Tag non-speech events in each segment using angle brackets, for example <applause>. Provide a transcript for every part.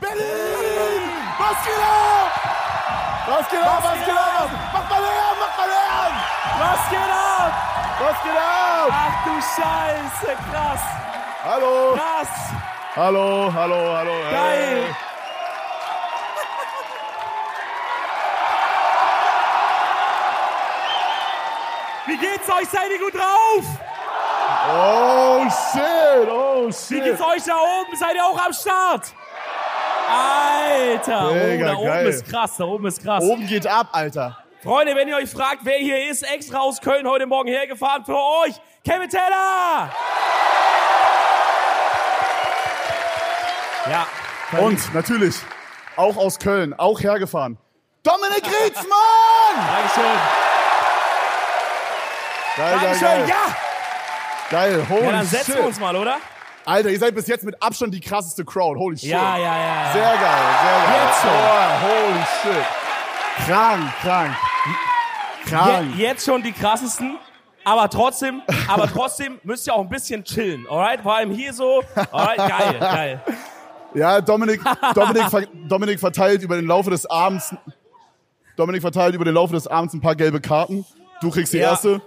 Berlin! Was geht ab? Was geht ab? Was geht ab? Mach mal Lärm, mach mal Lärm! Was geht ab? Was geht ab? Ach du Scheiße, krass, Hallo! krass, Hallo, hallo, hallo. Äh. geil. Wie geht's euch? Seid ihr gut drauf? Oh shit, oh Wie shit. geht's euch da oben? Seid ihr auch am Start? Alter, oh, Mega da oben geil. Oh, ist krass, da oben ist krass. Oben geht ab, Alter. Freunde, wenn ihr euch fragt, wer hier ist, extra aus Köln heute Morgen hergefahren für euch, Kevin Teller! Ja, Und natürlich auch aus Köln, auch hergefahren. Dominik Rietzmann! Dankeschön. Geil, geil, Dankeschön, geil. ja! Geil, holy Ja, dann setzen shit. wir uns mal, oder? Alter, ihr seid bis jetzt mit Abstand die krasseste Crowd. Holy shit. Ja, ja, ja. Sehr ja. geil, sehr geil. Jetzt Oh, schon. holy shit. Krank, krank. Krank. Je, jetzt schon die krassesten. Aber trotzdem, aber trotzdem müsst ihr auch ein bisschen chillen, alright? Vor allem hier so, alright, geil, geil. Ja, Dominik, Dominik, ver Dominik verteilt über den Laufe des Abends. Dominik verteilt über den Laufe des Abends ein paar gelbe Karten. Du kriegst die Ja. erste.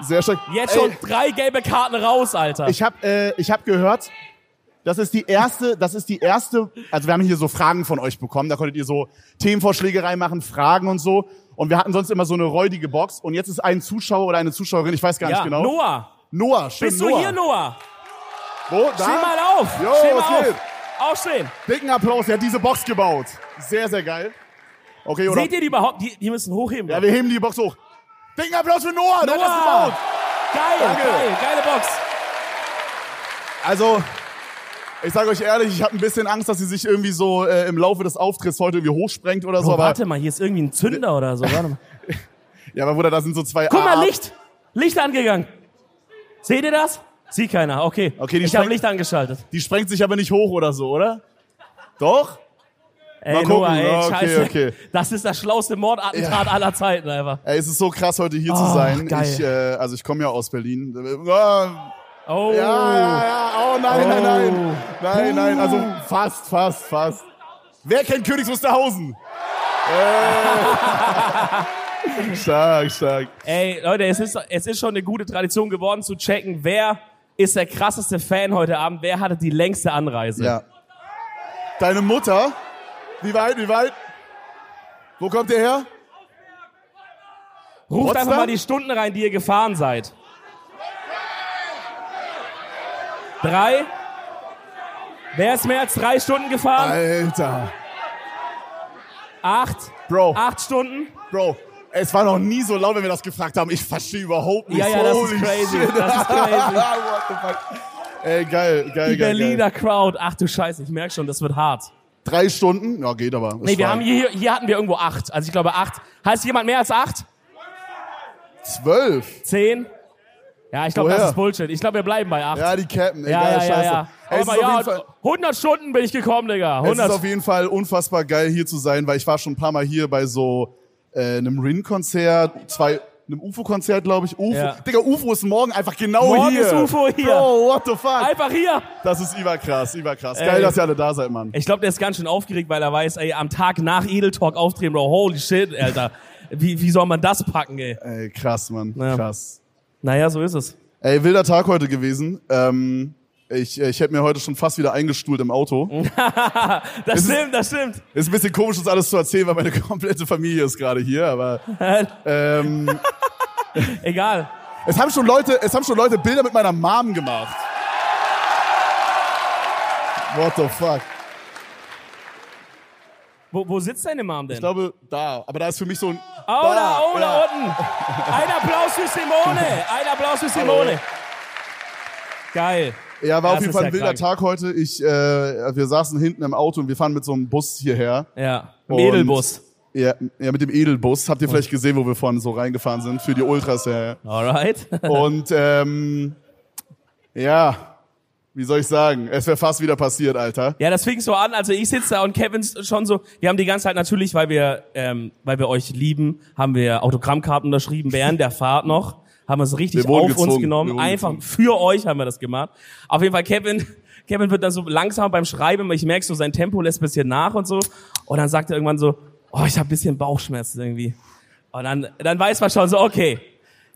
Sehr stark. Jetzt Ey, schon drei gelbe Karten raus, Alter. Ich habe äh, ich hab gehört, das ist die erste, das ist die erste, also wir haben hier so Fragen von euch bekommen, da konntet ihr so Themenvorschläge reinmachen, Fragen und so. Und wir hatten sonst immer so eine räudige Box und jetzt ist ein Zuschauer oder eine Zuschauerin, ich weiß gar ja, nicht genau. Noah, Noah, stimmt, bist Noah. du hier, Noah? Wo, da? Steh mal auf, Jo, steh was mal auf. geht? Aufstehen. Dicken Applaus, der hat diese Box gebaut. Sehr, sehr geil. Okay, oder? Seht ihr die überhaupt? Die, die müssen hochheben. Ja, wir heben die Box hoch. Dicken Applaus für Noah, der hat das Noah! gebaut. Geil, Danke. geil, geile Box. Also, ich sage euch ehrlich, ich habe ein bisschen Angst, dass sie sich irgendwie so äh, im Laufe des Auftritts heute irgendwie hochsprengt oder so. Bro, Aber, Oh, warte mal, hier ist irgendwie ein Zünder oder so. Warte mal. Ja, aber Bruder, da sind so zwei Guck mal, AA Licht! Licht angegangen. Seht ihr das? Sieht keiner, okay. Okay, die ich habe sprengen- Licht angeschaltet. Die sprengt sich aber nicht hoch oder so, oder? Doch? Ey, Mal Noah, gucken. ey, Ja, okay, scheiße. okay. Das ist das schlauste Mordattentat aller Zeiten einfach. Ey, es ist so krass, heute hier zu Oh, sein. geil. Ich, äh, also ich komme ja aus Berlin. Äh, Ja, Oh. ja, ja. Oh nein, nein, nein. Nein, nein. Also fast, fast, fast. Wer kennt Königs Wusterhausen? Äh. <laughs> stark, stark. Ey, Leute, es ist, es ist schon eine gute Tradition geworden zu checken, wer ist der krasseste Fan heute Abend, wer hatte die längste Anreise. Ja. Deine Mutter? Wie weit, wie weit? Wo kommt ihr her? Ruft Potsdam? einfach mal die Stunden rein, die ihr gefahren seid. Drei? Wer ist mehr als drei Stunden gefahren? Alter. Acht? Bro. Acht Stunden? Bro, es war noch nie so laut, wenn wir das gefragt haben. Ich verstehe überhaupt nicht. Ja, ja, das Holy ist crazy. Shit. Das <laughs> ist crazy. What the fuck? Ey, geil, geil, Die geil. Geil. Berliner Crowd. Ach du Scheiße, ich merke schon, das wird hart. Drei Stunden? Ja, geht aber. Ist Nee, wir fein. haben hier, hier hatten wir irgendwo acht. Also ich glaube acht. Heißt jemand mehr als acht? Zwölf. Zehn? Ja, ich glaube, das Woher? ist Bullshit. Ich glaube, wir bleiben bei acht. Ja, die Captain. Ey, ja, geil, ja, ja, scheiße. ja. Ey, es ist Aber auf ja, jeden Fall... 100 Stunden bin ich gekommen, Digga. Es ist 100 auf jeden Fall unfassbar geil, hier zu sein, weil ich war schon ein paar Mal hier bei so äh, einem Rin-Konzert, zwei, einem UFO-Konzert, glaube ich. UFO. Ja. Digga, UFO ist morgen einfach genau Morgen hier. ist UFO hier. Bro, what the fuck? Einfach hier. Das ist überkrass, überkrass. Ey. Geil, dass ihr alle da seid, Mann. Ich glaube, der ist ganz schön aufgeregt, weil er weiß, ey, am Tag nach Edel Talk auftreten, Bro. Holy shit, Alter. Wie, wie soll man das packen, ey? Ey, krass, Mann. Ja. Krass. Naja, so ist es. Ey, wilder Tag heute gewesen. Ähm, ich ich hätte mir heute schon fast wieder eingestuhlt im Mhm. Auto. Das Es ist- stimmt, das stimmt. <laughs> Ist ein bisschen komisch, das alles zu erzählen, weil meine <laughs> komplette Familie ist gerade hier, aber ähm, Egal. es haben schon Leute, es haben schon Leute Bilder mit meiner Mom gemacht. What the fuck? Wo, wo sitzt deine Mom denn? Ich glaube, da. Aber da ist für mich so ein. oh, da, oh, da ja. unten. Ein Applaus für Simone. Ein Applaus für Simone. Geil. Ja, war Das auf jeden ist Fall ja ein wilder krank. Tag heute. Ich, äh, wir saßen hinten im Auto und wir fahren mit so einem Bus hierher. Ja. Im Und- Edelbus. Ja, ja, mit dem Edelbus. Habt ihr vielleicht gesehen, wo wir vorhin so reingefahren sind? Für die Ultras, ja. <laughs> ja. Alright. Und ähm, ja, wie soll ich sagen? Es wäre fast wieder passiert, Alter. Ja, das fing so an. Also ich sitze da und Kevin schon so. Wir haben die ganze Zeit natürlich, weil wir, ähm, weil wir euch lieben, haben wir Autogrammkarten unterschrieben während der Fahrt noch. Haben wir es richtig Wir wurden auf uns gezwungen. Wir genommen. wurden Einfach gezwungen. für euch haben wir das gemacht. Auf jeden Fall, Kevin <laughs> Kevin wird dann so langsam beim Schreiben, ich merke so, sein Tempo lässt ein bisschen nach und so. Und dann sagt er irgendwann so, oh, ich habe ein bisschen Bauchschmerzen irgendwie. Und dann, dann weiß man schon so, okay,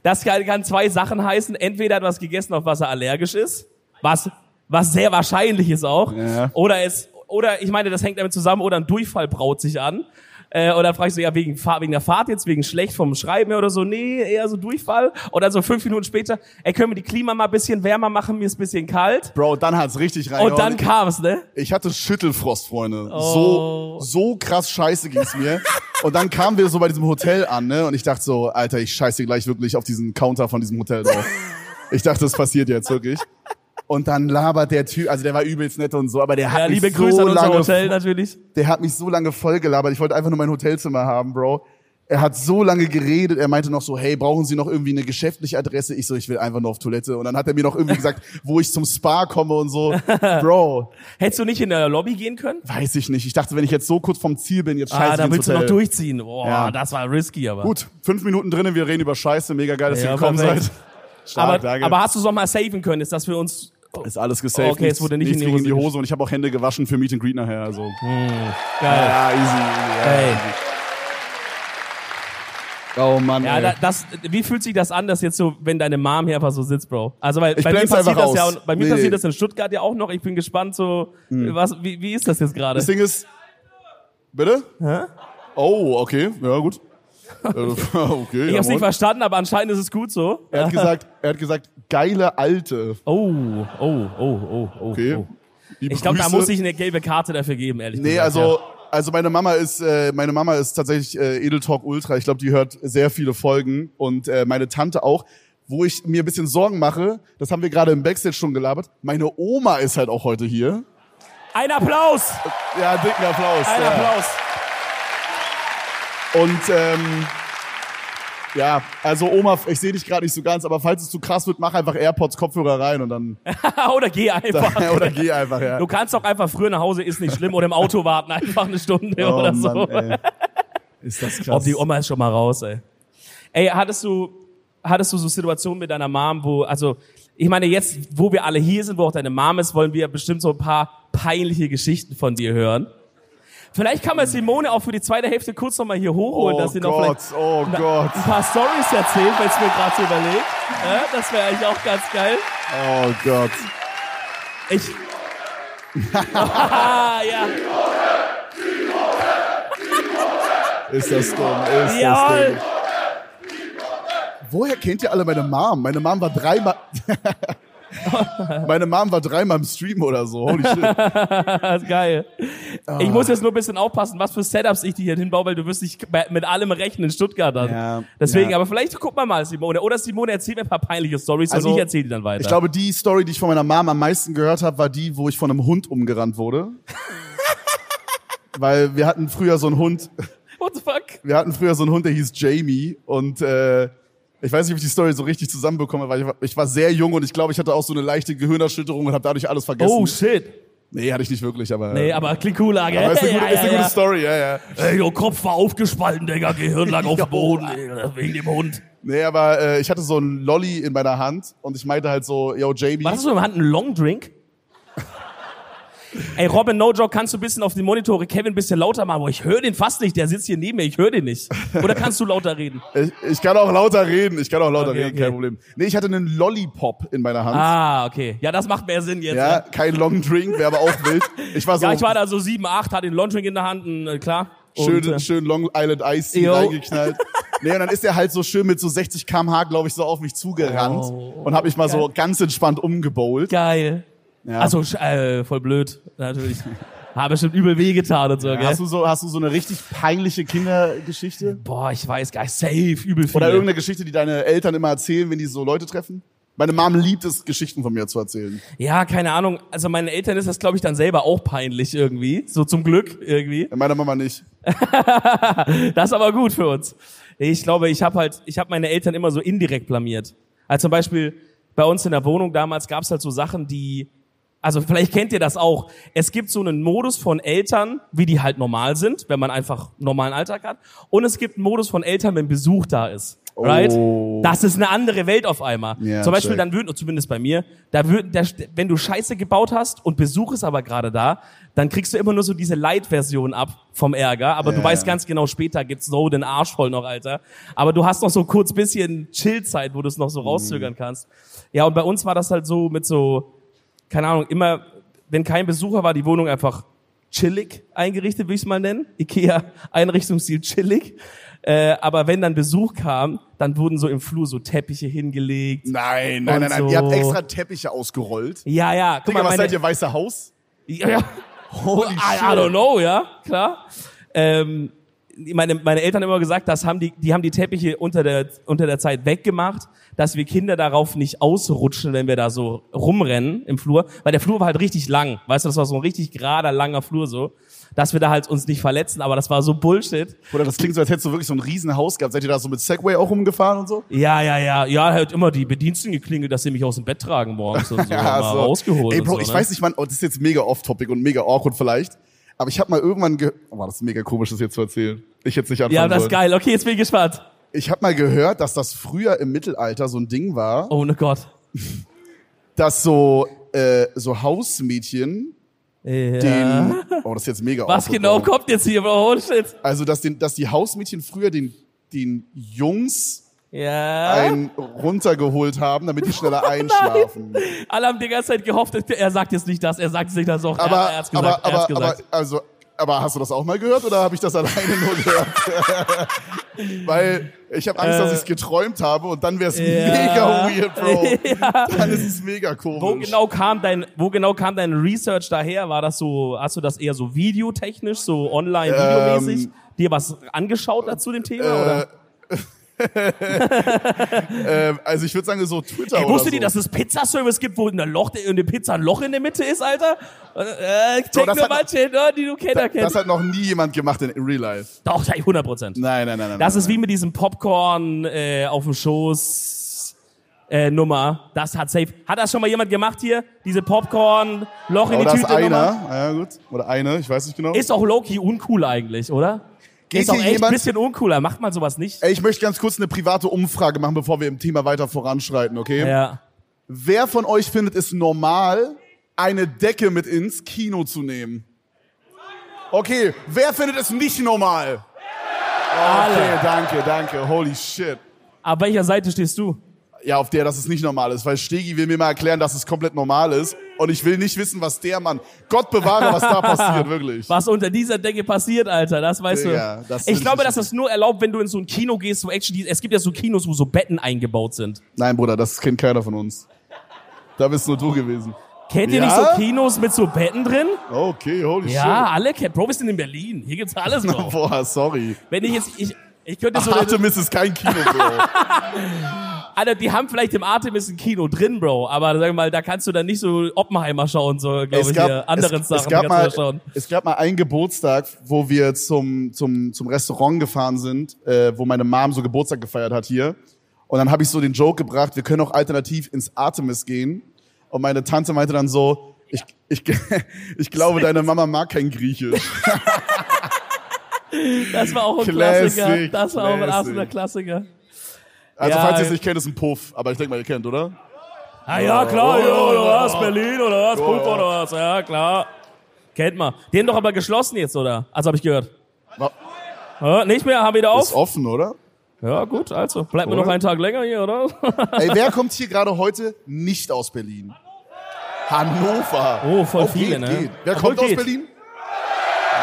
das kann, kann zwei Sachen heißen. Entweder hat was gegessen, auf was er allergisch ist, was, was sehr wahrscheinlich ist auch. Ja. Oder es, oder ich meine, das hängt damit zusammen, oder ein Durchfall braut sich an. Äh, und dann frage ich so, ja, wegen, Fahr- wegen der Fahrt jetzt, wegen schlecht vom Schreiben her oder so, nee, eher so Durchfall. Und dann so fünf Minuten später, ey, können wir die Klima mal ein bisschen wärmer machen, mir ist ein bisschen kalt. Bro, dann hat's richtig reingehauen. Und dann kam's, ne? Ich hatte Schüttelfrost, Freunde. Oh. So, so krass scheiße ging's mir. Und dann kamen wir so bei diesem Hotel an, ne? Und ich dachte so, Alter, ich scheiße gleich wirklich auf diesen Counter von diesem Hotel drauf. Ich dachte, das passiert jetzt wirklich. Und dann labert der Typ, also der war übelst nett und so, aber der hat Ja, mich liebe so Grüße an unser lange, Hotel ne? natürlich. der hat mich so lange vollgelabert. Ich wollte einfach nur mein Hotelzimmer haben, Bro. Er hat so lange geredet, er meinte noch so, hey, brauchen Sie noch irgendwie eine geschäftliche Adresse? Ich so, ich will einfach nur auf Toilette. Und dann hat er mir noch irgendwie gesagt, wo ich zum Spa komme und so. Bro, Hättest du nicht in der Lobby gehen können? Weiß ich nicht. Ich dachte, wenn ich jetzt so kurz vom Ziel bin, jetzt scheiße ah, ich da ins willst du Hotel. noch durchziehen. Boah, Ja. das war risky, aber. Gut, fünf Minuten drinnen, wir reden über Scheiße. Mega geil, dass Ja, ihr gekommen perfekt. seid. Stark, aber, danke. aber hast du es noch mal saven können? Ist das für uns? ist alles gesaved. Okay, es wurde nicht Nichts in die ging Hose Hm, und ich habe auch Hände gewaschen für Meet and Greet nachher. Also. Geil. Ja, easy. easy, Ey. Ja. Oh Mann, Ja, ey. da, das, wie fühlt sich das an, dass jetzt so, wenn deine Mom hier einfach so sitzt, Bro? Also, weil Ich bei mir blend's passiert einfach das ja, aus. und bei mir Nee, nee. passiert das in Stuttgart ja auch noch. Ich bin gespannt, so, was, wie, wie ist das jetzt gerade? Das Ding ist. Bitte? Hä? Oh, okay. Ja, <laughs> gut. Äh, <laughs> okay, Ich hab's nicht jawohl. verstanden, aber anscheinend ist es gut so. er hat gesagt, er hat gesagt, geile Alte. Oh, oh, oh, oh, oh. Okay. oh. Liebe Ich glaube, da Grüße. muss ich eine gelbe Karte dafür geben, ehrlich Nee, gesagt. also, also meine Mama ist, äh, meine Mama ist tatsächlich äh, Edel Talk Ultra. Ich glaube, die hört sehr viele Folgen und äh, meine Tante auch. Wo ich mir ein bisschen Sorgen mache, das haben wir gerade im Backstage schon gelabert. Meine Oma ist halt auch heute hier. Ja. Ein Applaus! Ja, dicken Applaus. Ein ja. Applaus! <laughs> Und ähm, ja, also Oma, ich sehe dich gerade nicht so ganz, aber falls es zu krass wird, mach einfach AirPods Kopfhörer rein und <laughs> dann Oder geh einfach. <laughs> oder geh einfach ja. Du kannst auch einfach früher nach Hause, ist nicht schlimm, oder im Auto warten, einfach eine Stunde Oh oder so. Mann, ey. Ist das krass? Ob die Oma ist schon mal raus, ey. Ey, hattest du, hattest du so Situationen mit deiner Mom, wo, also, ich meine, jetzt, wo wir alle hier sind, wo auch deine Mom ist, wollen wir bestimmt so ein paar peinliche Geschichten von dir hören. Vielleicht kann man Simone auch für die zweite Hälfte kurz nochmal hier hochholen, oh dass sie noch Gott, vielleicht oh Gott, ein paar Stories erzählt, wenn es mir gerade so überlegt. Ja, das wäre eigentlich auch ganz geil. oh Gott. <laughs> Ich. <laughs> ah, ja. Ist das dumm, ist Jawohl. das dumm. Woher kennt ihr alle meine Mom? Meine Mom war dreimal. <laughs> meine Mom war dreimal im Stream oder so. Holy shit. Das ist geil. Ah. Ich muss jetzt nur ein bisschen aufpassen, was für Setups ich dir hier hinbaue, weil du wirst nicht bei- mit allem rechnen in Stuttgart dann. Ja, Deswegen, ja. aber vielleicht guck mal mal Simone. Oder Simone erzählt mir ein paar peinliche Stories Also, und ich erzähle die dann weiter. Ich glaube, die Story, die ich von meiner Mom am meisten gehört habe, war die, wo ich von einem Hund umgerannt wurde. Weil wir hatten früher so einen Hund, What the fuck? wir hatten früher so einen Hund, der hieß Jamie und äh, ich weiß nicht, ob ich die Story so richtig zusammenbekomme, weil ich war, ich war sehr jung und ich glaube, ich hatte auch so eine leichte Gehirnerschütterung und habe dadurch alles vergessen. Oh shit. nee, hatte ich nicht wirklich, aber Nee, aber klingt cool, Lage. Aber ist <laughs> eine gute, ist eine gute Story, ja, ja. Ey, yo, Kopf war aufgespalten, Digga, Gehirn lag <laughs> auf dem Jo. Boden, ey, wegen dem Hund. Nee, aber äh, ich hatte so einen Lolli in meiner Hand und ich meinte halt so, yo, Jamie. War das so im Hand ein Long Drink? <laughs> Ey, Robin, no joke, kannst du ein bisschen auf die Monitore Kevin ein bisschen lauter machen? Boah, ich höre den fast nicht, der sitzt hier neben mir, ich höre den nicht. Oder kannst du lauter reden? Ich, äh, ich kann auch lauter reden, ich kann auch lauter Okay, reden, okay. kein Problem. Nee, ich hatte einen Lollipop in meiner Hand. Ah, okay. Ja, das macht mehr Sinn jetzt. Ja, Ja, kein Long Drink, wäre aber auch wild. Ich war so <laughs> ja ich war da so sieben, acht, hatte den Launching in der Hand, und, äh, klar. schön, Und, äh, schön Long Island Ice Tea Yo. reingeknallt. Nee, und dann ist er halt so schön mit so 60 km/h, glaube ich, so auf mich zugerannt Oh. und hab mich mal so ganz entspannt umgebowlt. Geil. Ja. Also, sch- äh, voll blöd, <laughs> natürlich. Habe bestimmt übel wehgetan und so, gell? hast du so hast du so eine richtig peinliche Kindergeschichte? Boah, ich weiß gar nicht, safe, übel viel. Oder irgendeine Geschichte, die deine Eltern immer erzählen, wenn die so Leute treffen? Meine Mom liebt es, Geschichten von mir zu erzählen. Ja, keine Ahnung. Also, meinen Eltern ist das, glaube ich, dann selber auch peinlich irgendwie. So zum Glück irgendwie. Meine Mama nicht. Das ist aber gut für uns. Nee, Ich glaube, ich habe halt, ich habe meine Eltern immer so indirekt blamiert. Also zum Beispiel bei uns in der Wohnung damals gab es halt so Sachen, die, also vielleicht kennt ihr das auch. Es gibt so einen Modus von Eltern, wie die halt normal sind, wenn man einfach einen normalen Alltag hat. Und es gibt einen Modus von Eltern, wenn Besuch da ist. Right? Oh. Das ist eine andere Welt auf einmal. Ja, Zum Beispiel, check. dann würden, zumindest bei mir, da würden, da, st- wenn du Scheiße gebaut hast und Besuch ist aber gerade da, dann kriegst du immer nur so diese Light-Version ab vom Ärger, aber Ja. du weißt ganz genau, später gibt's so den Arsch voll noch, Alter. Aber du hast noch so kurz bisschen Chillzeit, wo du es noch Mhm. so rauszögern kannst. Ja, und bei uns war das halt so mit so, keine Ahnung, immer, wenn kein Besucher war, die Wohnung einfach chillig eingerichtet, will ich es mal nennen. Ikea Einrichtungsstil chillig. Äh, aber wenn dann Besuch kam, dann wurden so im Flur so Teppiche hingelegt. Nein, nein, Und nein, nein. so. Ihr habt extra Teppiche ausgerollt. Ja, ja, guck Digga, was mal, seid meine, ihr, Weiße Haus? ja, ja. Holy I, I don't know, ja, klar. Ähm, meine, meine Eltern haben immer gesagt, das haben die, die haben die Teppiche unter der, unter der Zeit weggemacht, dass wir Kinder darauf nicht ausrutschen, wenn wir da so rumrennen im Flur, weil der Flur war halt richtig lang, weißt du, das war so ein richtig gerader, langer Flur so, dass wir da halt uns nicht verletzen, aber das war so Bullshit. Oder das klingt so, als hättest du wirklich so ein Riesenhaus gehabt. Seid ihr da so mit Segway auch rumgefahren und so? Ja, ja, ja, ja, halt immer die Bediensteten geklingelt, dass sie mich aus dem Bett tragen morgens <laughs> und so, mal so. rausgeholt Ey, und Bro, so, ich ne? weiß nicht, wann, oh, das ist jetzt mega off-topic und mega awkward vielleicht. Aber ich habe mal irgendwann ge... Oh, das ist mega komisch, das jetzt zu erzählen. Ich jetzt nicht anfangen Ja, das ist sollen. geil, okay, jetzt bin ich gespannt. Ich habe mal gehört, dass das früher im Mittelalter so ein Ding war, Oh ne Gott. dass so, äh, so Hausmädchen Ja. den... Oh, das ist jetzt mega Was awkward, genau Bro. kommt jetzt hier, Bro? Oh shit. Also, dass, den, dass die Hausmädchen früher den, den Jungs Ja. einen runtergeholt haben, damit die <laughs> Oh schneller einschlafen. Alle haben die ganze Zeit gehofft, er sagt jetzt nicht das, er sagt jetzt nicht das auch. Aber, er, er hat's gesagt, aber, er hat's aber, aber, gesagt. also, aber hast du das auch mal gehört oder habe ich das alleine nur gehört? <laughs> Weil ich habe Äh. Angst, dass ich es geträumt habe und dann wäre es mega weird, <laughs> Bro. Dann ist es mega komisch. wo genau kam dein, wo genau kam dein Research daher? War das so, hast du das eher so videotechnisch, so online videomäßig, Ähm, äh, dir was angeschaut dazu dem Thema? oder? <laughs> Ähm, also ich würde sagen, so Twitter Ey, oder wusstet so. ihr, dass es Pizzaservice gibt, wo in der Loch, in der Pizza ein Loch in der Mitte ist, Alter? Äh, check das nur hat- manche, ne, die du kenner das kennst. hat noch nie jemand gemacht in, in Real Life. Doch, sag ich 100 Prozent. Nein, nein, nein, nein. Das nein, ist wie mit diesem Popcorn äh, auf dem Schoß äh, Nummer. Das hat safe. Hat das schon mal jemand gemacht hier? Diese Popcorn Loch in nein. Oder die ist Tüte Nummer. einer, ja gut, oder eine, ich weiß nicht genau. Ist auch Loki uncool eigentlich, oder? Geht ist auch hier echt ein jemand- bisschen uncooler. Macht man sowas nicht? Ey, ich möchte ganz kurz eine private Umfrage machen, bevor wir im Thema weiter voranschreiten, okay? Ja. Wer von euch findet es normal, eine Decke mit ins Kino zu nehmen? Okay, wer findet es nicht normal? Okay, Alle. danke, danke. Holy shit. Auf welcher Seite stehst du? Ja, auf der, dass es nicht normal ist, weil Stegi will mir mal erklären, dass es komplett normal ist. Und ich will nicht wissen, was der Mann. Gott bewahre, was <laughs> da passiert, wirklich. Was unter dieser Decke passiert, Alter, das weißt Digga, du. das will ich ich glaube, nicht das ist nur erlaubt, wenn du in so ein Kino gehst, wo Action, es gibt ja so Kinos, wo so Betten eingebaut sind. Nein, Bruder, das kennt keiner von uns. Da bist nur du gewesen. Kennt ihr Ja? nicht so Kinos mit so Betten drin? Okay, holy Ja, alle kennen. Bro, wir sind in Berlin. Hier gibt's alles, shit. <laughs> Bro. Boah, sorry. Wenn ich jetzt, ich, ich könnte so, eine, Artemis ist kein Kino, <laughs> Bro. Alter, die haben vielleicht im Artemis ein Kino drin, Bro, aber sag mal, da kannst du dann nicht so Oppenheimer schauen, so, glaube ich, hier. anderen es, Sachen es gab kannst du mal, da schauen. Es gab mal einen Geburtstag, wo wir zum, zum, zum Restaurant gefahren sind, äh, wo meine Mom so Geburtstag gefeiert hat hier. Und dann habe ich so den Joke gebracht, wir können auch alternativ ins Artemis gehen. Und meine Tante meinte dann so, ich, ich, <laughs> ich glaube, deine Mama mag kein Griechisch. Das war auch ein Classic, Klassiker. Das war auch ein classic. absoluter Klassiker. Also Ja, falls ihr es ja. nicht kennt, ist ein Puff. Aber ich denke mal, ihr kennt, oder? Ah, ja, Oh. klar, ja, oder was? Berlin oder was? Ja, Pulver ja. oder was? Ja, klar. Kennt man. Die haben doch aber geschlossen jetzt, oder? Also habe ich gehört. Wa- Hä, nicht mehr, haben wieder Ist auf? offen, oder? Ja, gut, also. Bleibt mir Oder? noch einen Tag länger hier, oder? <laughs> Ey, wer kommt hier gerade heute nicht aus Berlin? Hannover. Oh, voll viele, geht, ne? Geht. Wer Obwohl, kommt aus geht. Berlin?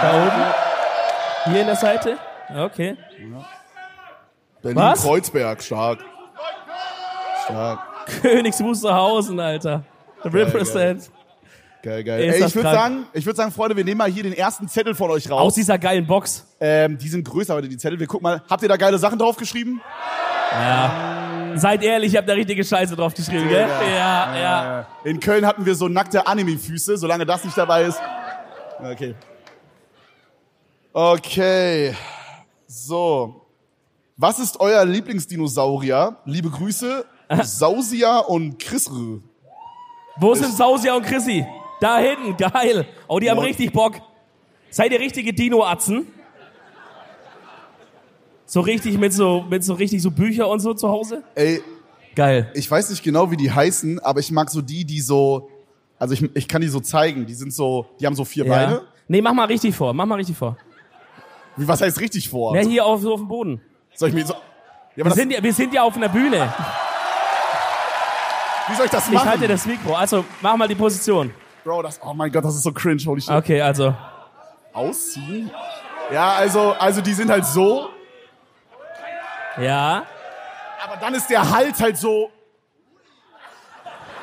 da oben? Hier in der Seite? Okay. Was? Berlin-Kreuzberg, stark. Stark. <laughs> Königs Wusterhausen, Alter. Represent. Geil, geil. Ey, ist Ey, das ich würde krank. sagen, ich würde sagen, Freunde, wir nehmen mal hier den ersten Zettel von euch Aus raus. dieser geilen Box. Ähm, die sind größer heute, die Zettel. Wir gucken mal, habt ihr da geile Sachen draufgeschrieben? Seid ehrlich, ich hab da richtige Scheiße drauf geschrieben, gell? Ja. Ja, ja. In Köln hatten wir so nackte Anime-Füße, solange das nicht dabei ist. Okay. Okay. So. Was ist euer Lieblingsdinosaurier? Liebe <laughs> Grüße, Sausia und Chris. Rö. Wo sind Sausia und Chrissy? Da hinten, geil. Oh, die haben Ja. richtig Bock. Seid ihr richtige Dino-Atzen? So richtig mit so, mit so richtig so Bücher und so zu Hause? Ey, Geil. ich weiß nicht genau, wie die heißen, aber ich mag so die, die so, also ich, ich kann die so zeigen. Die sind so, die haben so vier Beine. Nee, mach mal richtig vor, mach mal richtig vor. Wie, was heißt richtig vor? Ja, hier auf, so auf dem Boden. Soll ich mir so, ja, aber Wir das, sind, ja, wir sind ja auf einer Bühne. wie soll ich das Ich machen? halte das Mikro. Also, mach mal die Position. Bro, das, oh mein Gott, das ist so cringe, holy shit. Okay, also. Ausziehen? Ja, also, also die sind halt so, Ja. aber dann ist der Hals halt so,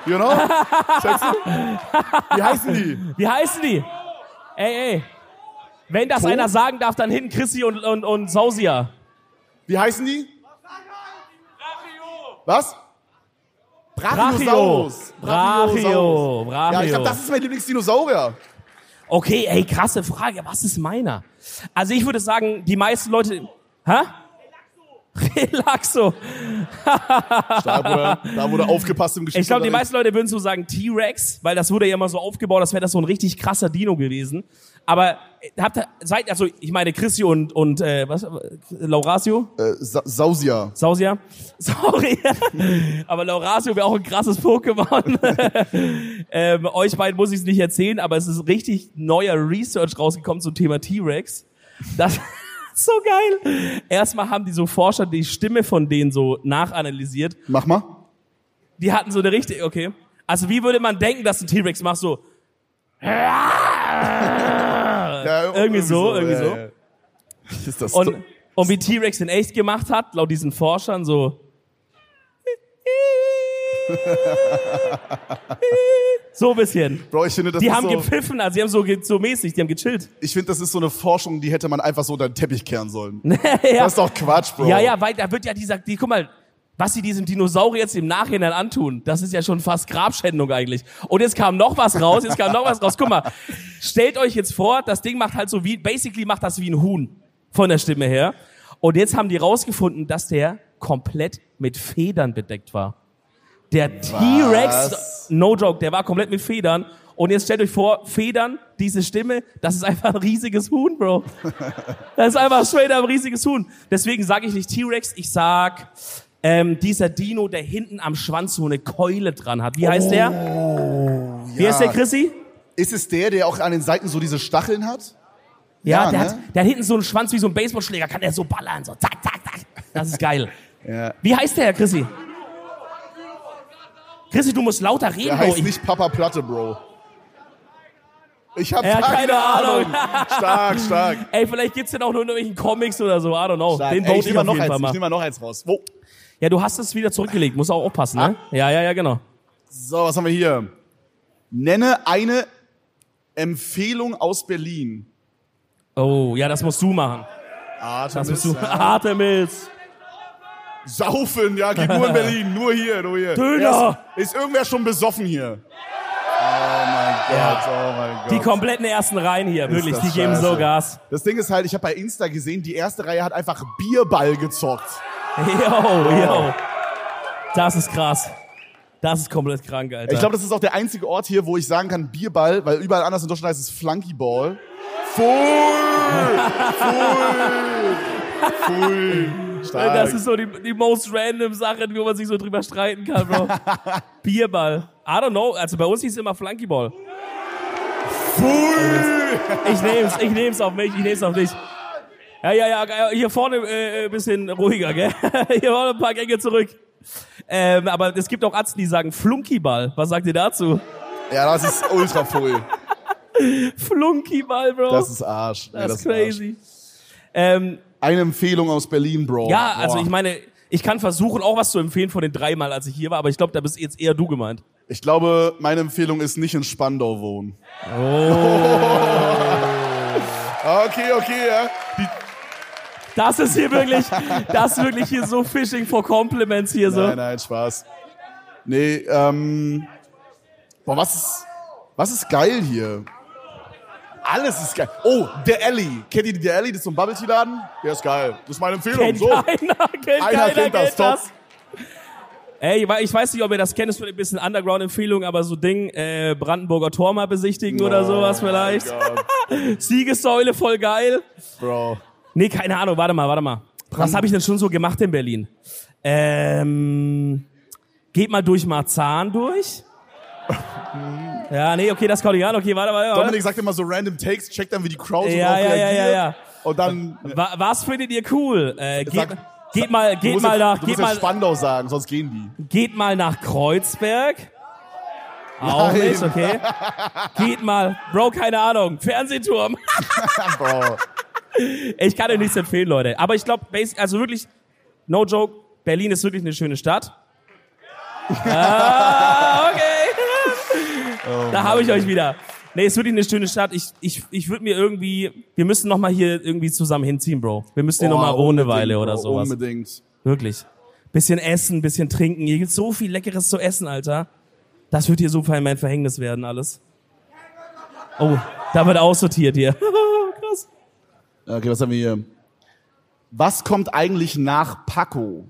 you know? Schätzt du? Wie heißen die? Wie heißen die? Ey, ey. Wenn das Ton? einer sagen darf, dann hin Chrissy und, und, und Sausia. Wie heißen die? Was? Brachio. Brachiosaurus. Brachiosaurus. Brachio. Ja, ich Brachio. glaube, das ist mein Lieblingsdinosaurier. okay, ey, krasse Frage. Was ist meiner? Also ich würde sagen, die meisten Leute... Hä? Relaxo. Da wurde, da wurde aufgepasst im Geschichtsunterricht. Ich glaube, die meisten Leute würden so sagen T-Rex, weil das wurde ja immer so aufgebaut, als wäre das so ein richtig krasser Dino gewesen. Aber äh, habt ihr, seid, also ich meine Chrissy und, und äh, was, äh, Laurasio? Äh, Sa Sausia. Sausia? <laughs> Sorry. aber Laurasio wäre auch ein krasses Pokémon. ähm, euch beiden muss ich es nicht erzählen, aber es ist richtig neuer Research rausgekommen zum Thema T-Rex. Das <laughs> ist so geil. Erstmal haben die so Forscher die Stimme von denen so nachanalysiert Mach mal. die hatten so eine richtige, okay. Also wie würde man denken, dass ein T-Rex macht so Ja, Äh, irgendwie so, irgendwie so. ja, ja. Äh, <laughs> Ist das und, und wie T-Rex in echt gemacht hat, laut diesen Forschern so. So ein bisschen. Bro, ich finde, das Die ist haben so, gepfiffen, also die haben so, ge- so mäßig, die haben gechillt. <laughs> ich finde, das ist so eine Forschung, die hätte man einfach so unter den Teppich kehren sollen. <laughs> ja. Das ist doch Quatsch, Bro. ja, ja, weil da wird ja dieser, die, guck mal, was sie diesem Dinosaurier jetzt im Nachhinein antun, das ist ja schon fast Grabschändung eigentlich. Und jetzt kam noch was raus, jetzt kam noch was raus. Guck mal, stellt euch jetzt vor, das Ding macht halt so wie, basically macht das wie ein Huhn von der Stimme her. Und jetzt haben die rausgefunden, dass der komplett mit Federn bedeckt war. Der T-Rex, no joke, der war komplett mit Federn. Und jetzt stellt euch vor, Federn, diese Stimme, das ist einfach ein riesiges <laughs> Huhn, Bro. Das ist einfach straight up ein riesiges Huhn. Deswegen sage ich nicht T-Rex, ich sag ähm, dieser Dino, der hinten am Schwanz so eine Keule dran hat. Wie heißt Oh, der? Wie heißt der, Chrissy? Ist es der, der auch an den Seiten so diese Stacheln hat? Ja, Ja, der, ne? hat, der hat hinten so einen Schwanz wie so ein Baseballschläger, kann der so ballern, so zack, zack, zack. Das ist geil. Ja. Wie heißt der, Chrissy? Chrissy, du musst lauter reden, Der Bro. heißt Oh, Ich- nicht Papa Platte, Bro. Ich habe Ja, keine, keine Ahnung. <laughs> Stark, stark. Ey, vielleicht gibt's den auch nur in irgendwelchen Comics oder so, I don't know. stark. Den Ey, ich baut ich nehme auf noch jeden eins, Fall ich mal. nehme mal noch eins raus. Wo? Ja, du hast es wieder zurückgelegt, muss auch aufpassen, ne? Ah. Ja, ja, ja, genau. So, was haben wir hier? Nenne eine Empfehlung aus Berlin. Oh, ja, das musst du machen. Das Artemis. musst du. Ah, Artemis. Saufen, ja, geht nur in <laughs> Berlin, nur hier, nur hier. Döner. Ja, Ist, ist irgendwer schon besoffen hier? Oh mein Gott, oh mein Gott. Die kompletten ersten Reihen hier, wirklich, das die geben so scheiße. Gas. das Ding ist halt, ich habe bei Insta gesehen, die erste Reihe hat einfach Bierball gezockt. Yo, yo. Das ist krass. Das ist komplett krank, Alter. Ich glaube, das ist auch der einzige Ort hier, wo ich sagen kann Bierball, weil überall anders in Deutschland heißt es Flunkyball. Full! Full! Full! Stark. das ist so die, die most random Sache, wo man sich so drüber streiten kann, <laughs> Bro. Bierball. I don't know. Also bei uns hieß es immer Flunkyball. <laughs> Full! Ich nehm's, ich nehm's auf mich, ich nehm's auf dich. Ja, ja, ja, geil. hier vorne äh, ein bisschen ruhiger, gell? <laughs> Hier vorne ein paar Gänge zurück. Ähm, aber es gibt auch Atzen, die sagen Flunkyball. Was sagt ihr dazu? Ja, das ist ultra full. Flunkyball, Bro. Das ist Arsch. Ja, Das ist Arsch. crazy. Ähm, Eine Empfehlung aus Berlin, Bro. ja, also Boah. ich meine, ich kann versuchen, auch was zu empfehlen von den dreimal, als ich hier war, aber ich glaube, da bist jetzt eher du gemeint. Ich glaube, meine Empfehlung ist nicht in Spandau wohnen. Oh. <laughs> okay, okay, ja. Die, Das ist <laughs> hier wirklich, das ist wirklich hier so Fishing for Compliments hier so. Nein, nein, Spaß. Nee, ähm. Boah, was ist, was ist geil hier? Alles ist geil. Oh, der Alley. Kennt ihr die The Alley? Das ist so ein Bubble-Tea-Laden. Der ist geil. Das ist meine Empfehlung. Kennt so. keiner, kennt Einer keiner, kennt kennt das, das. top. Ey, weil ich weiß nicht, ob ihr das kennt, ist vielleicht ein bisschen Underground-Empfehlung, aber so Ding, äh, Brandenburger Tor mal besichtigen oder sowas vielleicht. Oh mein Gott, <laughs> Siegessäule, voll geil. Bro. Nee, keine Ahnung, warte mal, warte mal. Was habe ich denn schon so gemacht in Berlin? Ähm, geht mal durch <laughs> Marzahn durch. Ja, nee, okay, das kommt nicht an. Okay, warte, warte, warte. Dominik sagt immer so random Takes, checkt dann, wie die Crowd so Ja, drauf ja, ja, reagiert. ja, ja. Und dann Wa- Was findet ihr cool? Äh, geht, Sag- geht mal, du geht musst mal jetzt, nach, du geht musst mal, jetzt Spandau sagen, sonst gehen die. geht mal nach Kreuzberg. Auch Nein. nicht, okay. Geht mal, Bro, keine Ahnung, Fernsehturm. Boah. Ich kann euch nichts empfehlen, Leute. Aber ich glaube, also wirklich, no joke, Berlin ist wirklich eine schöne Stadt. ah, okay. Oh da habe ich euch wieder. Nee, ist wirklich eine schöne Stadt. Ich, ich, ich würde mir irgendwie, wir müssen nochmal hier irgendwie zusammen hinziehen, Bro. Wir müssen hier nochmal Oh, ohne Weile unbedingt, oder Bro, sowas. Unbedingt. Wirklich. Bisschen essen, bisschen trinken. Hier gibt's so viel Leckeres zu essen, Alter. Das wird hier so in mein Verhängnis werden, alles. Oh, da wird aussortiert hier. <laughs> Krass. Okay, was haben wir hier? Was kommt eigentlich nach Paco?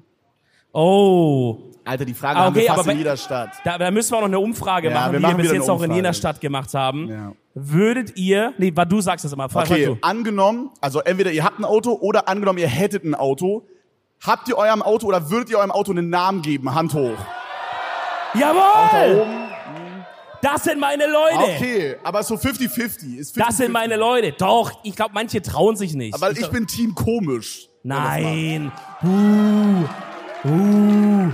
Oh, Alter, die Frage Ah, haben wir okay, fast aber in bei- jeder Stadt. Da, da müssen wir auch noch eine Umfrage Ja, machen, wir die machen wir bis wieder jetzt eine auch in jeder Umfrage. Stadt gemacht haben. Ja. Würdet ihr, nee, war du sagst das immer, frag Okay, mal du. angenommen, also entweder ihr habt ein Auto oder angenommen, ihr hättet ein Auto. Habt ihr eurem Auto oder würdet ihr eurem Auto einen Namen geben? Hand hoch. Da Jawohl! oben. Das sind meine Leute! Okay, aber so 50-50. Ist 50 Das sind meine Leute. Doch, ich glaube, manche trauen sich nicht. Weil ich bin Team komisch. Nein. Uh. Uh.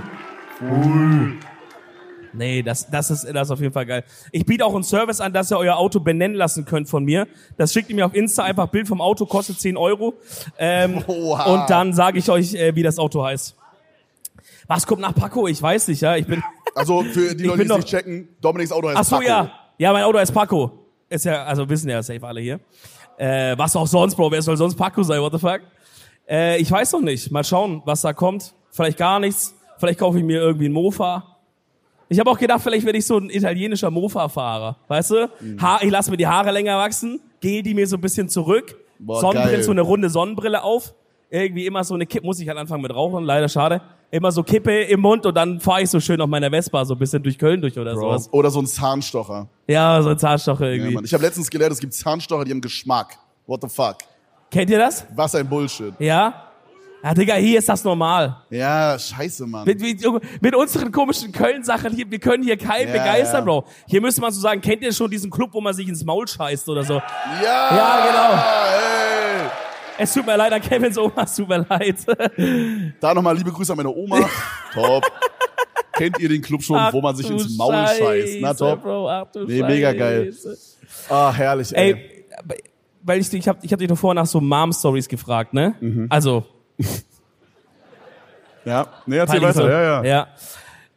Nee, das, das, ist, das ist auf jeden Fall geil. Ich biete auch einen Service an, dass ihr euer Auto benennen lassen könnt von mir. Das schickt ihr mir auf Insta, einfach Bild vom Auto, kostet 10 Euro. Ähm, Oha. und dann sage ich euch, äh, wie das Auto heißt. Was kommt nach Paco? Ich weiß nicht, ja. Ich bin. Also für die Ich Leute, bin die es doch- nicht checken, Dominiks Auto heißt Ach so, Paco. ja. Ja, mein Auto heißt Paco. Ist ja, also wissen ja safe alle hier. Äh, was auch sonst, Bro. Wer soll sonst Paco sein? What the fuck? Äh, ich weiß noch nicht. Mal schauen, was da kommt. Vielleicht gar nichts. Vielleicht kaufe ich mir irgendwie einen Mofa. Ich habe auch gedacht, vielleicht werde ich so ein italienischer Mofa-Fahrer. Weißt du? Mhm. Haar, ich lasse mir die Haare länger wachsen, gehe die mir so ein bisschen zurück. Boah, Sonnenbrille, geil. so eine runde Sonnenbrille auf. Irgendwie immer so eine Kippe, muss ich halt anfangen mit Rauchen, leider schade. Immer so Kippe im Mund und dann fahre ich so schön auf meiner Vespa so ein bisschen durch Köln durch oder sowas. Oder so ein Zahnstocher. Ja, so ein Zahnstocher Ja, irgendwie. Mann. Ich habe letztens gelernt, es gibt Zahnstocher, die haben Geschmack. What the fuck? Kennt ihr das? Was ein Bullshit. Ja? Ja, Digga, hier ist das normal. Ja, scheiße, Mann. Mit, mit, mit unseren komischen Köln-Sachen hier, wir können hier keinen Ja, begeistern, ja. Bro. Hier müsste man so sagen, kennt ihr schon diesen Club, wo man sich ins Maul scheißt oder so? Ja, Ja, genau. Ey. Es tut mir leid an Kevins Oma, es tut mir leid. Da nochmal liebe Grüße an meine <laughs> Oma. top. Kennt ihr den Club schon, <laughs> wo man sich Ach, du ins Maul scheißt? Na Scheiße, top. Bro, ach, du Nee, mega geil. Scheiße. Ah, herrlich, ey. Ey, weil ich, dich- ich hab, ich hab dich doch vorher nach so Mom-Stories gefragt, ne? Mhm. Also, Ja. Nee, erzähl Peinlich weiter. so. Ja, ja.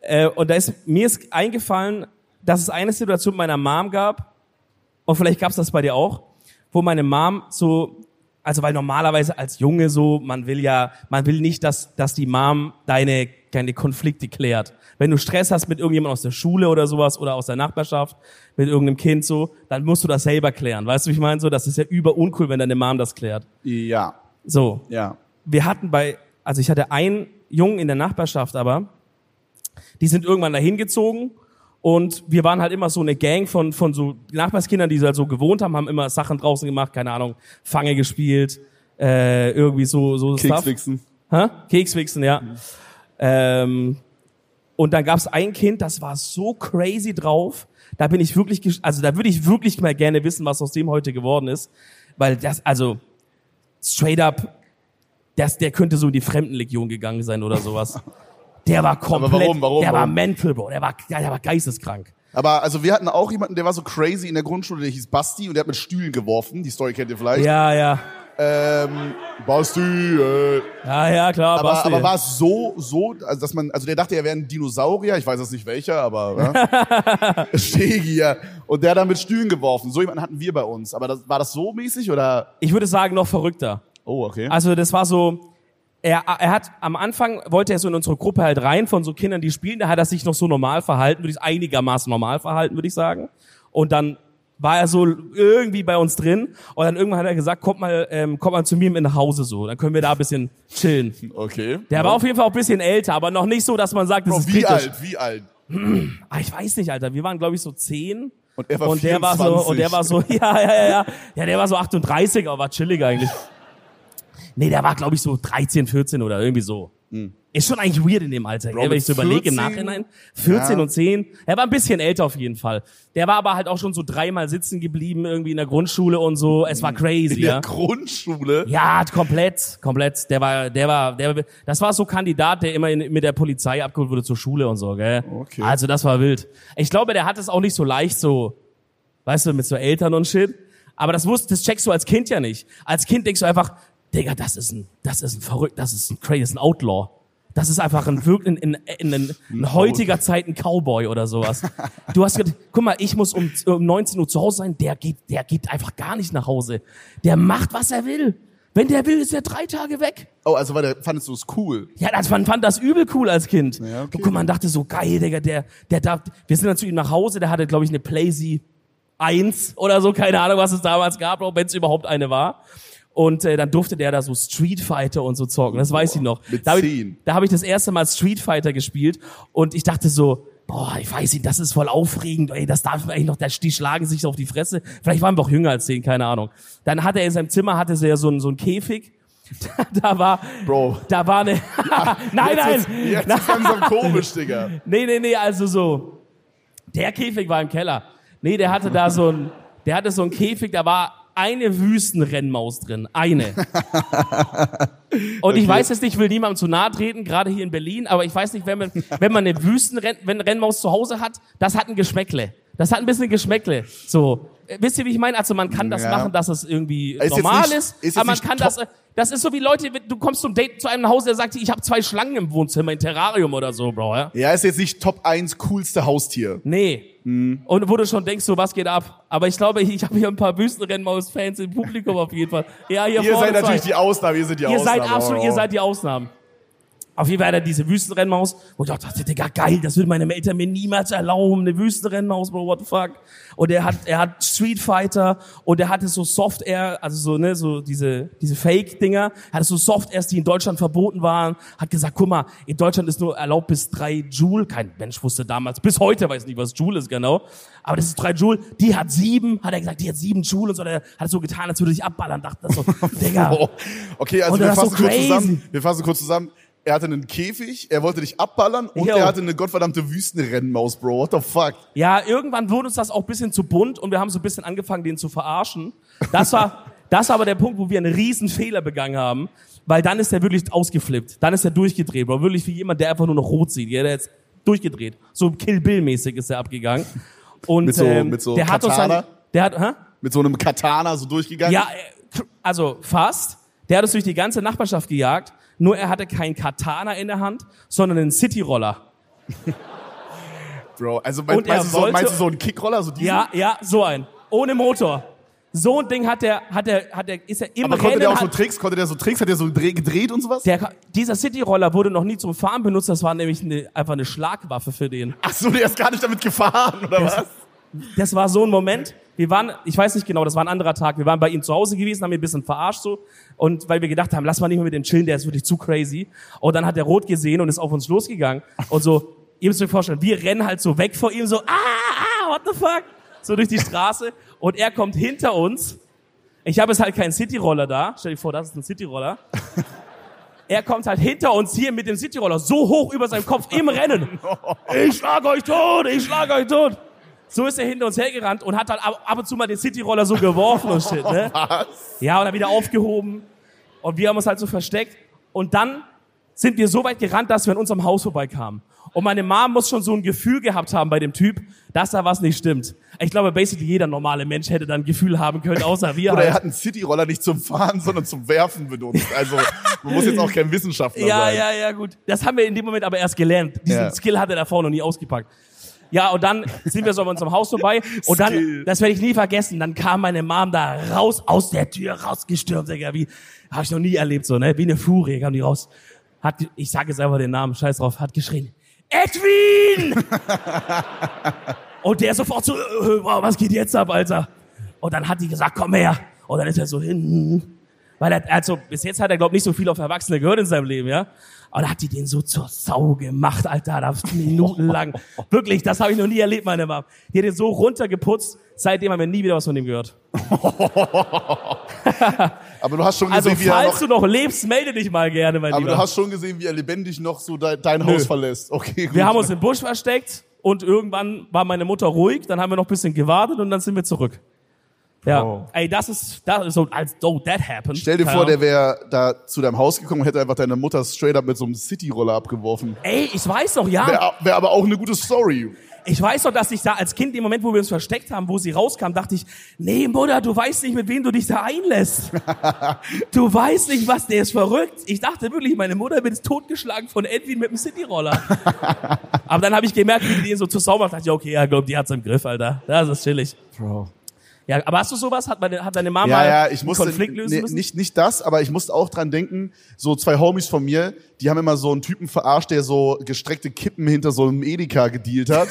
Äh, und da ist mir ist eingefallen, dass es eine Situation meiner Mom gab, und vielleicht gab es das bei dir auch, wo meine Mom so, also weil normalerweise als Junge so, man will ja, man will nicht, dass, dass die Mom deine, deine Konflikte klärt. Wenn du Stress hast mit irgendjemand aus der Schule oder sowas oder aus der Nachbarschaft, mit irgendeinem Kind so, dann musst du das selber klären. Weißt du, wie ich meine? So, das ist ja über uncool, wenn deine Mom das klärt. Ja, So ja. wir hatten bei, also ich hatte einen Jungen in der Nachbarschaft, aber die sind irgendwann dahin gezogen und wir waren halt immer so eine Gang von, von so Nachbarskindern, die da so gewohnt haben, haben immer Sachen draußen gemacht, keine Ahnung, Fange gespielt, äh, irgendwie so, so Stuff. Kekswichsen. Hä? Kekswichsen, ja. Ähm, und dann gab's ein Kind, das war so crazy drauf. Da bin ich wirklich, gesch- also da würde ich wirklich mal gerne wissen, was aus dem heute geworden ist. Weil das, also, straight up, das, der könnte so in die Fremdenlegion gegangen sein oder <laughs> sowas. Der war komplett, warum, warum, der war warum? mental, Bro, der war, der war geisteskrank. Aber also wir hatten auch jemanden, der war so crazy in der Grundschule, der hieß Basti und der hat mit Stühlen geworfen. Die Story kennt ihr vielleicht. Ja, ja. Ähm, Basti, äh. Ja, ja, klar, Aber, Basti. aber war es so, so, also dass man, also der dachte, er wäre ein Dinosaurier, ich weiß jetzt nicht welcher, aber <laughs> ja. Stegier. Und der hat dann mit Stühlen geworfen. So jemanden hatten wir bei uns. Aber das, war das so mäßig oder? ich würde sagen, noch verrückter. Oh, okay. Also das war so, er, er hat am Anfang wollte er so in unsere Gruppe halt rein von so Kindern, die spielen, da hat er sich noch so normal verhalten, würde ich einigermaßen normal verhalten, würde ich sagen. Und dann war er so irgendwie bei uns drin und dann irgendwann hat er gesagt, kommt mal, ähm, kommt mal zu mir mit nach Hause so, dann können wir da ein bisschen chillen. okay. Der war auf jeden Fall auch ein bisschen älter, aber noch nicht so, dass man sagt, das Bro, ist wie kritisch. alt, wie alt? Ah, ich weiß nicht, Alter, wir waren glaube ich so zehn Und er war und der war so, <laughs> 24. und der war so, ja, ja, ja, ja, ja, der war so 38, aber war chillig eigentlich. Nee, der war, glaube ich, so 13, 14 oder irgendwie so. Ist schon eigentlich weird in dem Alter, gell, wenn Hm. mit ich so überlege im 14? Nachhinein. 14 Ja. und 10. Er war ein bisschen älter auf jeden Fall. Der war aber halt auch schon so dreimal sitzen geblieben, irgendwie in der Grundschule und so. Es Hm. war crazy, In der ja. Grundschule. Ja, komplett, komplett. Der war, der war, der war, das war so Kandidat, der immer in, mit der Polizei abgeholt wurde zur Schule und so, gell? Okay. Also das war wild. Ich glaube, der hat es auch nicht so leicht, so, weißt du, mit so Eltern und shit. Aber das wusst, das checkst du als Kind ja nicht. Als Kind denkst du einfach, Digga, das ist ein, das ist ein verrückt, das ist ein crazy, das ist ein Outlaw. Das ist einfach ein wirklich ein, ein, ein, ein heutiger Zeit ein Cowboy oder sowas. Du hast gedacht, guck mal, ich muss um, um 19 Uhr zu Hause sein, der geht, der geht einfach gar nicht nach Hause. Der macht, was er will. Wenn der will, ist er drei Tage weg. Oh, also war der, fandest du es cool? Ja, das, man fand das übel cool als Kind. Ja, okay. Und guck, man dachte so, geil, Digga, der, der darf, wir sind dann zu ihm nach Hause, der hatte, glaube ich, eine Playsee 1 oder so, keine Ahnung, was es damals gab, wenn es überhaupt eine war. Und äh, dann durfte der da so Street Fighter und so zocken, das weiß ich noch. mit da habe ich, zehn. da hab ich das erste Mal Street Fighter gespielt und ich dachte so, boah, ich weiß nicht, das ist voll aufregend, ey, das darf man eigentlich noch, da- die schlagen sich so auf die Fresse. Vielleicht waren wir auch jünger als zehn, keine Ahnung. Dann hatte er in seinem Zimmer, hatte er so, einen- so einen Käfig, <laughs> da war, Bro. da war eine, <laughs> nein, nein, Jetzt ist, jetzt ist langsam komisch, <laughs> Digga. nee, nee, nee, also so, der Käfig war im Keller. Nee, der hatte da so ein, der hatte so einen Käfig, da war eine Wüstenrennmaus drin, eine. Und ich weiß jetzt nicht, ich will niemandem zu nahe treten, gerade hier in Berlin, aber ich weiß nicht, wenn man, wenn man eine Wüstenrennmaus zu Hause hat, das hat ein Geschmäckle. Das hat ein bisschen Geschmäckle. So. Äh, Wisst ihr, wie ich meine? Also man kann das Ja. machen, dass es irgendwie jetzt normal nicht- ist, ist jetzt aber man nicht kann top- das, äh, das ist so wie Leute, wenn- du kommst zum Date zu einem nach Hause, der sagt, dir, ich habe zwei Schlangen im Wohnzimmer, ein Terrarium oder so, Bro, ja? Ja, ist jetzt nicht Top 1 coolste Haustier. Nee. Hm. Und wo du schon denkst, so was geht ab. Aber ich glaube, ich habe hier ein paar Wüstenrennmaus-Fans im Publikum auf jeden Fall. Ja, hier Ihr vorne seid zwei. natürlich die Ausnahme, ihr seid die Ihr Ausnahme. seid absolut, aber- ihr seid die Ausnahmen. Auf jeden Fall hat er diese Wüstenrennmaus, wo ich auch dachte, Digga, geil, das würden meine Eltern mir niemals erlauben, eine Wüstenrennmaus, bro, what the fuck. Und er hat, er hat Street Fighter und er hatte so Soft Air, also so, ne, so diese, diese Fake-Dinger, hatte so Soft Airs, die in Deutschland verboten waren, hat gesagt, guck mal, in Deutschland ist nur erlaubt bis drei Joule, kein Mensch wusste damals, bis heute weiß nicht, was Joule ist genau, aber das ist drei Joule, die hat sieben, hat er gesagt, die hat sieben Joule und so, hat er so getan, als würde ich abballern, dachte <laughs> das so, Digga. Oh. Okay, also Und das wir ist fassen so kurz crazy. zusammen. Wir fassen kurz zusammen. Er hatte einen Käfig, er wollte dich abballern und Jo. er hatte eine gottverdammte Wüstenrennmaus, Bro. What the fuck? Ja, irgendwann wurde uns das auch bisschen zu bunt und wir haben so ein bisschen angefangen, den zu verarschen. Das war, <laughs> das war aber der Punkt, wo wir einen riesen Fehler begangen haben, weil dann ist er wirklich ausgeflippt. Dann ist er durchgedreht, aber wirklich wie jemand, der einfach nur noch rot sieht. Ja, der ist durchgedreht. So Kill Bill-mäßig ist er abgegangen. Und Mit so- ähm, mit so der hat uns Katana? dann, der hat, hä? Mit so einem Katana so durchgegangen. Ja, äh, k- also fast. Der hat uns durch die ganze Nachbarschaft gejagt. Nur er hatte keinen Katana in der Hand, sondern einen Cityroller. Bro. Also mein, Und er meinst, du so, wollte- meinst du so einen Kickroller? So diesen? Ja, ja, so ein. Ohne Motor. So ein Ding hat der, hat der, hat der, ist er im Aber konnte Rennen. der auch so hat, Tricks? Konnte der so Tricks? Hat der so dreh- gedreht und sowas? der, dieser Cityroller wurde noch nie zum Fahren benutzt. Das war nämlich eine, einfach eine Schlagwaffe für den. Ach so, der ist gar nicht damit gefahren, oder was? Das war so ein Moment. Wir waren, ich weiß nicht genau, das war ein anderer Tag. Wir waren bei ihm zu Hause gewesen, haben ihn ein bisschen verarscht so. Und weil wir gedacht haben, lass mal nicht mehr mit dem chillen, der ist wirklich zu crazy. Und dann hat er rot gesehen und ist auf uns losgegangen. Und so, ihr müsst euch vorstellen, wir rennen halt so weg vor ihm, so, ah, ah, what the fuck? So durch die Straße. Und er kommt hinter uns. Ich habe jetzt halt keinen Cityroller da. Stell dir vor, das ist ein Cityroller. Er kommt halt hinter uns hier mit dem Cityroller so hoch über seinem Kopf im Rennen. Ich schlag euch tot, ich schlag euch tot. So ist er hinter uns hergerannt und hat dann ab, ab und zu mal den Cityroller so geworfen und shit, <laughs> ne? Was? Ja, und dann wieder aufgehoben. Und wir haben uns halt so versteckt. Und dann sind wir so weit gerannt, dass wir an unserem Haus vorbeikamen. Und meine Mom muss schon so ein Gefühl gehabt haben bei dem Typ, dass da was nicht stimmt. Ich glaube, basically jeder normale Mensch hätte dann ein Gefühl haben können, außer wir Oder er halt. hat einen Cityroller nicht zum Fahren, sondern zum Werfen benutzt. Also man muss jetzt auch kein Wissenschaftler Ja, sein. ja, ja, gut. Das haben wir in dem Moment aber erst gelernt. Diesen Ja. Skill hat er davor noch nie ausgepackt. Ja, und dann sind wir so bei unserem <laughs> Haus vorbei. Und dann, Skill. das werde ich nie vergessen, dann kam meine Mom da raus, aus der Tür rausgestürmt, Digga, wie, habe ich noch nie erlebt, so, ne, wie eine Furie kam die raus. Hat, ge- ich sage jetzt einfach den Namen, scheiß drauf, hat geschrien, Edwin! und der sofort so, äh, wow, was geht jetzt ab, Alter? Und dann hat die gesagt, komm her. Und dann ist er so hin, Weil er, also bis jetzt hat er, glaube ich, nicht so viel auf Erwachsene gehört in seinem Leben, ja. Aber da hat die den so zur Sau gemacht, Alter, da <laughs> minutenlang. Wirklich, das habe ich noch nie erlebt, meine Mom. Die hat den so runtergeputzt, seitdem haben wir nie wieder was von ihm gehört. Aber du hast schon Also, gesehen, wie er noch, falls du noch lebst, melde dich mal gerne, mein aber Lieber. du hast schon gesehen, wie er lebendig noch so dein, dein Haus verlässt. Okay, gut. wir haben uns im Busch versteckt und irgendwann war meine Mutter ruhig, dann haben wir noch ein bisschen gewartet und dann sind wir zurück. Ja, Oh. ey, das ist, das ist so, als though that happened. Stell dir Keine vor, Ahnung. der wäre da zu deinem Haus gekommen und hätte einfach deine Mutter straight up mit so einem City-Roller abgeworfen. Ey, ich weiß noch, ja. Wäre wär aber auch eine gute Story. Ich weiß noch, dass ich da als Kind, im Moment, wo wir uns versteckt haben, wo sie rauskam, dachte ich, nee, Mutter, du weißt nicht, mit wem du dich <laughs> da einlässt. du weißt nicht, was, der ist verrückt. Ich dachte wirklich, meine Mutter wird totgeschlagen von Edwin mit <laughs> dem Cityroller. Aber dann habe ich gemerkt, wie die den so zu sauber macht. Dachte ich, okay, ja, glaub, die hat's im Griff, Alter. Das ist chillig. Bro. Ja, aber hast du sowas? Hat, meine, hat deine Mama Ja, ja, ich einen musste Konflikt lösen nee, müssen? nicht nicht das, aber ich musste auch dran denken, so zwei Homies von mir, die haben immer so einen Typen verarscht, der so gestreckte Kippen hinter so einem Edeka gedealt <laughs> hat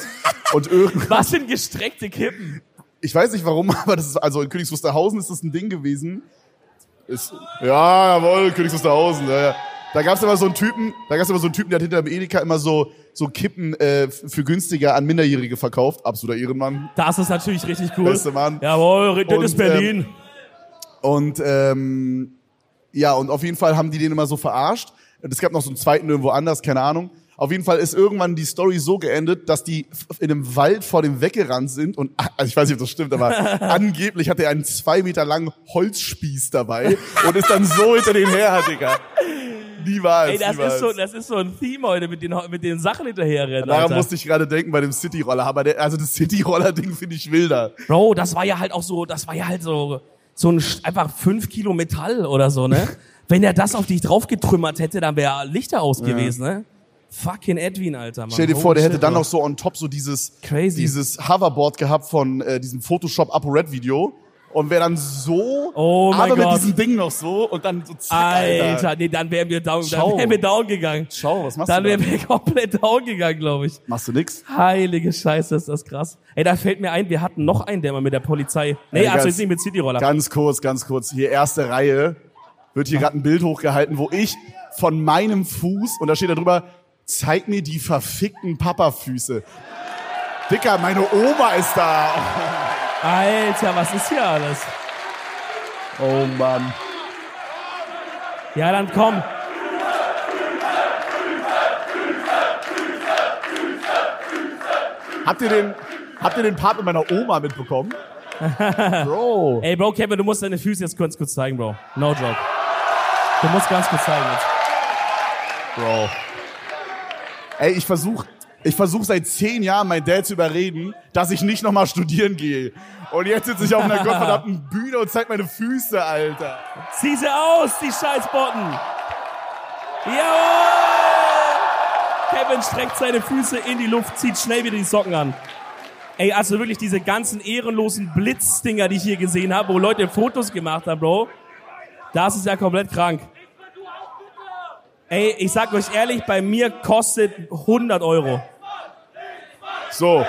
und irgend Was sind gestreckte Kippen? ich weiß nicht warum, <laughs> aber das ist also in Königs Wusterhausen ist das ein Ding gewesen. Ist, ja, jawohl, Königs Wusterhausen. Ja, ja. Da gab's immer so einen Typen, da gab's immer so einen Typen, der hat hinter dem Edeka immer so so Kippen äh, f- für günstiger an Minderjährige verkauft, absoluter Ehrenmann. Das ist natürlich richtig cool. Beste Mann. Jawohl, das Und, ähm, ist Berlin. Und ähm, ja, und auf jeden Fall haben die den immer so verarscht. Und Es gab noch so einen zweiten irgendwo anders, keine Ahnung. Auf jeden Fall ist irgendwann die Story so geendet, dass die f- in einem Wald vor dem weggerannt sind und, also ich weiß nicht, ob das stimmt, <laughs> aber angeblich hatte er einen zwei Meter langen Holzspieß dabei und ist dann so hinter den her, Digga. Niemals, Ey, das niemals. ist, so, das ist so ein Theme heute, mit den, mit den Sachen hinterherrennen. Daran Alter. musste ich gerade denken bei dem City-Roller, aber der, also das City-Roller-Ding finde ich wilder. Bro, das war ja halt auch so, das war ja halt so, so ein, Sch- einfach fünf Kilo Metall oder <laughs> so, ne? Wenn er das auf dich draufgetrümmert hätte, dann wäre Lichter aus gewesen, ne? Fucking Edwin, Alter, Mann. Stell dir Holy vor, der Oh, shit, hätte dann Bro. noch so on top so dieses Crazy. dieses Hoverboard gehabt von äh, diesem Photoshop Upper Red Video und wäre dann so Oh mein aber Gott. mit diesem Ding noch so und dann so zack, Alter, nee, dann wären wir down, Schau. dann wären wir down gegangen. Schau, was machst Dann du? da? wären wir <laughs> komplett down gegangen, glaube ich. Machst du nix? Heilige Scheiße, ist das krass. Ey, da fällt mir ein, wir hatten noch einen, der mal mit der Polizei. Nee, Ey, also ganz- jetzt nicht mit Cityroller. Ganz kurz, ganz kurz. Hier erste Reihe wird hier gerade ein Bild hochgehalten, wo ich von meinem Fuß und da steht da drüber zeig mir die verfickten Papafüße. Dicker, meine Oma ist da. Alter, was ist hier alles? Oh Mann. Ja, dann komm. Habt ihr den habt ihr den Part mit meiner Oma <laughs> mitbekommen? Bro. Ey, Bro, Kevin, du musst deine Füße jetzt kurz kurz zeigen, Bro. No joke. Du musst ganz kurz zeigen jetzt. Bro. Ey, ich versuch, ich versuch seit zehn Jahren meinen Dad zu überreden, dass ich nicht nochmal studieren gehe. Und jetzt sitze ich auf einer gottverdammten Bühne und zeig meine Füße, Alter. Zieh sie aus, die Scheißbotten. Jawohl! Kevin streckt seine Füße in die Luft, zieht schnell wieder die Socken an. Ey, also wirklich diese ganzen ehrenlosen Blitzdinger, die ich hier gesehen habe, wo Leute Fotos gemacht haben, Bro. Das ist ja komplett krank. Ey, ich sag euch ehrlich, bei mir kostet 100 Euro. So.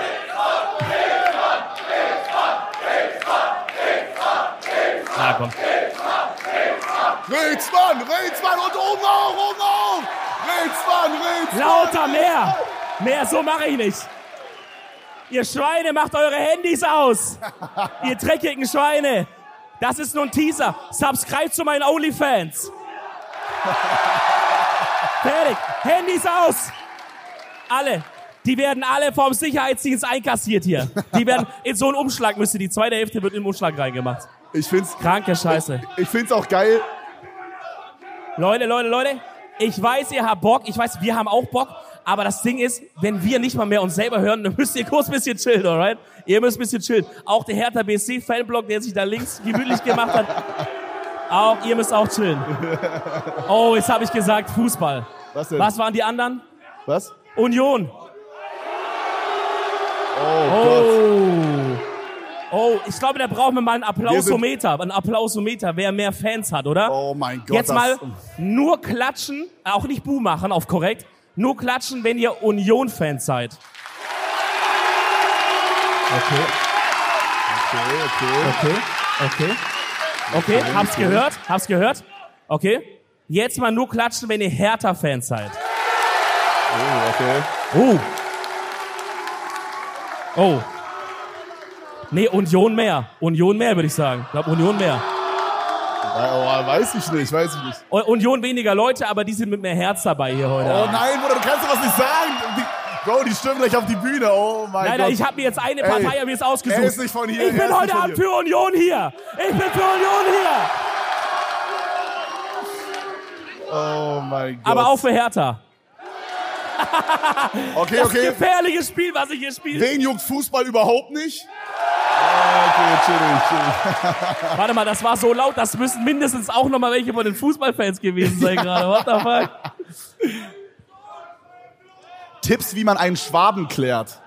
Na komm. Rätsmann, Rätsmann und oben auf, oben auf! Rätsmann, Rätsmann! Lauter, mehr! Mehr, so mache ich nicht. Ihr Schweine, macht eure Handys aus! Ihr dreckigen Schweine! Das ist nur ein Teaser. Subscribe zu meinen OnlyFans. Fertig. Handys aus. Alle. Die werden alle vom Sicherheitsdienst einkassiert hier. Die werden in so einen Umschlag müsste. Die zweite Hälfte wird in den Umschlag reingemacht. Ich find's, Kranke Scheiße. ich find's auch geil. Leute, Leute, Leute, ich weiß, ihr habt Bock, ich weiß, wir haben auch Bock, aber das Ding ist, wenn wir nicht mal mehr uns selber hören, dann müsst ihr kurz ein bisschen chillen, alright? Ihr müsst ein bisschen chillen. Auch der Hertha BSC Fanblock, der sich da links gemütlich gemacht hat, auch ihr müsst auch chillen. Oh, jetzt habe ich gesagt Fußball. Was denn? Was waren die anderen? Was? Union. Oh, Gott. Oh. Oh, ich glaube, da brauchen wir mal einen Applausometer, einen Applausometer, wer mehr Fans hat, oder? Oh mein Gott. Jetzt das- mal nur klatschen, auch nicht Bu machen, auf korrekt. Nur klatschen, wenn ihr Union-Fans seid. Okay, Okay, okay. okay, okay. Okay, hab's gehört, hab's gehört. Okay? Jetzt mal nur klatschen, wenn ihr Hertha-Fans seid. Oh, okay. Oh. Oh. Nee, Union mehr. Union mehr, würde ich sagen. Ich glaube, Union mehr. Ja, oh, weiß ich nicht, weiß ich nicht. U- Union weniger Leute, aber die sind mit mehr Herz dabei hier heute. Oh nein, Bruder, du kannst doch was nicht sagen. Die, Bro, die stürmen gleich auf die Bühne. Oh mein Nein, Gott. nein, ich habe mir jetzt eine Partei Ey, hab mir jetzt ausgesucht. er ist nicht von hier, er Ich bin ist heute nicht von Abend hier. für Union hier. Ich bin für Union hier. oh mein Gott. Aber auch für Hertha. Okay, okay. Gefährliches Spiel, was ich hier spiele. Wen juckt Fußball überhaupt nicht? Ah, Okay, chillig, chillig. Warte mal, das war so laut, das müssen mindestens auch noch mal welche von den Fußballfans <laughs> gewesen sein gerade. What the fuck? Tipps, wie man einen Schwaben klärt.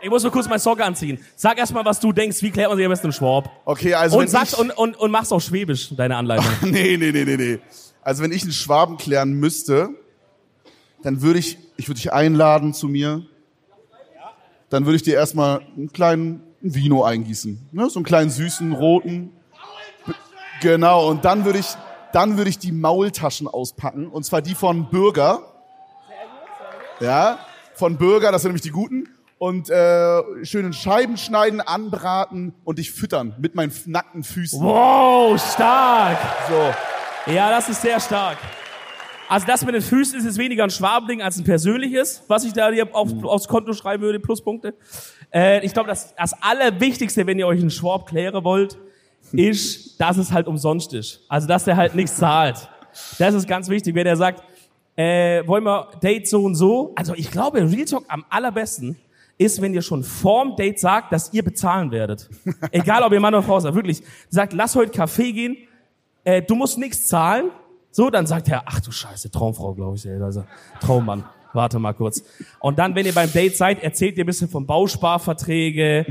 Ich muss nur kurz meinen Sock anziehen. Sag erst mal, was du denkst. Wie klärt man sich am besten im Schwab? Okay, also wenn Und, sag's, ich, und, und, und mach's auch schwäbisch, deine Anleitung. <laughs> nee, nee, nee, nee, nee. Also wenn ich einen Schwaben klären müsste, dann würde ich, ich würde dich einladen zu mir. Dann würde ich dir erstmal einen kleinen Vino eingießen, ne? so einen kleinen süßen roten. B- Genau. Und dann würde ich, dann würde ich die Maultaschen auspacken und zwar die von Bürger. Ja, von Bürger, das sind nämlich die guten. Und äh, schönen Scheiben schneiden, anbraten und dich füttern mit meinen f- nackten Füßen. Wow, stark. So. Ja, das ist sehr stark. Also das mit den Füßen ist jetzt weniger ein Schwabending als ein persönliches, was ich da hier auf, aufs Konto schreiben würde, Pluspunkte. Äh, ich glaube, das, das Allerwichtigste, wenn ihr euch einen Schwab klären wollt, ist, dass es halt umsonst ist. Also, dass der halt nichts zahlt. Das ist ganz wichtig. Wenn er sagt, äh, wollen wir Date so und so. Also, ich glaube, Real Talk am allerbesten ist, wenn ihr schon vorm Date sagt, dass ihr bezahlen werdet. Egal, ob ihr Mann oder Frau seid, wirklich. Sagt, lass heute Kaffee gehen, äh, du musst nichts zahlen. So, dann sagt er, ach du Scheiße, Traumfrau, glaube ich. ey. Also, Traummann, warte mal kurz. Und dann, wenn ihr beim Date seid, erzählt ihr ein bisschen von Bausparverträge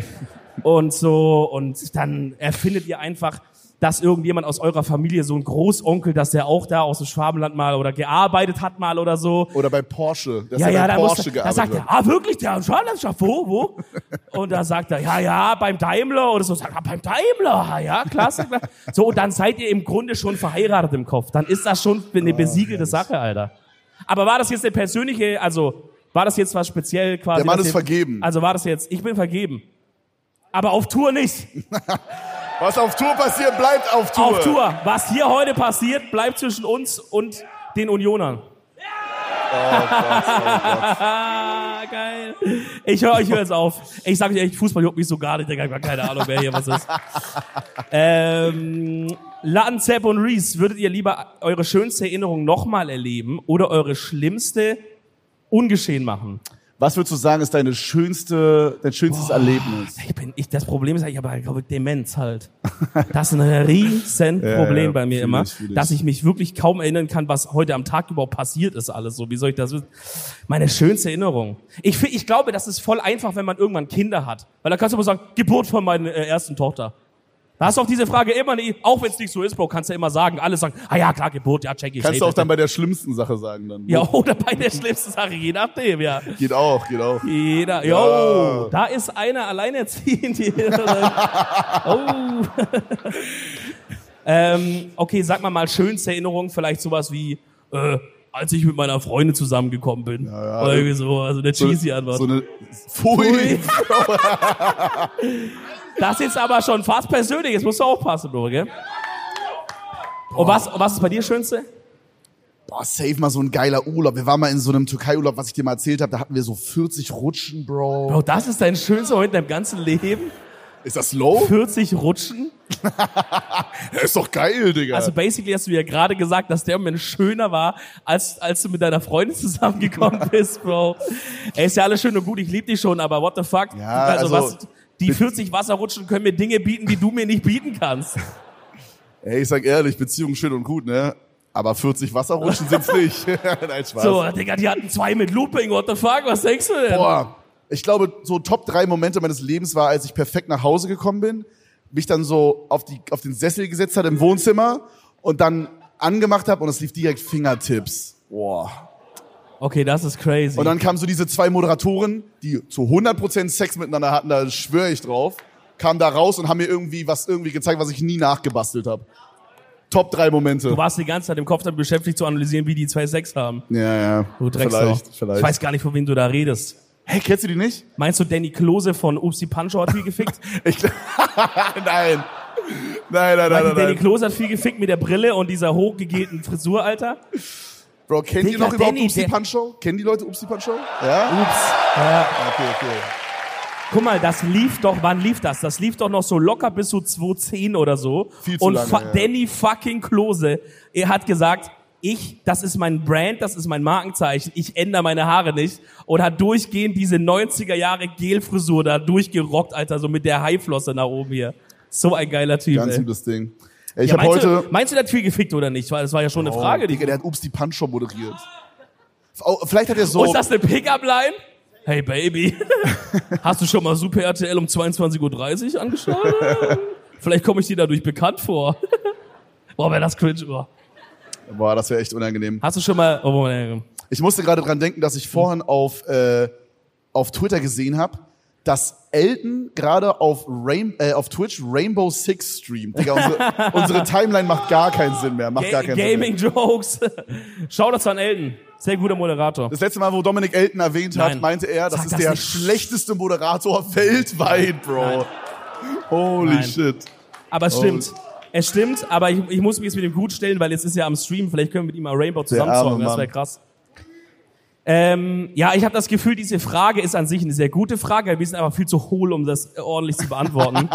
und so. Und dann erfindet ihr einfach, dass irgendjemand aus eurer Familie, so ein Großonkel, dass der auch da aus dem Schwabenland mal oder gearbeitet hat mal oder so. Oder bei Porsche. Dass Ja, er ja, bei da muss, Porsche da sagt gearbeitet er, hat. ah, wirklich, der hat Schwabenland schafft, wo, wo? Und da sagt er, ja, ja, beim Daimler oder so, sagt er, beim Daimler, ah, ja, klasse. klasse. So, und dann seid ihr im Grunde schon verheiratet im Kopf. Dann ist das schon Ah, eine besiegelte Sache, Alter. Aber war das jetzt eine persönliche, also, war das jetzt was speziell quasi? Der Mann dass ist ihr- vergeben. Also war das jetzt, ich bin vergeben. Aber auf Tour nicht. Was auf Tour passiert, bleibt auf Tour. Auf Tour. Was hier heute passiert, bleibt zwischen uns und den Unionern. Ah, <laughs> geil. Ich höre euch jetzt auf. Ich sage euch echt, Fußball juckt mich so gar nicht. Ich habe gar keine Ahnung, wer hier was ist. Ähm, Laden, Sepp und Reese, würdet ihr lieber eure schönste Erinnerung nochmal erleben oder eure schlimmste ungeschehen machen? Was würdest du sagen, ist deine schönste, dein schönstes Erlebnis? Ich bin, ich, das Problem ist, ich habe halt, glaube ich, Demenz halt. Das ist ein riesen Problem <laughs> ja, bei mir fühl immer, ich, fühl ich. dass ich mich wirklich kaum erinnern kann, was heute am Tag überhaupt passiert ist alles so. Wie soll ich das wissen? Meine schönste Erinnerung. Ich, fi- ich glaube, das ist voll einfach, wenn man irgendwann Kinder hat. Weil da kannst du immer sagen, Geburt von meiner äh, ersten Tochter. Da hast du auch diese Frage immer, nie- auch wenn es nicht so ist, Bro, kannst du immer sagen, alle sagen, ah ja, klar, Geburt, ja, check ich. Kannst du safe, auch safe. dann bei der schlimmsten Sache sagen dann. ja, <laughs> oder bei der schlimmsten Sache, je nachdem, ja. Geht auch, geht auch. Jeder. Jo, Ja. da ist einer alleinerziehend hier. <laughs> oh. <laughs> ähm, okay, sag mal mal schönste Erinnerung, vielleicht sowas wie, äh, als ich mit meiner Freundin zusammengekommen bin. ja. Oder irgendwie so, also eine cheesy Antwort. So eine, pfui. Pfui. das ist aber schon fast persönlich, jetzt musst du aufpassen, Bro, gell? Und was, was ist bei dir schönste? Boah, safe mal so ein geiler Urlaub. Wir waren mal in so einem Türkei-Urlaub, was ich dir mal erzählt habe. Da hatten wir so 40 Rutschen, Bro. Bro, das ist dein schönster Moment in deinem ganzen Leben. Ist das low? <laughs> 40 Rutschen. Ja, ist doch geil, Digga. Also basically hast du ja gerade gesagt, dass der Moment schöner war, als, als du mit deiner <laughs> Freundin zusammengekommen bist, Bro. Ey, ist ja alles schön und gut, ich lieb dich schon, aber what the fuck? Ja, also- was, die 40 Wasserrutschen können mir Dinge bieten, die du mir nicht bieten kannst. Ey, ich sag ehrlich, Beziehung schön und gut, ne? Aber 40 Wasserrutschen <laughs> sind's nicht. <laughs> Nein, Spaß. So, Digga, die hatten zwei mit Looping, what the fuck, was denkst du denn? Boah, ich glaube, so Top drei Momente meines Lebens war, als ich perfekt nach Hause gekommen bin, mich dann so auf, die, auf den Sessel gesetzt hat im Wohnzimmer und dann angemacht habe und es lief direkt Fingertips. Boah. Okay, das ist crazy. Und dann kamen so diese zwei Moderatoren, die zu 100% Sex miteinander hatten, da schwöre ich drauf, kamen da raus und haben mir irgendwie was irgendwie gezeigt, was ich nie nachgebastelt habe. Top drei Momente. Du warst die ganze Zeit im Kopf damit beschäftigt zu analysieren, wie die 2-6 haben. ja, ja. Du Drecksau. vielleicht, Ich vielleicht. weiß gar nicht, von wem du da redest. Hey, kennst du die nicht? Meinst du, Danny Klose von Upsi Pancho hat viel gefickt? Ich, <laughs> nein. nein. Nein, nein, nein, Meinst du, nein, Danny nein. Klose hat viel gefickt mit der Brille und dieser hochgegelten Frisur, Alter? Bro, kennt ihr Digga, noch überhaupt Danny, Upsi der- Pancho? Kennen die Leute Upsi Pancho? Ja? Ups. Ja. Okay, okay. Guck mal, das lief doch, wann lief das? Das lief doch noch so locker bis so 2010 oder so. Viel zu Und lange, fa- ja. Danny fucking Klose, er hat gesagt, ich, das ist mein Brand, das ist mein Markenzeichen, ich ändere meine Haare nicht. Und hat durchgehend diese 90er Jahre Gelfrisur da durchgerockt, Alter, so mit der Haiflosse nach oben hier. So ein geiler Typ, Ganz ey. übles Ding. Ey, ich Ja, hab meinst, heute. du, meinst du, der hat viel gefickt oder nicht? Weil Das war ja schon eine Oh, Frage. Die Digga, der hat Ups die Pancho moderiert. Oh, vielleicht hat er so. Oh, ist das eine Pickup-Line? Hey, Baby. <laughs> Hast du schon mal Super RTL um 22.30 Uhr angeschaut? Vielleicht komme ich dir dadurch bekannt vor. Boah, wäre das cringe. Boah. Boah, das wäre echt unangenehm. Hast du schon mal... Oh, Moment. Ich musste gerade dran denken, dass ich vorhin auf, äh, auf Twitter gesehen habe, dass Elton gerade auf, Rain, äh, auf Twitch Rainbow Six streamt. Digga, <laughs> unsere, unsere Timeline macht gar keinen Sinn mehr. Macht gar keinen Ga Sinn mehr. <laughs> Gaming-Jokes. Schau das an Elton. Sehr guter Moderator. Das letzte Mal, wo Dominik Elton erwähnt hat, Nein. meinte er, das Sag ist das der nicht. schlechteste Moderator <laughs> weltweit, Bro. Holy Nein. shit. Aber es stimmt. Es stimmt, aber ich, ich muss mich jetzt mit dem Gut stellen, weil jetzt ist ja am Stream. Vielleicht können wir mit ihm mal Rainbow zusammenzocken. arme Das Mann. wäre krass. Ähm, ja, ich habe das Gefühl, diese Frage ist an sich eine sehr gute Frage. aber Wir sind einfach viel zu hohl, um das ordentlich zu <laughs> beantworten.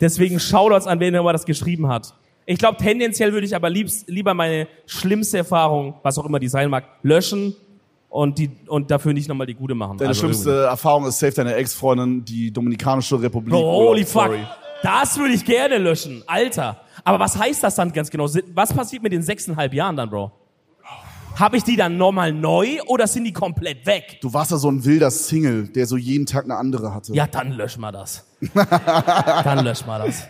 Deswegen Shoutouts an wen immer das geschrieben hat. Ich glaube, tendenziell würde ich aber liebst, lieber meine schlimmste Erfahrung, was auch immer die sein mag, löschen und, die, und dafür nicht nochmal die gute machen. Deine Also, schlimmste Erfahrung ist safe deine Ex-Freundin, die Dominikanische Republik. Bro, holy Urlaub, fuck. sorry. Das würde ich gerne löschen. Alter. Aber was heißt das dann ganz genau? Sind- Was passiert mit den sechseinhalb Jahren dann, Bro? Habe ich die dann nochmal neu oder sind die komplett weg? Du warst ja so ein wilder Single, der so jeden Tag eine andere hatte. Ja, dann lösch mal <laughs> das. dann lösch mal das.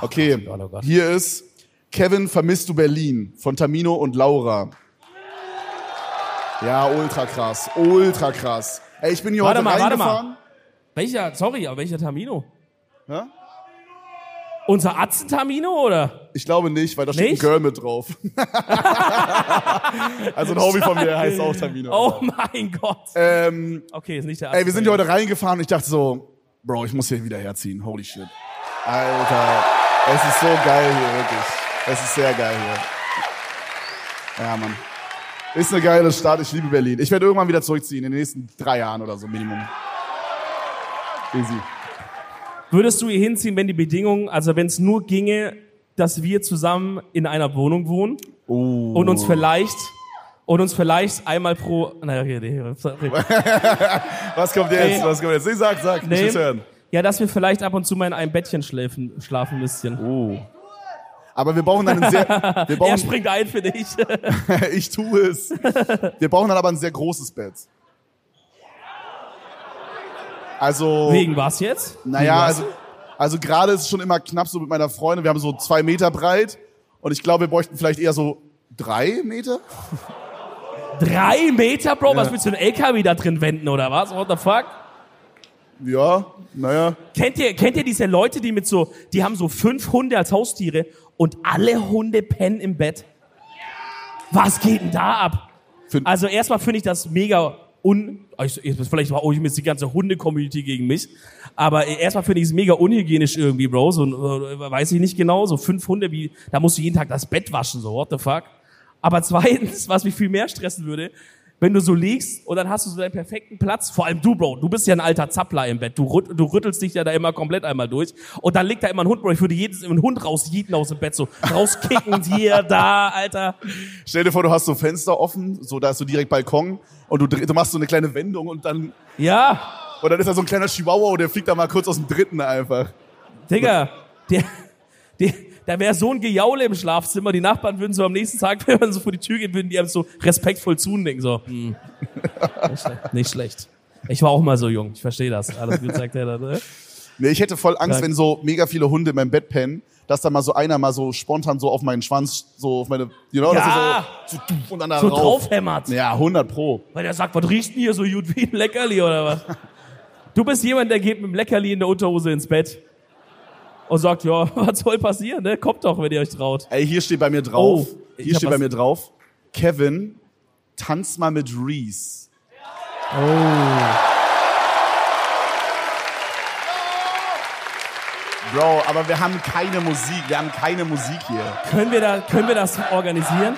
Okay, Gott, oh Gott. hier ist Kevin vermisst du Berlin von Tamino und Laura. Ja, ultra krass, ultra krass. Ey, ich bin hier Warte heute mal, warte mal. reingefahren. Welcher, sorry, aber welcher Tamino? Ja? Unser Atzen-Tamino oder? Ich glaube nicht, weil da steht ein Nicht? Girl mit <laughs> drauf. also ein Hobby von mir heißt auch Tamino. Oh mein Gott. Ähm, Okay, ist nicht der ey, wir sind hier Atzen-Tamino. heute reingefahren und ich dachte so, Bro, ich muss hier wieder herziehen. Holy shit. Alter, es ist so geil hier, wirklich. Es ist sehr geil hier. Ja, Mann. Ist eine geile Stadt, ich liebe Berlin. Ich werde irgendwann wieder zurückziehen, in den nächsten drei Jahren oder so, Minimum. Easy. Würdest du ihr hinziehen, wenn die Bedingungen, also wenn es nur ginge, dass wir zusammen in einer Wohnung wohnen? Oh. und uns vielleicht und uns vielleicht einmal pro na, okay, nee, <laughs> sorry. Was kommt jetzt? Nee. Was kommt jetzt? Nee, sag, sag, ich Nee. will's hören. ja, dass wir vielleicht ab und zu mal in einem Bettchen schläfen schlafen müssten. Oh. Aber wir brauchen dann einen sehr, <laughs> wir Er brauchen, springt ein <laughs> für dich. ich tue es. Wir brauchen dann aber ein sehr großes Bett. Also. Wegen was jetzt? Wegen Naja, was? also, also gerade ist es schon immer knapp so mit meiner Freundin. Wir haben so zwei Meter breit und ich glaube, wir bräuchten vielleicht eher so drei Meter. drei Meter, Bro. Was willst du einen LKW da drin wenden oder was? What the fuck? Ja, naja. Kennt ihr kennt ihr diese Leute, die mit so die haben so fünf Hunde als Haustiere und alle Hunde pennen im Bett? Was geht denn da ab? Für, Also erstmal finde ich das mega un... Ich- ich- Vielleicht war oh, ich jetzt die ganze Hunde-Community gegen mich. Aber erstmal finde ich es mega unhygienisch irgendwie, Bro. So, äh, weiß ich nicht genau, so fünf Hunde, wie, da musst du jeden Tag das Bett waschen, so what the fuck. Aber zweitens, was mich viel mehr stressen würde, wenn du so liegst und dann hast du so deinen perfekten Platz, vor allem du, Bro, du bist ja ein alter Zappler im Bett, du, rüt- du rüttelst dich ja da immer komplett einmal durch und dann liegt da immer ein Hund, Bro, ich würde jeden einen Hund rausjieten aus dem Bett, so rauskicken, hier, <laughs> da, Alter. stell dir vor, du hast so Fenster offen, so da ist so direkt Balkon und du, dreh- du machst so eine kleine Wendung und dann Ja, und dann ist da so ein kleiner Chihuahua und der fliegt da mal kurz aus dem dritten einfach. Digga, der, der, da wäre so ein Gejaule im Schlafzimmer. Die Nachbarn würden so am nächsten Tag, <laughs> wenn man so vor die Tür geht, würden die einem so respektvoll zunehmen. So, hm. nicht, schlecht, nicht schlecht. Ich war auch mal so jung. Ich verstehe das. Alles gut, sagt er dann. Ne? Nee, ich hätte voll Angst, Sag. wenn so mega viele Hunde in meinem Bett pennen, dass da mal so einer mal so spontan so auf meinen Schwanz, so auf meine, you know, Ja. dass er so, so tuff und dann da So rauf. draufhämmert. Ja, 100 pro. Weil der sagt, was riecht denn hier so gut wie ein Leckerli oder was? Du bist jemand, der geht mit dem Leckerli in der Unterhose ins Bett. und sagt, ja, <laughs> was soll passieren, ne? Kommt doch, wenn ihr euch traut. Ey, hier steht bei mir drauf. Oh, ich hier hab steht bei was- mir drauf. Kevin, tanz mal mit Reese. Oh. Bro, aber wir haben keine Musik. Wir haben keine Musik hier. Können wir, da, können wir das organisieren?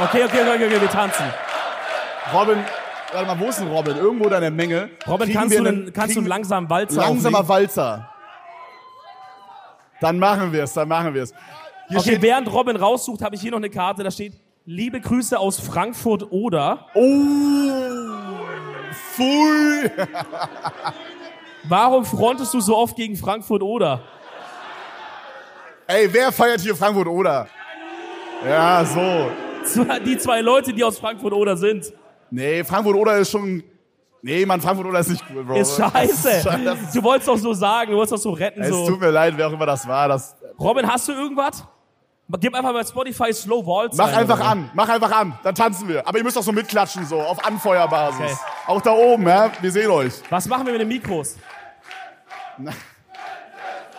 Okay, okay, okay, okay, wir tanzen. Robin, warte mal, wo ist denn Robin? Irgendwo da in der Menge. Robin, Kriegen kannst wir du, einen- einen, kannst du kriegen- einen langsamen Walzer Langsamer auflegen? Walzer. Dann machen wir es, dann machen wir es. Hier Okay, steht, während Robin raussucht, habe ich hier noch eine Karte, da steht, liebe Grüße aus Frankfurt oder... oh, pfui. Warum frontest du so oft gegen Frankfurt oder? Ey, wer feiert hier Frankfurt oder? Ja, so. Zwei- Die zwei Leute, die aus Frankfurt oder sind. Oh, Nee, Frankfurt oder ist schon. Nee, Mann, Frankfurt oder ist nicht cool, Bro. Ist scheiße. Das ist- Du wolltest doch so sagen, du wolltest doch so retten. Es So. tut mir leid, wer auch immer das war. Das, Robin, hast du irgendwas? Gib einfach bei Spotify Slow Waltz. mach ein einfach oder so. an, mach einfach an, dann tanzen wir. Aber ihr müsst auch so mitklatschen, so, auf Anfeuerbasis. Okay. Auch da oben, ja? wir sehen euch. Was machen wir mit den Mikros? Nein,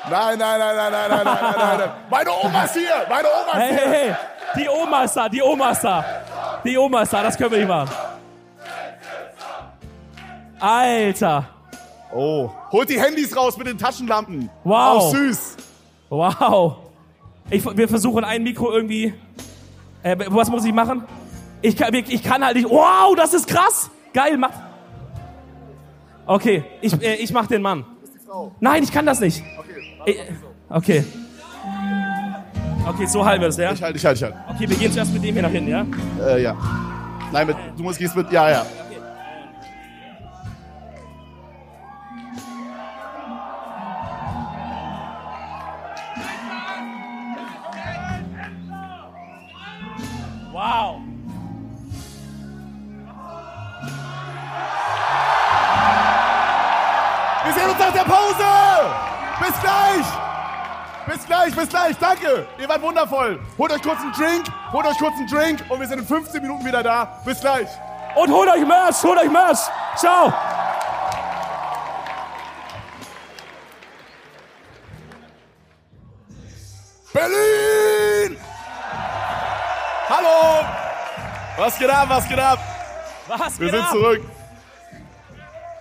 nein, nein, nein, nein, nein, nein, nein, nein. Meine Oma ist hier, meine Oma ist Hey, hier. hey, hey. Die Oma ist da, die Oma ist da. Die Oma ist da, das können wir nicht machen. Alter. Oh, holt die Handys raus mit den Taschenlampen. Wow. Auch süß. Wow. Ich, wir versuchen ein Mikro irgendwie. Äh, was muss ich machen? Ich kann, ich, ich kann halt nicht. Wow, das ist krass. Geil, mach. Okay, ich, äh, ich mach den Mann. Nein, ich kann das nicht. Ich- Okay. Okay, so halten wir das, ja? Ich halt, ich halt, ich halt. Okay, wir gehen zuerst mit dem hier nach hinten, ja? Äh, ja. Nein, mit, du musst gehst mit, ja, ja. Wow. Wir sehen uns nach der Pause. Bis gleich. Bis gleich, bis gleich. Danke. Ihr wart wundervoll. Holt euch kurz einen Drink. Holt euch kurz einen Drink. Und wir sind in 15 Minuten wieder da. Bis gleich. Und holt euch Merch, holt euch Merch. Ciao. Berlin. Hallo. Was geht ab, was geht ab? Was? Wir geht sind ab? zurück.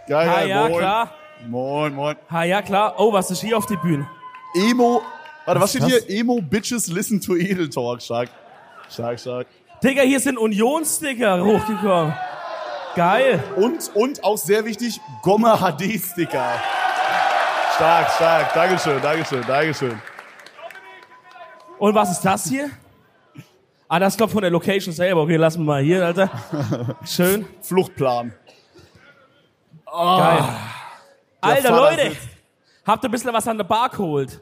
Geil, Ha, geil. ja, moin. klar. Moin, moin. Ha, ja, klar. Oh, was ist hier auf der Bühne? Emo. Warte, was steht Was? hier? Emo Bitches listen to Edel Talk. Stark. Stark, stark. Digga, hier sind Union-Sticker hochgekommen. Geil. Und, und auch sehr wichtig, Gomma HD-Sticker. Stark, stark. Dankeschön, Dankeschön, Dankeschön. Und was ist das hier? Ah, das kommt von der Location selber. Okay, lassen wir mal hier, Alter. Schön. Fluchtplan. Geil. Alter, Ah. Vater Leute. sitzt. Habt ihr ein bisschen was an der Bar geholt?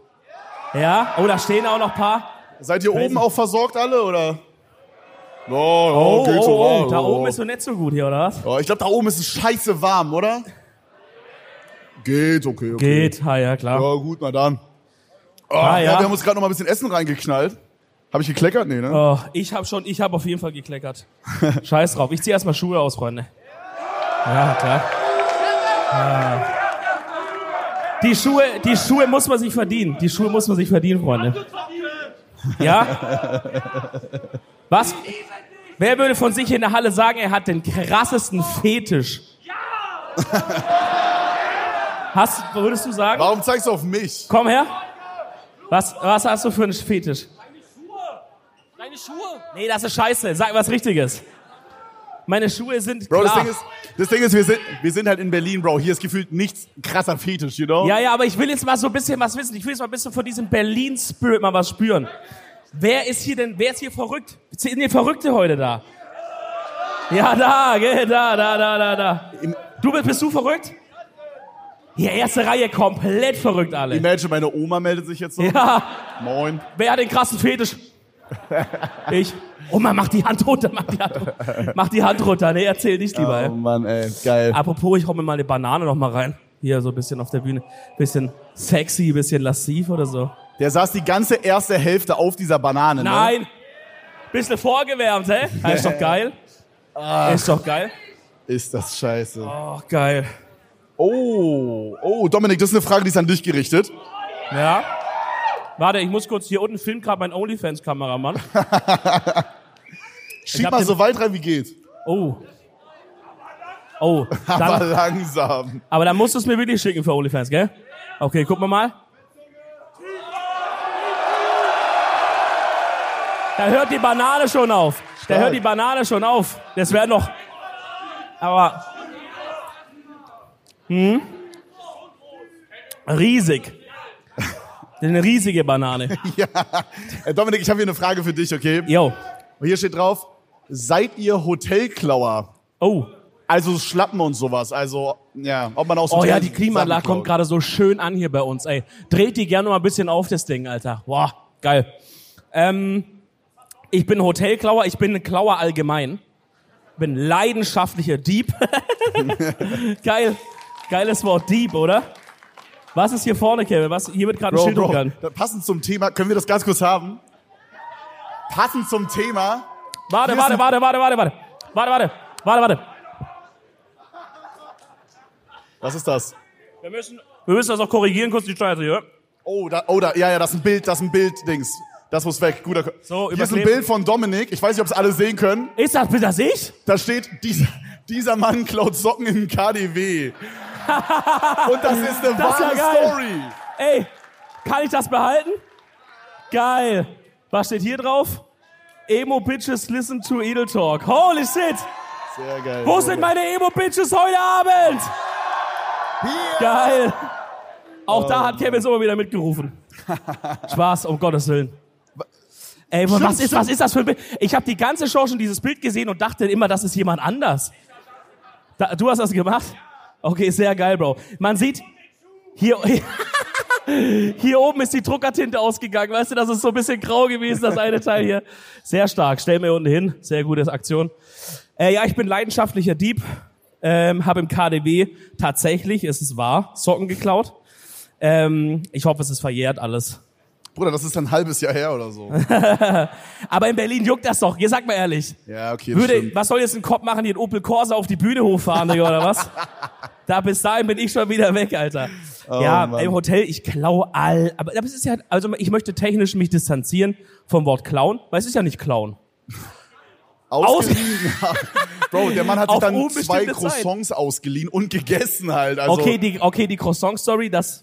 Ja? Oh, da stehen auch noch ein paar. Seid ihr oben auch versorgt alle, oder? No, Oh, geht oh, so oh, warm. da oben ist so nicht so gut hier, oder was? oh, Ich glaube, da oben ist es scheiße warm, oder? Geht, okay, okay. Geht, ha, ja, klar. Ja, gut, na dann. Oh, ja. Ah, ja. wir haben uns gerade noch mal ein bisschen Essen reingeknallt. Hab ich gekleckert? Nee, ne? Oh, ich hab schon, ich hab auf jeden Fall gekleckert. Scheiß drauf. Ich zieh erstmal Schuhe aus, Freunde. Ja, klar. Ah. Die Schuhe, die Schuhe muss man sich verdienen. Die Schuhe muss man sich verdienen, Freunde. Ja? Was? Wer würde von sich in der Halle sagen, er hat den krassesten Fetisch? Hast, würdest du sagen? Warum zeigst du auf mich? Komm her. Was, was hast du für einen Fetisch? Deine Schuhe? Nee, das ist scheiße. Sag was Richtiges. Meine Schuhe sind Bro, klar. das Ding ist, das Ding ist wir, sind, wir sind halt in Berlin, Bro. Hier ist gefühlt nichts krasser Fetisch, you know? ja, ja, aber ich will jetzt mal so ein bisschen was wissen. Ich will jetzt mal ein bisschen von diesem Berlin-Spirit mal was spüren. Wer ist hier denn, wer ist hier verrückt? Sind hier Verrückte heute da? Ja, da, gell, da, da, da, da, da. Im- Du bist, bist du verrückt? Hier, erste Reihe, komplett verrückt alle. Imagine, meine Oma meldet sich jetzt so. Ja. Moin. Wer hat den krassen Fetisch? Ich. Oma, mach die Hand runter, mach die Hand runter. Mach die Hand runter, nee, erzähl nicht lieber. Oh ey. Mann, ey, geil. Apropos, ich hau mir mal eine Banane noch mal rein. Hier so ein bisschen auf der Bühne. Bisschen sexy, bisschen lassiv oder so. Der saß die ganze erste Hälfte auf dieser Banane. Ne? Nein! Bisschen vorgewärmt, hä? Ja, Ist doch geil. Ist doch geil. Ist das scheiße. Oh, geil. Oh, oh, Dominik, das ist eine Frage, die ist an dich gerichtet. Ja. Warte, ich muss kurz hier unten filmt gerade mein OnlyFans-Kameramann. Schieb hab mal den- so weit rein, wie geht. Oh. Oh. <laughs> Aber Dann, langsam. aber dann musst du es mir wirklich schicken für OnlyFans, gell? Okay, gucken wir mal. Da hört die Banane schon auf. Da Stark. hört die Banane schon auf. Das wäre noch. Aber. Hm? Riesig. Eine riesige Banane. Ja. Äh, Dominik, ich habe hier eine Frage für dich, okay? Yo. Und hier steht drauf, seid ihr Hotelklauer? Oh. Also Schlappen und sowas. Also, ja, ob man auch so Oh ja, die Klimaanlage kommt gerade so schön an hier bei uns, ey. Dreht die gerne noch mal ein bisschen auf, das Ding, Alter. Wow, geil. Ähm, ich bin Hotelklauer, ich bin ein Klauer allgemein. Bin leidenschaftlicher Dieb. <laughs> geil. Geiles Wort Dieb, oder? Was ist hier vorne, Kevin? Was, hier wird gerade ein Bro, Schild Bro, hochgegangen. da- passend zum Thema, können wir das ganz kurz haben? Passend zum Thema, Warte, Hier ist warte, ein- warte, warte, warte, warte. Warte, warte, warte, warte. was ist das? Wir müssen, wir müssen das auch korrigieren, kurz die Steuer. ja? Oh, da, oh, da, ja, ja, das ist ein Bild, das ist ein Bild, Dings. Das muss weg. Guter. Ko- So, Hier ist ein überkleben. Bild von Dominik. Ich weiß nicht, ob es alle sehen können. Ist das, bin das ich? Da steht, dieser, dieser Mann klaut Socken im <laughs> KDW. Und das ist eine Das ist ja wahre geil. Story. Ey, kann ich das behalten? Geil. Was steht hier drauf? Emo Bitches listen to Edel Talk. Holy shit! Sehr geil. Wo sind meine Emo Bitches heute Abend? Geil. Auch da hat Kevin immer wieder mitgerufen. Spaß, um Gottes Willen. Ey, was ist, was ist das für ein Bild? Ich habe die ganze Show schon dieses Bild gesehen und dachte immer, das ist jemand anders. Da, du hast das gemacht? Okay, sehr geil, Bro. Man sieht, hier, <laughs> hier oben ist die Druckertinte ausgegangen, weißt du, das ist so ein bisschen grau gewesen, das eine Teil hier. Sehr stark, stell mir unten hin, sehr gute Aktion. Äh, ja, ich bin leidenschaftlicher Dieb, ähm, habe im KDW tatsächlich, es ist wahr, Socken geklaut. Ähm, ich hoffe, es ist verjährt alles. Bruder, das ist ein halbes Jahr her oder so. Aber in Berlin juckt das doch, hier sag mal ehrlich. Ja, okay. das Würde, stimmt. was soll jetzt ein Kopf machen, die einen Opel Corsa auf die Bühne hochfahren, Digga, oder was? Da bis dahin bin ich schon wieder weg, Alter. ja, Mann. im Hotel, ich klau all, aber das ist ja, also ich möchte technisch mich distanzieren vom Wort klauen, weil es ist ja nicht klauen. Ausgeliehen. <laughs> Bro, der Mann hat sich Auf dann unbestimmte zwei Zeit. Croissants ausgeliehen und gegessen halt. Also, okay, die, okay, die Croissant-Story, das,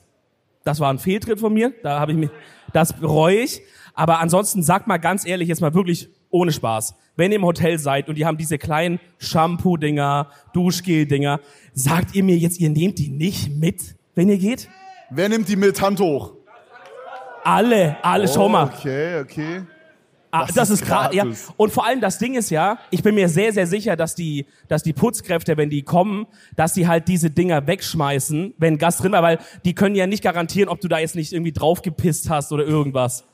das war ein Fehltritt von mir, da habe ich mich, das bereue ich, aber ansonsten sagt mal ganz ehrlich, jetzt mal wirklich ohne Spaß, wenn ihr im Hotel seid und die haben diese kleinen Shampoo-Dinger, Duschgel-Dinger, sagt ihr mir jetzt, ihr nehmt die nicht mit, wenn ihr geht? Wer nimmt die mit Hand hoch? Alle, alle, schau mal. Okay, okay. Ah, Das das, ist ist gerade, ja. gratis. Und vor allem das Ding ist ja, ich bin mir sehr, sehr sicher, dass die, dass die Putzkräfte, wenn die kommen, dass die halt diese Dinger wegschmeißen, wenn Gast drin war, weil die können ja nicht garantieren, ob du da jetzt nicht irgendwie draufgepisst hast oder irgendwas.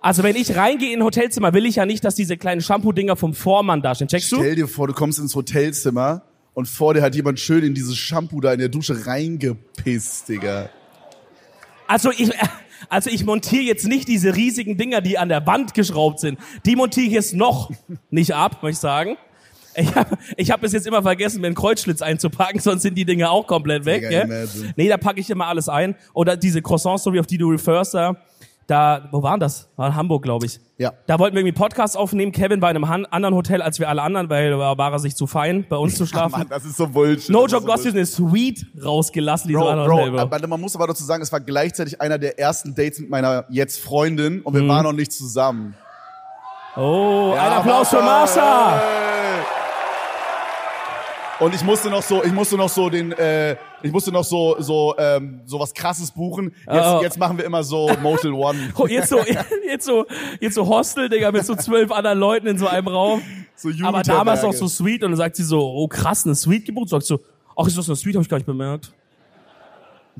Also wenn ich reingehe in ein Hotelzimmer, will ich ja nicht, dass diese kleinen Shampoo-Dinger vom Vormann da stehen. Checkst du? Stell dir vor, du kommst ins Hotelzimmer und vor dir hat jemand schön in dieses Shampoo da in der Dusche reingepisst, Digga. Also ich, also ich montiere jetzt nicht diese riesigen Dinger, die an der Wand geschraubt sind. Die montiere ich jetzt noch nicht ab, möchte ich sagen. Ich habe ich hab bis jetzt immer vergessen, mir einen Kreuzschlitz einzupacken, <laughs> sonst sind die Dinger auch komplett weg. Digga, Gell? imagine. Nee, da packe ich immer alles ein. Oder diese Croissant-Story, auf die du referst, da, da, wo waren das? War in Hamburg, glaube ich. Ja. Da wollten wir irgendwie einen Podcast aufnehmen. Kevin war in einem han- anderen Hotel als wir alle anderen, weil da war er sich zu fein, bei uns zu Ah, schlafen. Mann, das ist so Bullshit. no Das ist joke, so du hast hier eine Suite rausgelassen, die Bro, so anderen Hotel Bro, war. aber man muss aber dazu sagen, es war gleichzeitig einer der ersten Dates mit meiner jetzt Freundin und wir waren noch nicht zusammen. Oh, Mhm. ein Applaus für Marsha! Marsha! Und ich musste noch so, ich musste noch so den, äh, ich musste noch so, so, ähm, so was krasses buchen. Jetzt, Oh. jetzt machen wir immer so Motel <laughs> One. Oh, jetzt so, jetzt so, jetzt so Hostel, Digga, mit so zwölf anderen Leuten in so einem Raum. So Jugend Aber damals noch Herberge. so Sweet und dann sagt sie so, oh krass, eine Sweet gebucht. Sagt so, ach, ist das eine Sweet, hab ich gar nicht bemerkt.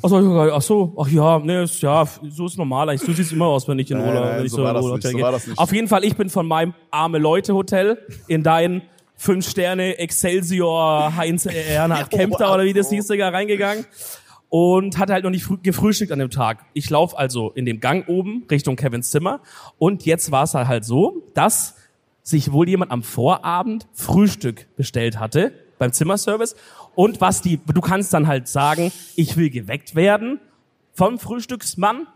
Ach so, ich hab gar nicht- ach so, ach ja, nee, ist, ja, so ist normal. Ich, so sieht's immer aus, wenn ich in Nein, Urlaub, nein, wenn ich so war das in nicht, so gehe. war das nicht. Auf jeden Fall, ich bin von meinem arme Leute Hotel in dein fünf Sterne Excelsior Heinz Ernhard Kempter oder wie das hieß, Digga, reingegangen und hatte halt noch nicht frü- gefrühstückt an dem Tag. Ich laufe also in dem Gang oben Richtung Kevins Zimmer und jetzt war es halt, halt so, dass sich wohl jemand am Vorabend Frühstück bestellt hatte beim Zimmerservice Und was die, du kannst dann halt sagen, ich will geweckt werden vom Frühstücksmann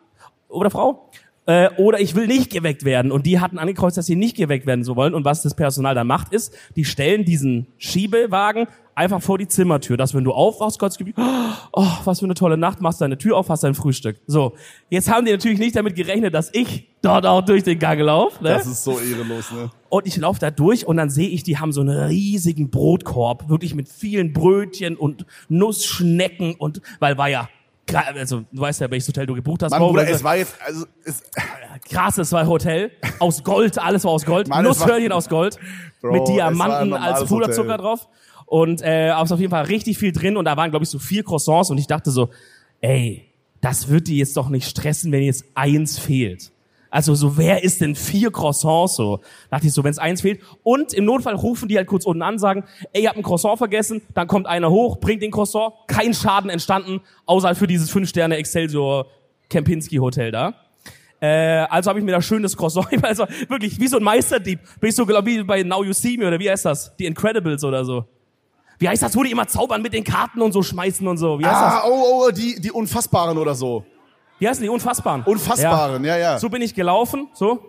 oder Frau. Äh, oder ich will nicht geweckt werden. Und die hatten angekreuzt, dass sie nicht geweckt werden so wollen. Und was das Personal dann macht, ist, die stellen diesen Schiebewagen einfach vor die Zimmertür, dass wenn du aufwachst, Gott sei Dank, oh, was für eine tolle Nacht, machst deine Tür auf, hast dein Frühstück. So, jetzt haben die natürlich nicht damit gerechnet, dass ich dort auch durch den Gang laufe. Ne? Das ist so ehrenlos, ne? Und ich laufe da durch und dann sehe ich, die haben so einen riesigen Brotkorb, wirklich mit vielen Brötchen und Nussschnecken und weil war ja gra- also du weißt ja, welches Hotel du gebucht hast. Mann, Morgen, Bruder, also, es war jetzt, also, es, krasses war Hotel aus Gold, alles war aus Gold, Mann, es war- Nusshörnchen aus Gold Bro, mit es war ein Diamanten normales als Puderzucker Hotel. drauf und äh, aber es war auf jeden Fall richtig viel drin und da waren glaube ich so vier Croissants und ich dachte so, ey, das wird die jetzt doch nicht stressen, wenn jetzt eins fehlt. Also so, wer ist denn vier Croissants so? Dachte ich so, wenn es eins fehlt. Und im Notfall rufen die halt kurz unten an, sagen, ey, ihr habt ein Croissant vergessen. Dann kommt einer hoch, bringt den Croissant. Kein Schaden entstanden, außer für dieses 5-Sterne-Excelsior-Kempinski-Hotel da. Äh, also habe ich mir da schönes Croissant, <laughs> also wirklich wie so ein Meisterdieb. Bin ich so glaub, wie bei Now You See Me oder wie heißt das? Die Incredibles oder so. Wie heißt das, wo die immer zaubern mit den Karten und so schmeißen und so? Wie heißt ah, oh, oh, die, die Unfassbaren oder so. das? Wie heißen die Unfassbaren? Unfassbaren, ja, ja. So bin ich gelaufen, so.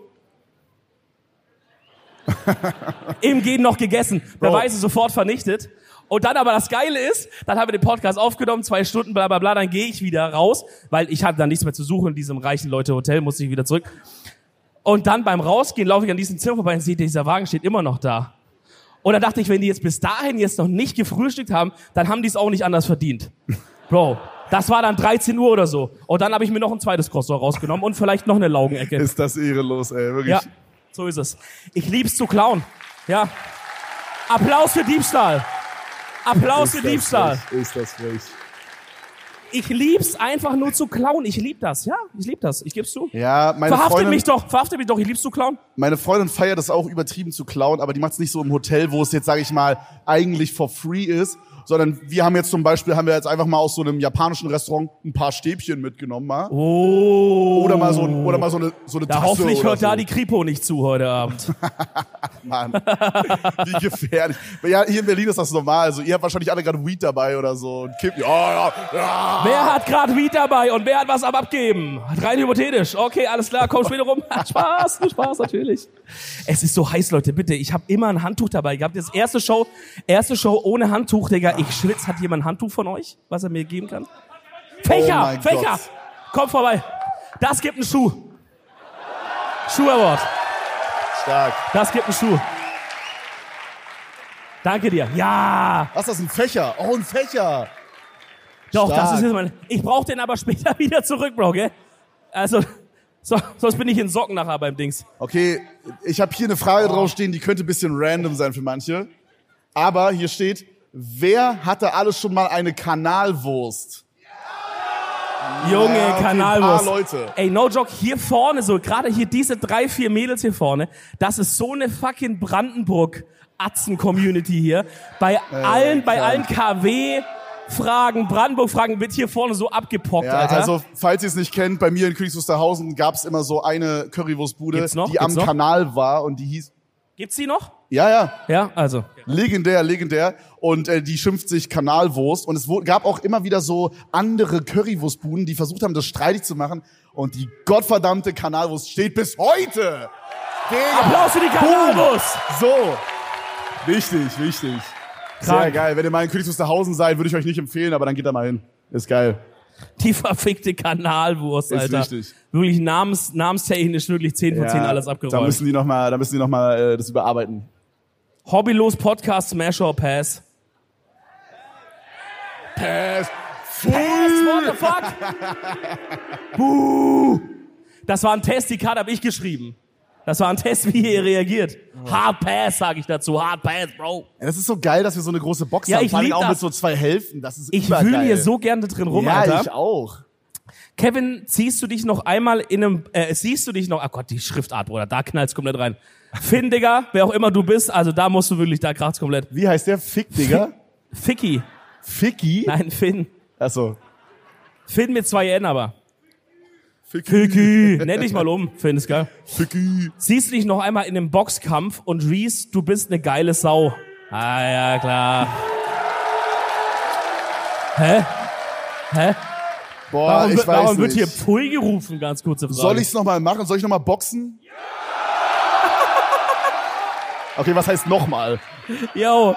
Im Gehen noch gegessen, Beweise sofort vernichtet. Und dann aber das Geile ist, dann haben wir den Podcast aufgenommen, zwei Stunden, bla bla bla, dann gehe ich wieder raus, weil ich hatte dann nichts mehr zu suchen in diesem reichen Leute-Hotel, musste ich wieder zurück. Und dann beim Rausgehen laufe ich an diesem Zimmer vorbei und sehe, dieser Wagen steht immer noch da. Und dann dachte ich, wenn die jetzt bis dahin jetzt noch nicht gefrühstückt haben, dann haben die es auch nicht anders verdient. Bro, das war dann 13 Uhr oder so. Und dann habe ich mir noch ein zweites Croissant rausgenommen und vielleicht noch eine Laugenecke. Ist das ehrenlos, ey, wirklich. ja, so ist es. Ich lieb's zu klauen. Ja. Applaus für Diebstahl. Applaus Ist für das Diebstahl. frech, Ist das frech. Ich lieb's einfach nur zu klauen. Ich lieb das. Ja, ich lieb das. Ich geb's zu. Ja, meine Verhaftet Freundin, mich doch. Verhaftet mich doch. Ich lieb's zu klauen. meine Freundin feiert das auch übertrieben zu klauen, aber die macht es nicht so im Hotel, wo es jetzt, sage ich mal, eigentlich for free ist, sondern wir haben jetzt zum Beispiel, haben wir jetzt einfach mal aus so einem japanischen Restaurant ein paar Stäbchen mitgenommen mal. Oh. Oder mal so, ein, oder mal so eine, so eine Da Tasse hoffentlich oder hört so. da die Kripo nicht zu heute Abend. Mann, wie gefährlich. Ja, hier in Berlin ist das normal. Also ihr habt wahrscheinlich alle gerade Weed dabei oder so und Kippen. Ja, ja, ja. Wer hat gerade Weed dabei und wer hat was am Abgeben? Rein hypothetisch. Okay, alles klar, komm später rum. <laughs> Hat Spaß, nur Spaß, natürlich. Es ist so heiß, Leute, bitte. Ich habe immer ein Handtuch dabei gehabt. Jetzt erste Show, erste Show ohne Handtuch, Digga. Ich schwitz. Hat jemand ein Handtuch von euch, was er mir geben kann? Oh Fächer, mein Fächer. Gott. Komm vorbei. Das gibt einen Schuh. Schuh Award. Stark. Das gibt einen Schuh. Danke dir. Ja. Was ist das, ein Fächer? Oh, ein Fächer. Doch, das Stark. ist jetzt mein. Ich brauche den aber später <laughs> wieder zurück, Bro, gell? Also, so, sonst bin ich in Socken nachher beim Dings. Okay, ich habe hier eine Frage Oh. draufstehen, die könnte ein bisschen random sein für manche. Aber hier steht, wer hatte alles schon mal eine Kanalwurst? Junge, Ja, okay, ein Kanalwurst. paar Leute. Ey, no joke, hier vorne so, gerade hier diese drei, vier Mädels hier vorne, das ist so eine fucking Brandenburg Atzen Community hier. Bei allen, bei klar. allen KW Fragen, Brandenburg Fragen wird hier vorne so abgepockt, Ja, Alter. also falls ihr es nicht kennt, bei mir in Königs Wusterhausen gab es immer so eine Currywurstbude, Gibt's noch? die am Gibt's noch? Kanal war und die hieß, Gibt's die noch? ja, ja, Ja, also. Legendär, legendär. Und äh, die schimpft sich Kanalwurst. Und es wo- gab auch immer wieder so andere Currywurstbuden, die versucht haben, das streitig zu machen. Und die gottverdammte Kanalwurst steht bis heute. Digga. Applaus für die Kanalwurst. So. Wichtig, wichtig. Sehr Krank. geil. Wenn ihr mal in Königs Wusterhausen seid, würde ich euch nicht empfehlen, aber dann geht da mal hin. Ist geil. Die verfickte Kanalwurst, Ist Alter. wichtig. Wirklich namens, namenstechnisch wirklich 10 von 10 alles Da abgeräumt. müssen die nochmal, da müssen die noch mal, äh, das überarbeiten. Hobbylos Podcast Smash or Pass. Pass. Pass, what the <laughs> fuck? Buh. Das war ein Test, die Karte habe ich geschrieben. Das war ein Test, wie ihr reagiert. Hard Pass, sage ich dazu. Hard Pass, Bro. Ja, Das ist so geil, dass wir so eine große Box Ja, haben. ich Vor allem lieb auch das. mit so zwei Hälften. Das ist Ich übergeil. wühle hier so gerne drin rum, Ja, Alter. ich auch. Kevin, ziehst du dich noch einmal in einem, äh, siehst du dich noch, oh Gott, die Schriftart, Bruder, da knallt's komplett rein. Finn, Digga, wer auch immer du bist, also da musst du wirklich, da kracht's komplett. Wie heißt der? Fick, Digga? Ficky. Ficky? <laughs> Nein, Finn. Achso. Finn mit zwei N aber. Ficky. Ficky. Nenn dich mal um, Finn, ist geil. Ficky. siehst du dich noch einmal in einem Boxkampf und Reese, du bist eine geile Sau. Ah ja, klar. Boah, Warum, Ah, ich wird- weiß warum nicht. wird hier Pfui gerufen? Ganz kurze Frage. Soll ich's noch nochmal machen? Soll ich nochmal boxen? Okay, was heißt nochmal? Yo.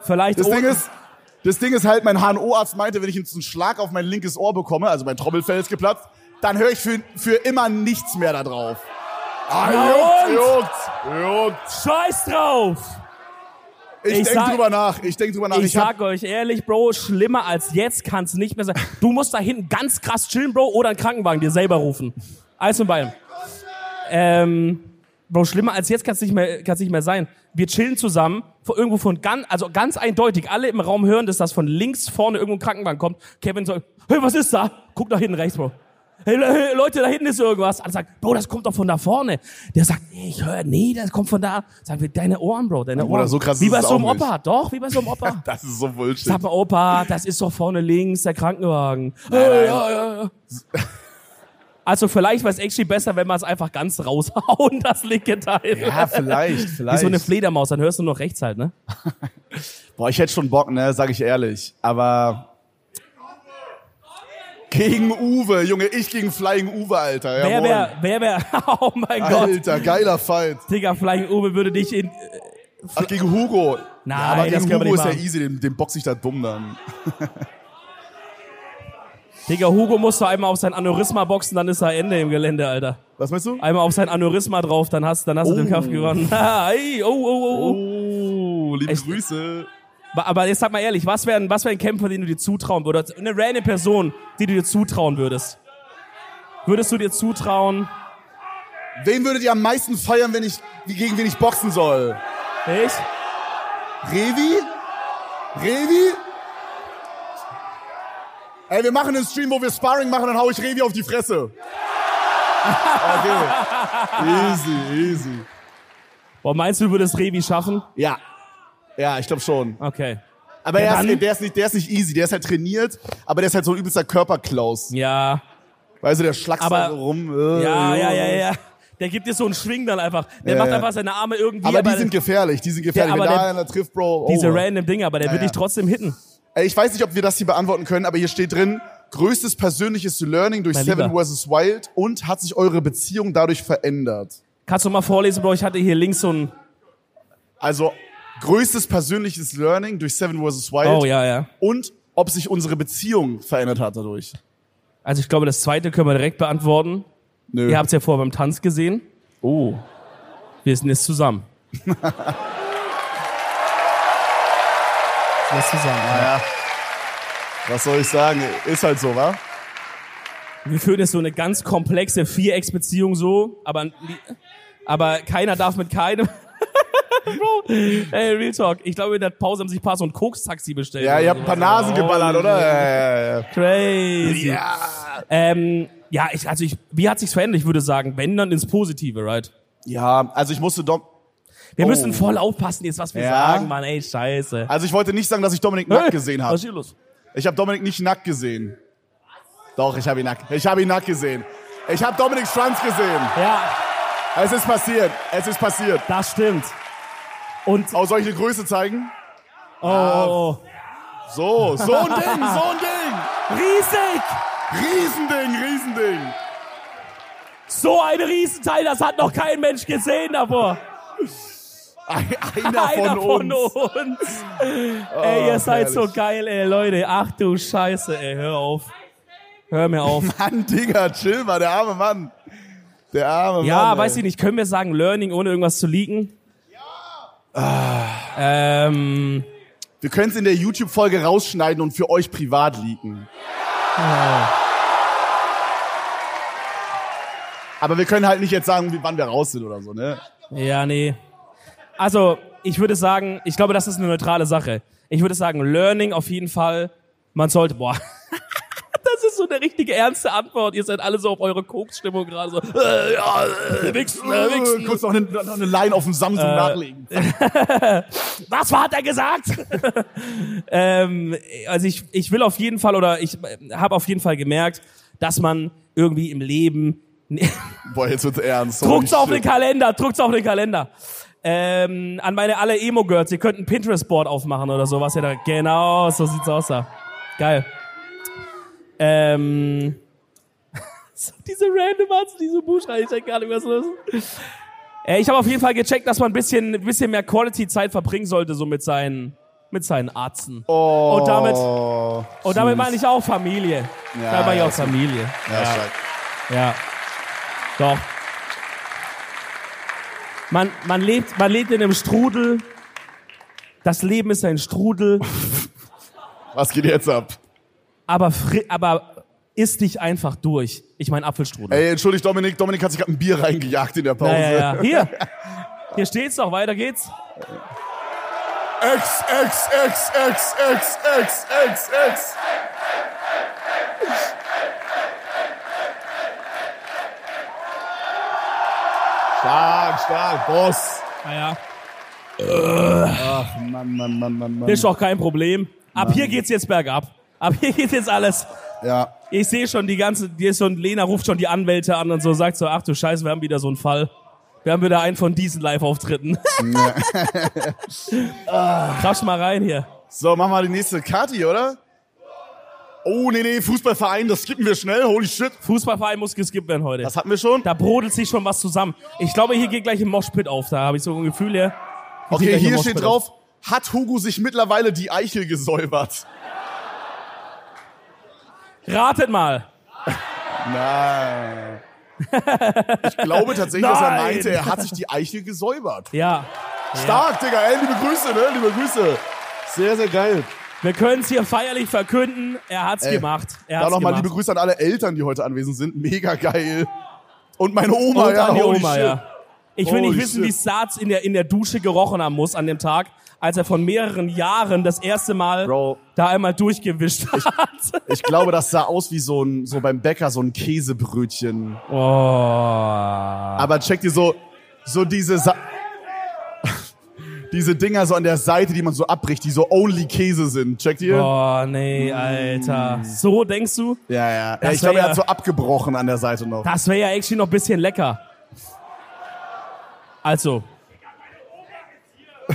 Vielleicht Das oh- Ding ist, das Ding ist halt, mein HNO-Arzt meinte, wenn ich jetzt einen Schlag auf mein linkes Ohr bekomme, also mein Trommelfell ist geplatzt, dann höre ich für, für immer nichts mehr da drauf. Ah, Na juckt, juckt, juckt. Scheiß drauf! Ich, Ich denk sag- drüber nach, ich denk drüber nach. Ich, hab- sag euch ehrlich, Bro, schlimmer als jetzt kann's nicht mehr sein. Du musst da hinten ganz krass chillen, Bro, oder einen Krankenwagen dir selber rufen. Eis und Bein. Ähm, Bro, schlimmer als jetzt kann's nicht mehr, kann's nicht mehr sein. Wir chillen zusammen, vor- irgendwo von ganz, also ganz eindeutig, alle im Raum hören, dass das von links vorne irgendwo ein Krankenwagen kommt. Kevin sagt, hey, was ist da? Guck nach hinten rechts, Bro. Hey, Le- hey, Leute, da hinten ist irgendwas. Alle sagt, Bro, das kommt doch von da vorne. Der sagt, nee, ich höre, nee, das kommt von da. Sagen wir, deine Ohren, Bro, deine Bruder, Ohren. so krass wie ist bei es so einem auch nicht. Opa, doch, wie bei so einem Opa. Das ist so Bullshit. Sag mal, Opa, das ist doch vorne links der Krankenwagen. Äh, nein. Ja, ja, ja. Also vielleicht wäre es actually besser, wenn man es einfach ganz raushauen, <laughs> das linke Teil. Ja, vielleicht, <laughs> Wie vielleicht. so eine Fledermaus, dann hörst du nur noch rechts halt, ne? Boah, ich hätte schon Bock, ne, sag ich ehrlich. Aber gegen Uwe, Junge, ich gegen Flying Uwe, Alter. Ja, Wer moin. wär, wer <laughs> wär, oh mein Gott. Alter, geiler Fight. Digga, Flying Uwe würde dich in, Ach, gegen Hugo. Nein, ja, aber das gegen können Hugo wir nicht ist ja machen. easy, den, den box ich da dumm dann. Digga, Hugo muss doch einmal auf sein Aneurysma boxen, dann ist er Ende im Gelände, Alter. Was meinst du? Einmal auf sein Aneurysma drauf, dann hast, dann hast du den Oh. Kampf gewonnen. <laughs> Ei, oh, oh, oh, oh. Oh, liebe Echt? Grüße. Wa- Aber jetzt sag mal ehrlich, was wäre was wär ein Kämpfer, den du dir zutrauen würdest? Eine random Person, die du dir zutrauen würdest. Würdest du dir zutrauen? Wen würdet ihr am meisten feiern, wenn ich, wie- gegen wen ich boxen soll? Ich? Revi? Revi? Ey, wir machen einen Stream, wo wir Sparring machen, dann hau ich Revi auf die <laughs> Fresse. Okay. Easy, easy. Boah, meinst du, du würdest Revi schaffen? Ja. Ja, ich glaube schon. Okay. Aber Ja, er dann- ist, der, ist nicht, der ist nicht easy, der ist halt trainiert, aber der ist halt so ein übelster Körperklaus. Ja. Weißt du, der schlagst Aber- da so rum. äh, Ja, ja, ja, ja. Der gibt dir so einen Schwing dann einfach. Der Ja, macht ja. einfach seine Arme irgendwie. Aber die sind gefährlich, die sind gefährlich. aber Wenn da der- einer trifft, Bro, oh. diese over. random Dinger, aber der Ja, wird ja. dich trotzdem hitten. Ey, Äh, ich weiß nicht, ob wir das hier beantworten können, aber hier steht drin, größtes persönliches Learning durch Mein Seven Lieber. vs. Wild und hat sich eure Beziehung dadurch verändert? Kannst du mal vorlesen, Bro? Ich hatte hier links so einen. Also, größtes persönliches Learning durch Seven vs. Wild Oh, ja, ja. und ob sich unsere Beziehung verändert hat dadurch. Also ich glaube, das zweite können wir direkt beantworten. Nö. Ihr habt es ja vorher beim Tanz gesehen. Oh. Wir sind jetzt zusammen. Wir sind jetzt zusammen. ja. Was soll ich sagen? Ist halt so, wa? Wir führen jetzt so eine ganz komplexe Vierecksbeziehung so, aber, aber keiner darf mit keinem. <laughs> Bro, ey, Real Talk. Ich glaube, in der Pause haben sich ein paar so ein Koks-Taxi bestellt. Ja, ihr habt ein paar Oh, Nasen geballert, oder? Ja, ja, ja. Crazy. Ja. Ähm, ja, ich, also ich, wie hat sich's verändert? Ich würde sagen, wenn dann ins Positive, right? ja, also ich musste Dom, Wir Oh. müssen voll aufpassen jetzt, was wir Ja. sagen, Mann. Ey, scheiße. also ich wollte nicht sagen, dass ich Dominik nackt gesehen habe. Was ist hier los? Ich habe Dominik nicht nackt gesehen. Doch, ich habe ihn nackt. Ich habe ihn nackt gesehen. Ich habe Dominik Schwanz gesehen. Ja, Es ist passiert. Es ist passiert. das stimmt. Und oh, Oh, soll ich eine Größe zeigen? oh, oh. So, so ein Ding, so ein Ding. riesig! Riesending, Riesending. So ein Riesenteil, das hat noch kein Mensch gesehen davor. Ein- Einer, Einer von von uns. uns. Oh, ey, ihr seid herrlich. so geil, ey, Leute. Ach du Scheiße, ey, hör auf. Hör mir auf. Mann, Digga, chill mal, der arme Mann. Der arme Ja, Mann. weiß ey. ich nicht. Können wir sagen Learning, ohne irgendwas zu leaken? Ja. Ähm, Wir können es in der YouTube-Folge rausschneiden und für euch privat leaken. Aber wir können halt nicht jetzt sagen, wie- wann wir raus sind oder so, ne? ja, nee. Also, ich würde sagen, ich glaube, das ist eine neutrale Sache. Ich würde sagen, Learning auf jeden Fall. Man sollte, boah. <laughs> Das ist so eine richtige ernste Antwort. Ihr seid alle so auf eure Koks-Stimmung gerade so. Äh, ja, äh, wichsen, äh, wichsen. Kurz noch eine, noch eine Line auf dem Samsung nachlegen. Was hat er gesagt? <laughs> ähm, also ich, ich will auf jeden Fall oder ich habe auf jeden Fall gemerkt, dass man irgendwie im Leben Boah, jetzt wird's ernst. Holy druckt's auf shit. den Kalender, druckt's auf den Kalender. Ähm, an meine alle Emo-Girls, ihr könnt ein Pinterest-Board aufmachen oder so, was ihr da. Genau, so sieht's aus da. Geil. Ähm. <laughs> so diese random Arzt, diese Buchstaben, ich check gar nicht, was los ist. Äh, ich habe auf jeden Fall gecheckt, dass man ein bisschen, ein bisschen mehr Quality-Zeit verbringen sollte, so mit seinen, mit seinen Arzten. Oh, Und damit- süß. Und damit meine ich auch Familie. Ja, da meine ich auch das- Familie. Ja, ja. Ja. Doch. Man, man, lebt, man lebt in einem Strudel. Das Leben ist ein Strudel. Was geht jetzt ab? Aber, fri aber isst dich einfach durch. Ich meine Apfelstrudel. Ey, entschuldigt Dominik, Dominik hat sich gerade ein Bier reingejagt in der Pause. ja, ja, ja. Hier. Hier steht's doch. Weiter geht's. X, X, X, X, X, X, X, X. Stark, stark, Boss. Naja. Ach, Mann, Mann, Mann, Mann, Mann. Ist doch kein Problem. Ab hier geht's jetzt bergab. Ab hier geht jetzt alles. Ja. Ich sehe schon die ganze, die ist schon, Lena ruft schon die Anwälte an und so, sagt so, ach du Scheiße, wir haben wieder so einen Fall. Wir haben wieder einen von <laughs> diesen Live-Auftritten. Ah, Krasch mal rein hier. So, machen wir die nächste Kati, oder? Oh, nee, nee, Fußballverein, das skippen wir schnell. Holy shit. Fußballverein muss geskippt werden heute. Das hatten wir schon. Da brodelt sich schon was zusammen. Ich glaube, hier geht gleich ein Moshpit auf, da habe ich so ein Gefühl hier. Okay, gleich hier noch steht Moshpit drauf, hat Hugo sich mittlerweile die Eichel gesäubert? Ratet mal. Nein. Ich glaube tatsächlich, dass er Nein. meinte, er hat sich die Eichel gesäubert. Ja. Stark, Digga. Ey, liebe Grüße, ne? Liebe Grüße. Sehr, sehr geil. Wir können es hier feierlich verkünden. Er hat's Ey, gemacht. Er Da hat's nochmal gemacht. liebe Grüße an alle Eltern, die heute anwesend sind. Mega geil. Und meine Oma, Und ja. an die Oh holy Oma, shit. ja. Ich will Holy nicht wissen, shit. wie Sarz in der, in der Dusche gerochen haben muss an dem Tag, als er von mehreren Jahren das erste Mal Bro. da einmal durchgewischt <laughs> hat. Ich glaube, das sah aus wie so ein, so beim Bäcker, so ein Käsebrötchen. Oh. Aber check dir so, so diese, Sa diese Dinger so an der Seite, die man so abbricht, die so only Käse sind. Checkt ihr? Oh, nee, Mm. Alter. So denkst du? Ja, ja. ja Das ich glaube, wär er ja- hat so abgebrochen an der Seite noch. Das wäre ja actually noch ein bisschen lecker. Also. <laughs>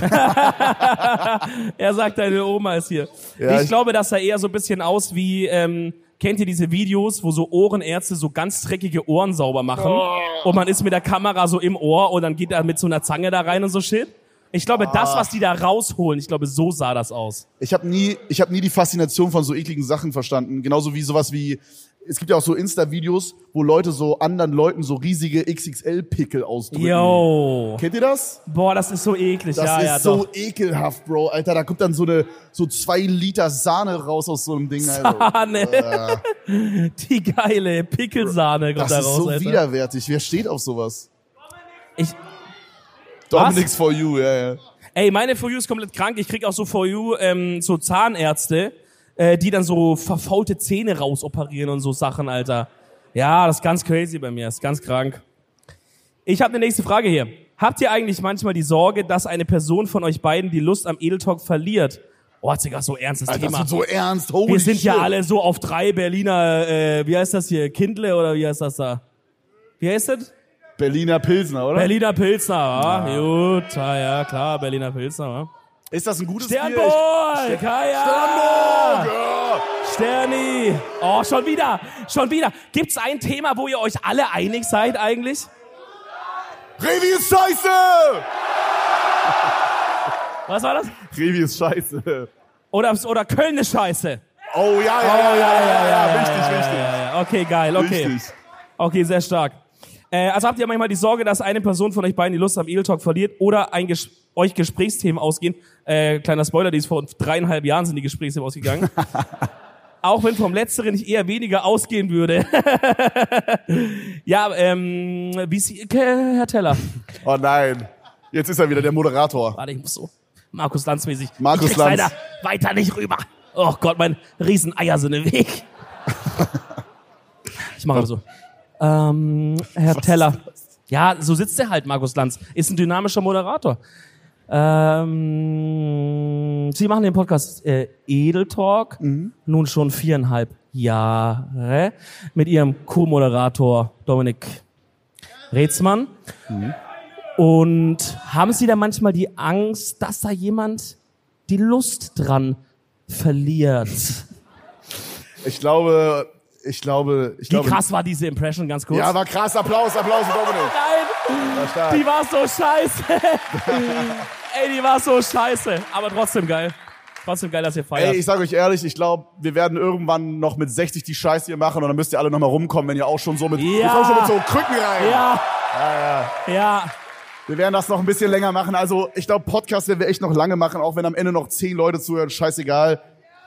er sagt, deine Oma ist hier. Ja, ich, ich- glaube, das sah eher so ein bisschen aus wie, ähm, kennt ihr diese Videos, wo so Ohrenärzte so ganz dreckige Ohren sauber machen Oh. und man ist mit der Kamera so im Ohr und dann geht er mit so einer Zange da rein und so shit? Ich glaube, das, Ah. was die da rausholen, ich glaube, so sah das aus. Ich habe nie, ich habe nie die Faszination von so ekligen Sachen verstanden. Genauso wie sowas wie, es gibt ja auch so Insta-Videos, wo Leute so anderen Leuten so riesige XXL-Pickel ausdrücken. Yo. Kennt ihr das? Boah, das ist so eklig. Das ja, ist ja, so doch. ekelhaft, Bro. Alter, da kommt dann so eine, so zwei Liter Sahne raus aus so einem Ding. Alter. Sahne. Die geile Pickelsahne kommt Äh. Das da ist raus. so Alter. widerwärtig. Wer steht auf sowas? Ich, Dominic's for you, ja, ja. ey, meine For You ist komplett krank. Ich krieg auch so For You ähm, so Zahnärzte, äh, die dann so verfaulte Zähne rausoperieren und so Sachen, Alter. Ja, das ist ganz crazy bei mir. Das ist ganz krank. Ich habe eine nächste Frage hier. Habt ihr eigentlich manchmal die Sorge, dass eine Person von euch beiden die Lust am Edeltalk verliert? Oh, hat sie gar so ernstes Alter, das Thema. wird so ernst. Holy Wir sind shit. ja alle so auf drei Berliner, äh, wie heißt das hier, Kindle oder wie heißt das da? Wie heißt das? Berliner Pilsner, oder? Berliner Pilsner, wa? Gut, ah, ja, klar, Berliner Pilsner, wa? Ist das ein gutes Bier? Ich- Sternburg! Kaya! Sterni! Oh, schon wieder! Schon wieder! Gibt's ein Thema, wo ihr euch alle einig seid eigentlich? Revi ist scheiße! Was war das? Revi ist scheiße. Oder, oder Köln ist scheiße! Oh ja, ja, ja, ja, ja, ja, richtig, ja, ja. Okay, geil, okay. richtig. Richtig. Okay, sehr stark. Äh, also habt ihr manchmal die Sorge, dass eine Person von euch beiden die Lust am Edel Talk verliert oder ein Ges euch Gesprächsthemen ausgehen? Äh, kleiner Spoiler, die ist vor dreieinhalb Jahren sind die Gesprächsthemen ausgegangen. Auch wenn vom Letzteren ich eher weniger ausgehen würde. <laughs> ja, ähm, wie ist die- Ke- Herr Teller? Oh nein. Jetzt ist er wieder der Moderator. Warte, ich muss so. Markus Lanz mäßig. Markus ich krieg's Lanz. Leider weiter nicht rüber. Oh Gott, mein Rieseneier sind im <laughs> Weg. Ich mache so. Ähm, Herr Teller. Ja, so sitzt er halt, Markus Lanz. Ist ein dynamischer Moderator. Ähm, Sie machen den Podcast äh, Edel Talk Mhm. nun schon viereinhalb Jahre mit Ihrem Co-Moderator Dominik Reetzmann. Und haben Sie da manchmal die Angst, dass da jemand die Lust dran verliert? Ich glaube, ich glaube, ich Wie glaube. krass war diese Impression ganz kurz? Ja, war krass. Applaus, Applaus, Dominik. Nein, War stark. die war so scheiße. <laughs> Ey, die war so scheiße. Aber trotzdem geil. Trotzdem geil, dass ihr feiert. Ey, ich sage euch ehrlich, ich glaube, wir werden irgendwann noch mit 60 die Scheiße hier machen und dann müsst ihr alle nochmal rumkommen, wenn ihr auch schon so mit, Ja. ihr kommt schon mit so Krücken rein. ja. Ja, ja. Wir werden das noch ein bisschen länger machen. Also ich glaube, Podcast werden wir echt noch lange machen, auch wenn am Ende noch zehn Leute zuhören, scheißegal.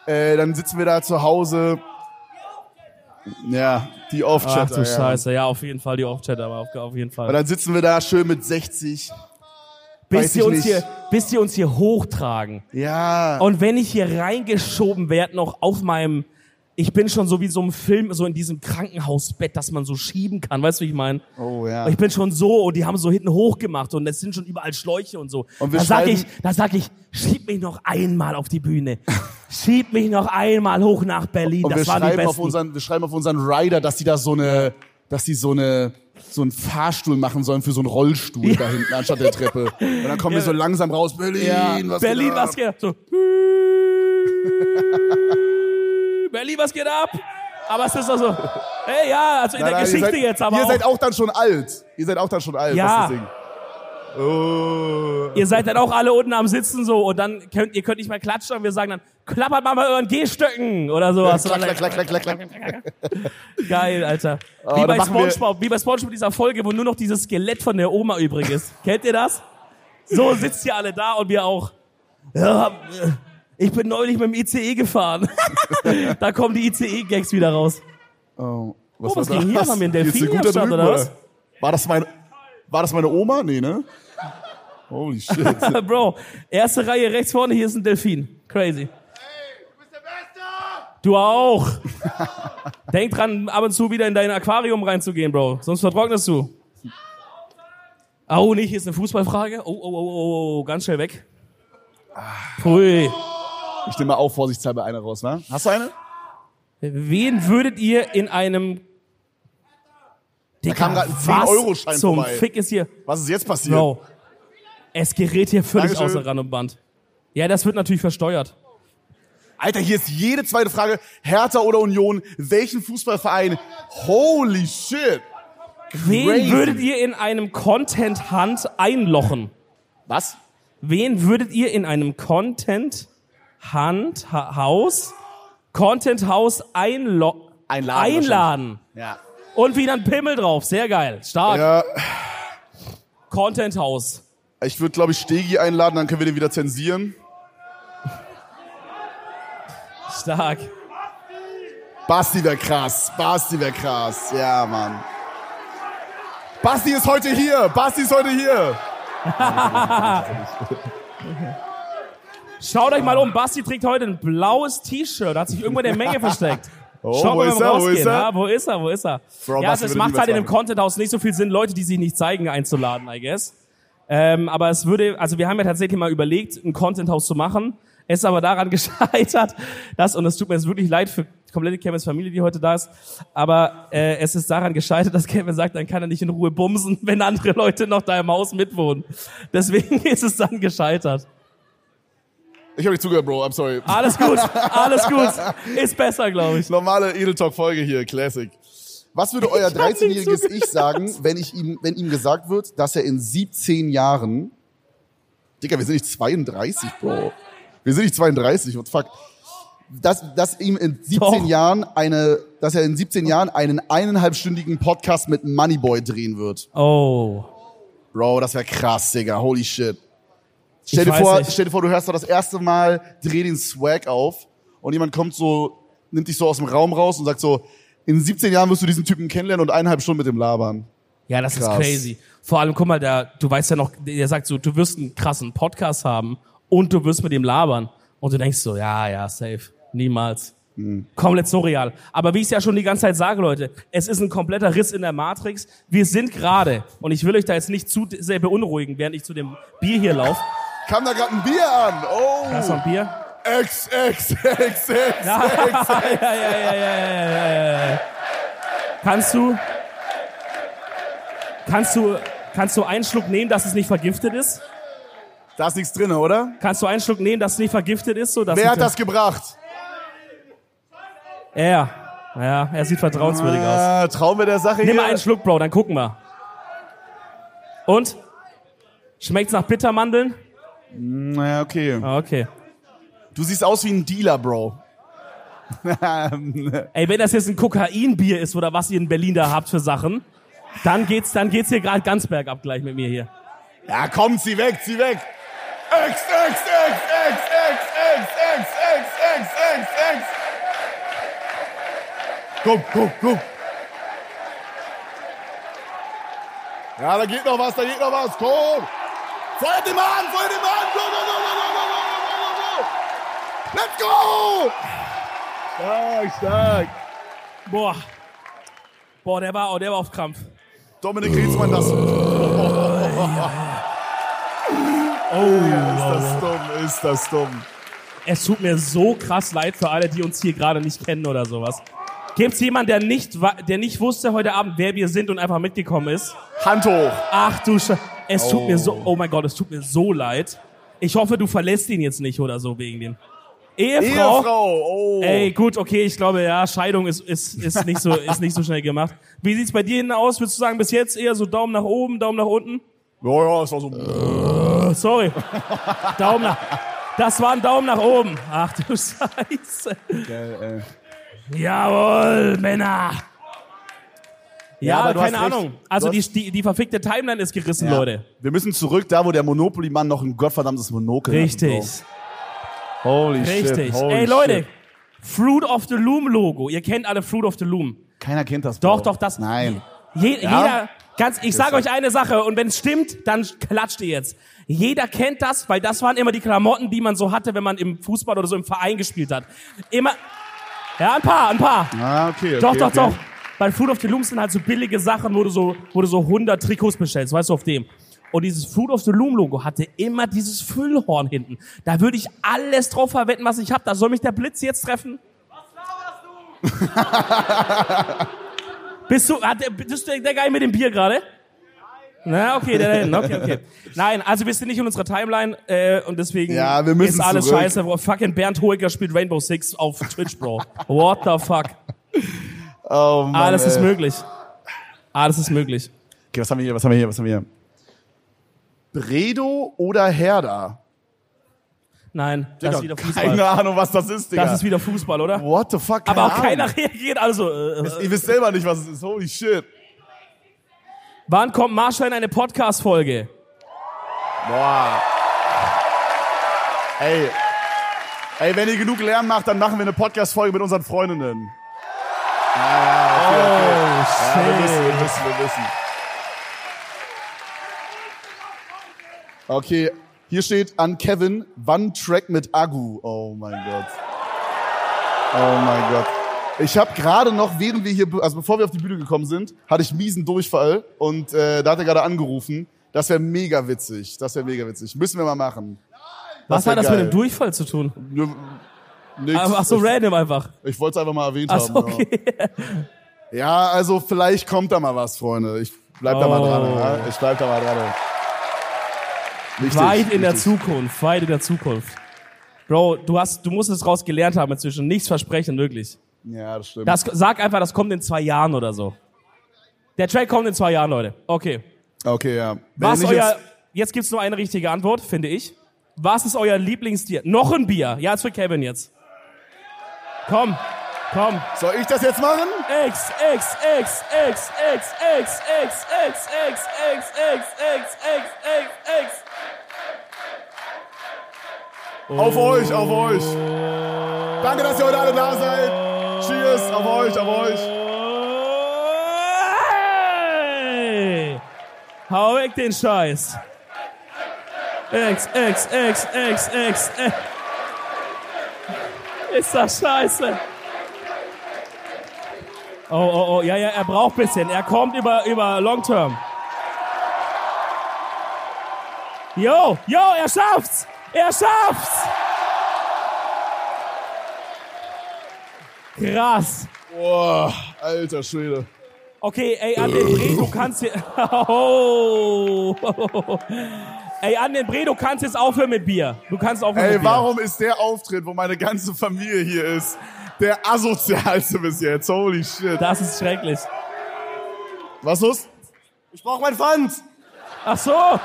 Äh, dann sitzen wir da zu Hause. Ja, die Ach Off-Chat. du Scheiße. Ja, auf jeden Fall die Off-Chat, aber auf, auf jeden Und Fall. dann sitzen wir da schön mit 60. Bis weiß die, ich uns nicht. hier, bis die uns hier hochtragen. Ja. Und wenn ich hier reingeschoben werde, noch auf meinem, ich bin schon so wie so im Film, so in diesem Krankenhausbett, dass man so schieben kann, weißt du, wie ich meine? Oh ja. Ich bin schon so und die haben so hinten hochgemacht und es sind schon überall Schläuche und so. Und wir da sag schreiben- ich, da sag ich, schieb mich noch einmal auf die Bühne. schieb mich noch einmal hoch nach Berlin. Und wir das waren die schreiben, besten. auf unseren, wir schreiben auf unseren Rider, dass die da so eine, dass die so eine, so einen Fahrstuhl machen sollen für so einen Rollstuhl da hinten anstatt der Treppe. Und dann kommen wir so langsam raus. Berlin, Ja, was Berlin, geht ab? was geht ab? So. <laughs> Berlin, was geht ab? Aber es ist doch so, hey, ja, also in Nein, der nein, Geschichte ihr seid, jetzt, aber Ihr auch, seid auch dann schon alt. Ihr seid auch dann schon alt. Ja. Das ist das Ding. Oh. ihr seid dann auch alle unten am Sitzen so und dann könnt, ihr könnt nicht mehr klatschen und wir sagen dann, klappert mal bei euren Gehstöcken oder sowas. klack, klack, klack, klack, klack, klack. Geil, Alter. Wie dann bei, machen wir- SpongeBob, wie bei SpongeBob dieser Folge, wo nur noch dieses Skelett von der Oma <laughs> übrig ist. Kennt ihr das? So sitzt ihr alle da und wir auch. Ja, ich bin neulich mit dem ICE gefahren. <laughs> da kommen die ICE-Gags wieder raus. Oh, Oh, was ging hier? Haben wir einen Hier ist Delfin ein guter am Start, drüben, oder was? War das mein, war das meine Oma? Nee, ne? Holy shit. <laughs> Bro, erste Reihe rechts vorne, hier ist ein Delfin. Crazy. Du auch. <laughs> Denk dran, ab und zu wieder in dein Aquarium reinzugehen, Bro. Sonst vertrocknest du. Oh, nicht, hier ist eine Fußballfrage. Oh, oh, oh, oh, oh, ganz schnell weg. Hui. Ich nehme mal auf, vorsichtshalber eine raus, ne? Hast du eine? Wen würdet ihr in einem... Dicker, kam grad ein was 10-Euro-Schein zum vorbei. Fick ist hier... Was ist jetzt passiert? Bro, es gerät hier völlig Dankeschön. außer Rand und Band. Ja, das wird natürlich versteuert. Alter, hier ist jede zweite Frage. Hertha oder Union? Welchen Fußballverein? Holy shit. Wen Crazy. würdet ihr in einem Content Hunt einlochen? Was? Wen würdet ihr in einem Content Hunt ha Haus Content Haus einlo Einladen. einladen Ja. und wieder ein Pimmel drauf. Sehr geil. Stark. Ja, Content Haus. ich würde, glaube ich, Stegi einladen, dann können wir den wieder zensieren. Stark. Basti wär krass. Basti wär krass. Ja, Mann. Basti ist heute hier. Basti ist heute hier. Schaut euch mal um. Basti trägt heute ein blaues T-Shirt. Hat sich irgendwo in der Menge versteckt. <laughs> Oh, Schaut wo mal ist beim er? Wo Rausgehen, ist er? Ja, wo ist er? Wo ist er? Bro, Basti ja, also es würde macht niemals halt in einem sagen. Content House nicht so viel Sinn, Leute, die sich nicht zeigen, einzuladen, I guess. Ähm, aber es würde, also wir haben ja tatsächlich mal überlegt, ein Content House zu machen. Es ist aber daran <laughs> gescheitert, dass, und es tut mir jetzt wirklich leid für die komplette Kevins Familie, die heute da ist, aber äh, es ist daran gescheitert, dass Kevin sagt, dann kann er nicht in Ruhe bumsen, <laughs> wenn andere Leute noch da im Haus mitwohnen. Deswegen <laughs> ist es dann gescheitert. Ich habe nicht zugehört, Bro. I'm sorry. Alles gut, alles gut. Ist besser, glaube ich. Normale Edel Talk Folge hier. Classic. Was würde euer Ich hab nicht 13-jähriges zugehört. Ich sagen, wenn, ich ihm, wenn ihm gesagt wird, dass er in 17 Jahren... Digga, wir sind nicht 32, Bro. Wir sind nicht 32, what the fuck. Dass, dass ihm in 17 Doch. Jahren eine, dass er in 17 Jahren einen eineinhalbstündigen Podcast mit Moneyboy drehen wird. Oh. Bro, das wär krass, Digga. Holy shit. Stell dir, weiß vor, nicht. stell dir vor, du hörst da das erste Mal, dreh den Swag auf und jemand kommt so, nimmt dich so aus dem Raum raus und sagt so, in 17 Jahren wirst du diesen Typen kennenlernen und eineinhalb Stunden mit dem labern. Ja, das Krass. ist crazy. Vor allem, guck mal, der, du weißt ja noch, der sagt so, du wirst einen krassen Podcast haben und du wirst mit ihm labern. Und du denkst so, ja, ja, safe. Niemals. Komplett surreal. Aber wie ich es ja schon die ganze Zeit sage, Leute, es ist ein kompletter Riss in der Matrix. Wir sind gerade, und ich will euch da jetzt nicht zu sehr beunruhigen, während ich zu dem Bier hier laufe. Kam da gerade ein Bier an? Hast du Oh! ein Bier? Ex, ex, ex, ex. ja, ja, ja, ja, ja, ja, ja, ja. Kannst du, kannst du, Kannst du einen Schluck nehmen, dass es nicht vergiftet ist? Da ist nichts drinne, oder? Kannst du einen Schluck nehmen, dass es nicht vergiftet ist? So, dass Wer nicht- hat das gebracht? Er. Ja, er sieht vertrauenswürdig aus. Äh, trauen wir der Sache Nimm hier? mal einen Schluck, Bro, dann gucken wir. Und? Schmeckt's nach Bittermandeln? Naja, okay. Ah, Okay. Du siehst aus wie ein Dealer, <laughs> Bro. <laughs> Ey, wenn das jetzt ein Kokainbier ist oder was ihr in Berlin da habt für Sachen, dann geht's, dann geht's hier gerade ganz bergab gleich mit mir hier. Ja, komm, zieh weg, zieh weg. Ex, ex, ex, ex, ex, ex, ex, ex, ex, ex, ex. Komm, komm, komm. Ja, da geht noch was, da geht noch was. Komm. Feuert den mal an, feuert den mal an. Go, go, go, go, go, go, go, go, go, go. Let's go. Stark, stark. Boah. Boah, der war, oh, der war auf Krampf. Dominik Rietzmann, <laughs> das. Oh, Ist das dumm, ist das dumm. es tut mir so krass leid für alle, die uns hier gerade nicht kennen oder sowas. Gibt's jemanden, der nicht, wa- der nicht wusste heute Abend, wer wir sind und einfach mitgekommen ist? Hand hoch. Ach du Sche... Es tut mir so, oh mein Gott, es tut mir so leid. Ich hoffe, du verlässt ihn jetzt nicht oder so wegen dem. Ehefrau. Ehefrau. Oh. Ey, gut, okay, ich glaube, ja, Scheidung ist, ist, ist, nicht, so, ist nicht so schnell gemacht. Wie sieht's bei dir denn aus? Würdest du sagen, bis jetzt eher so Daumen nach oben, Daumen nach unten? Ja, ja, es war so. Oh, sorry. Daumen nach. Das war ein Daumen nach oben. Ach du Scheiße. Äh, äh. Jawohl, Männer. Ja, aber du keine hast recht. Ahnung. Also Du die, die, die verfickte Timeline ist gerissen, Ja. Leute. Wir müssen zurück da, wo der Monopoly-Mann noch ein gottverdammtes Monokel hat, Richtig. Bro. Holy Richtig. shit. Holy Ey, Leute. Shit. Fruit of the Loom Logo. Ihr kennt alle Fruit of the Loom. Keiner kennt das, Doch, Bro. doch, das. Nein. Je, Ja? Jeder, ganz, ich sage Deshalb. euch eine Sache und wenn es stimmt, dann klatscht ihr jetzt. Jeder kennt das, weil das waren immer die Klamotten, die man so hatte, wenn man im Fußball oder so im Verein gespielt hat. Immer, ja, ein paar, ein paar. Ah, okay. okay doch, doch, okay. doch. Bei Food of the Loom sind halt so billige Sachen, wo du so, wo du so 100 Trikots bestellst, weißt du, auf dem. Und dieses Food of the Loom Logo hatte immer dieses Füllhorn hinten. Da würde ich alles drauf verwenden, was ich habe. Da soll mich der Blitz jetzt treffen. Bist du, hat, der- bist du der Geil mit dem Bier gerade? Na, okay, der da hinten, okay, okay. Nein, also wir sind nicht in unserer Timeline äh, und deswegen Ja, wir müssen ist alles zurück. scheiße. Fucking Bernd Hoeker spielt Rainbow Six auf Twitch, Bro. What the fuck? Oh, Mann, Alles Ah, ist ey. möglich. Alles ist möglich. Okay, was haben wir hier? Was haben wir hier? Was haben wir hier? Bredo oder Herder? Nein, das ist wieder keine Fußball. Ahnung, was das ist, Digga. Das ist wieder Fußball, oder? What the fuck? Keine Aber auch Ahnung. keiner reagiert. Also, äh, Ihr wisst selber nicht, was es ist. Holy shit. wann kommt Marshall in eine Podcast-Folge? Boah. Ey. Ey, wenn ihr genug Lärm macht, dann machen wir eine Podcast-Folge mit unseren Freundinnen. Oh, Ja, ja, okay, okay. Ja, wir wissen, wir wissen, wir wissen. Okay, hier steht an Kevin, wann Track mit Agu? Oh mein Gott. Oh mein Gott. Ich habe gerade noch, während wir hier, also bevor wir auf die Bühne gekommen sind, hatte ich miesen Durchfall und äh, da hat er gerade angerufen. Das wäre mega witzig. Das wäre mega witzig. Müssen wir mal machen. Was wär hat das geil. mit dem Durchfall zu tun? Nix. Ah, Ach so, random einfach. Ich, ich wollte es einfach mal erwähnt Ach haben. so, okay. Ja. <laughs> ja, also vielleicht kommt da mal was, Freunde. Ich bleib da mal Oh. dran. Ja? Ich bleib da mal dran. Wichtig, Weit in der wichtig. Zukunft, weit in der Zukunft. Bro, du hast, du musst es draus gelernt haben inzwischen. Nichts versprechen, wirklich. Ja, das stimmt. Das, sag einfach, das kommt in zwei Jahren oder so. Der Track kommt in zwei Jahren, Leute. Okay. okay, ja. Wenn Was ihr euer. nicht Jetzt, gibt's nur eine richtige Antwort, finde ich. Was ist euer Lieblingstier? Noch ein Bier. Ja, ist für Kevin jetzt. Komm, komm. jetzt, soll ich das jetzt machen? X, X, X, X, X, X, X, X, X, X, X, X, X, X, X. Oh. Auf euch, auf euch. Danke, dass ihr heute alle da seid. Cheers, auf euch, auf euch. Hey! Hau weg den Scheiß. X, X, X, X, X, X. Ist das scheiße. Oh, oh, oh, ja, ja, er braucht bisschen. Er kommt über, über Long Term. Yo, yo, er schafft's! Er schafft's! Krass. Boah, alter Schwede. Okay, ey, an den Bre, du kannst hier. <laughs> Oh. Ey, an den Bre, du kannst jetzt aufhören mit Bier. Du kannst aufhören mit Ey, Bier. warum ist der Auftritt, wo meine ganze Familie hier ist, der asozialste bis jetzt? Holy shit. Das ist schrecklich. Was los? Ich brauche mein Pfand. Ach so.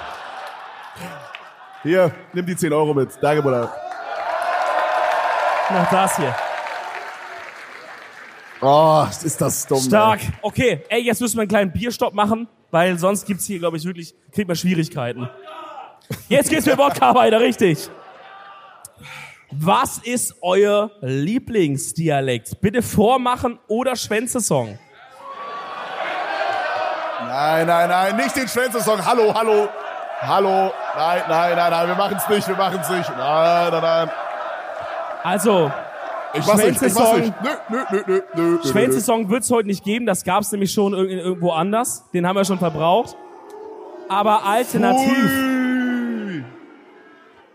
Hier, nimm die 10 Euro mit. Danke, Bruder. Nach das hier. Oh, ist das dumm. Stark. Ey. Okay, ey, jetzt müssen wir einen kleinen Bierstopp machen, weil sonst gibt's hier, glaube ich, wirklich, kriegt man Schwierigkeiten. Jetzt geht's mit Wodka weiter, richtig. Was ist euer Lieblingsdialekt? Bitte vormachen oder Schwänze-Song. Nein, nein, nein, nicht den Schwänze-Song. Hallo, hallo, hallo. Nein, nein, nein, nein, wir machen's nicht, wir machen's nicht. Nein, nein, nein. Also, Ich mach's nicht, ich mach's Schwänze-Song. nicht. Nö, nö, nö, nö, nö, nö, nö. Schwänze-Song wird's heute nicht geben, das gab's nämlich schon irg- irgendwo anders. Den haben wir schon verbraucht. Aber alternativ, Ui.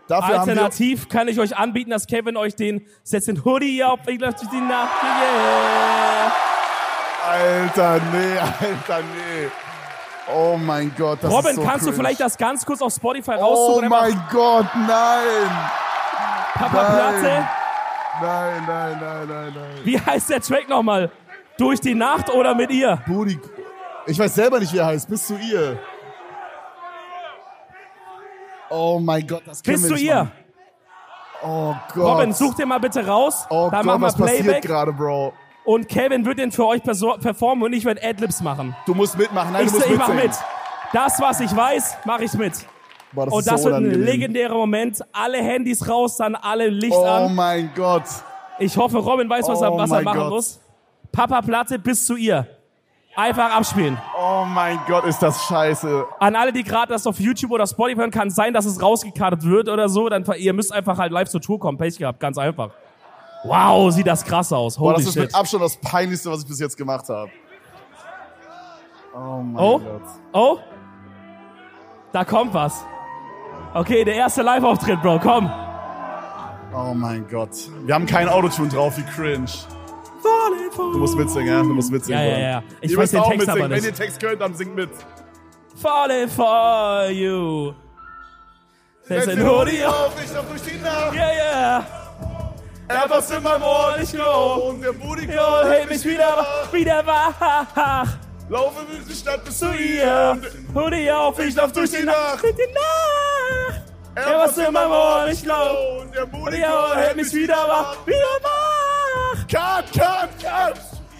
Dafür haben wir alternativ kann ich euch anbieten, dass Kevin euch den, setzt den Hoodie auf, ich lasse die Nacht, yeah. Alter, nee, Alter, nee. Oh mein Gott, das Robin, ist so kannst cringe. du vielleicht das ganz kurz auf Spotify Oh raussuchen? Einmal mein Gott, nein. Papa nein. Platte. Nein, nein, nein, nein, nein. Wie heißt der Track nochmal? Durch die Nacht oder mit ihr? Booty. Ich weiß selber nicht, wie er heißt. Bist du ihr? Oh mein Gott, das können Bist wir du nicht ihr? Machen. Oh Gott. Robin, such den mal bitte raus. Oh dann Gott, machen wir was passiert Playback. gerade, Bro? Und Kevin wird den für euch perso- performen und ich werde Adlibs machen. Du musst mitmachen. Nein, ich du musst ich mach mitsingen. mit. Das, was ich weiß, mache ich mit. Boah, das und ist das so wird ein unangenehm. legendärer Moment. Alle Handys raus, dann alle Licht Oh an. mein Gott. Ich hoffe, Robin weiß, was Oh er, was er mein machen Gott. muss. Papa Platte bis zu ihr. Einfach abspielen. Oh mein Gott, ist das scheiße. An alle, die gerade das auf YouTube oder Spotify hören, kann sein, dass es rausgekartet wird oder so. Dann ver- ihr müsst einfach halt live zur Tour kommen. Pech gehabt, ganz einfach. Wow, sieht das krass aus. Boah, Holy das ist shit. mit Abstand das Peinlichste, was ich bis jetzt gemacht habe. Oh mein Oh? Gott. Oh, da kommt was. Okay, der erste Live-Auftritt, Bro. Komm. Oh mein Gott. Wir haben keinen Autotune drauf, wie cringe. Du musst mitsingen, ja? Du musst mitsingen. Ja, ja, Bruder. ja. Ich ihr weiß müsst den auch Text aber mitsingen. nicht. Wenn ihr Text könnt, dann singt mit. Falling for you. There's a Setz den Hoodie hoodie on. auf, ich lauf durch die Nacht. Yeah, yeah. Etwas in meinem Ohr nicht glow. Und der Booty Yo, Call hey, mich wieder, wieder wach. Laufe durch die Stadt bis zu Yeah. ihr. Hoodie auf, ich lauf durch die Nacht. Durch die Nacht. Etwas in meinem Ohr nicht glow. Und der Booty Ja, Call hält mich wieder wach, wieder wach! Cut, cut, cut.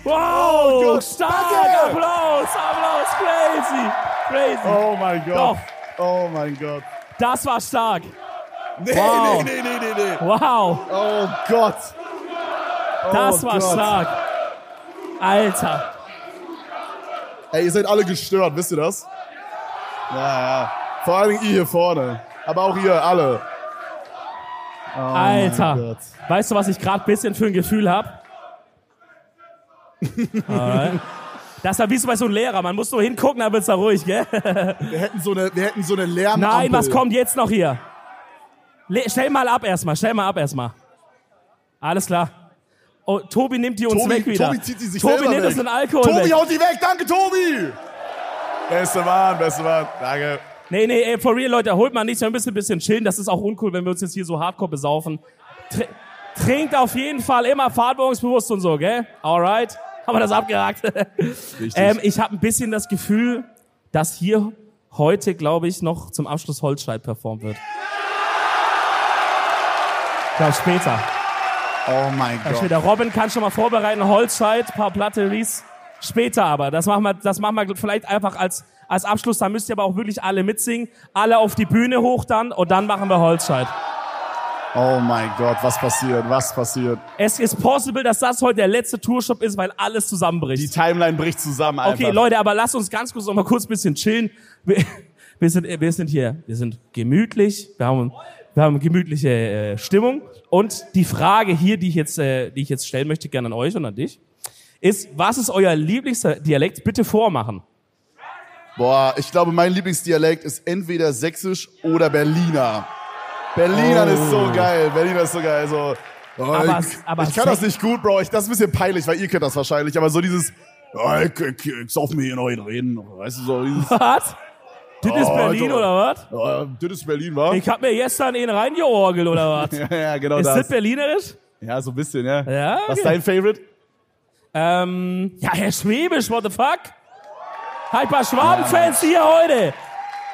Wow, Gott, stark! danke. Applaus, Applaus, crazy, crazy. Oh mein Doch. Gott. Oh mein Gott. Das war stark. Nee, Wow. nee, nee, nee, nee, nee. Wow, Oh Gott. Oh das war Gott. stark. Alter, Ey, ihr seid alle gestört, wisst ihr das? Ja, ja. Vor allem ihr hier vorne. Aber auch ihr, alle. Oh Alter. Gott. Weißt du, was ich gerade bisschen für ein Gefühl hab? Alright. Das war wie so bei so einem Lehrer. Man muss nur hingucken, dann wird's da ruhig, gell? Wir hätten so eine, wir hätten so eine Lärmampel. Nein, was kommt jetzt noch hier? Le stell mal ab erstmal, stell mal ab erstmal. Alles klar. Oh, Tobi nimmt die uns weg Tobi, wieder. Tobi zieht die sich Tobi selber nimmt weg. uns den Alkohol Tobi weg. haut die weg, danke Tobi. Beste Mann, beste Mann, danke. Nee, nee, ey, for real, Leute, holt mal nichts, wir müssen ein bisschen chillen. Das ist auch uncool, wenn wir uns jetzt hier so hardcore besaufen. Tr trinkt auf jeden Fall immer verantwortungsbewusst und so, gell? Alright. Haben wir das abgehakt? <laughs> ähm, ich habe ein bisschen das Gefühl, dass hier heute, glaube ich, noch zum Abschluss Holzscheit performt wird. Ich glaube später. Oh mein Da steht Gott. Der Robin kann schon mal vorbereiten, Holzscheit, paar Platteries. Später aber. Das machen wir, das machen wir vielleicht einfach als, als Abschluss. Da müsst ihr aber auch wirklich alle mitsingen. Alle auf die Bühne hoch dann und dann machen wir Holzscheit. Oh mein Gott, was passiert, was passiert. Es ist possible, dass das heute der letzte Tourshop ist, weil alles Die zusammenbricht. Timeline bricht zusammen einfach. Okay, Leute, aber lasst uns ganz kurz noch mal kurz ein bisschen chillen. Wir, wir, sind, wir sind hier, wir sind gemütlich. Wir haben, wir haben gemütliche äh, Stimmung. Und die Frage hier, die ich jetzt, äh, die ich jetzt stellen möchte, gerne an euch und an dich, ist, was ist euer Lieblingsdialekt? Bitte vormachen. Boah, ich glaube, mein Lieblingsdialekt ist entweder Sächsisch oder Berliner. Berliner ist so geil. Berliner ist so geil. So, oh, Aber- ich, Oh. aber ich kann Sä- das nicht gut, Bro. Ich, das ist ein bisschen peilig, weil ihr kennt das wahrscheinlich. Aber so dieses ja, ich, ich, ich sauf mir hier noch einen reden. Weißt du, so <laughs> dieses, Was? Das ist Oh, Berlin Alter. oder was? ja, das ist Berlin, wa? Ich hab mir gestern einen reingeorgelt oder was? <laughs> ja, ja, genau Ist das das. berlinerisch? Ja, so ein bisschen, ja. Ja, Was ist okay. dein Favorite? Ähm, ja, Herr Schwäbisch, what the fuck? Halt paar Schwaben-Fans hier heute.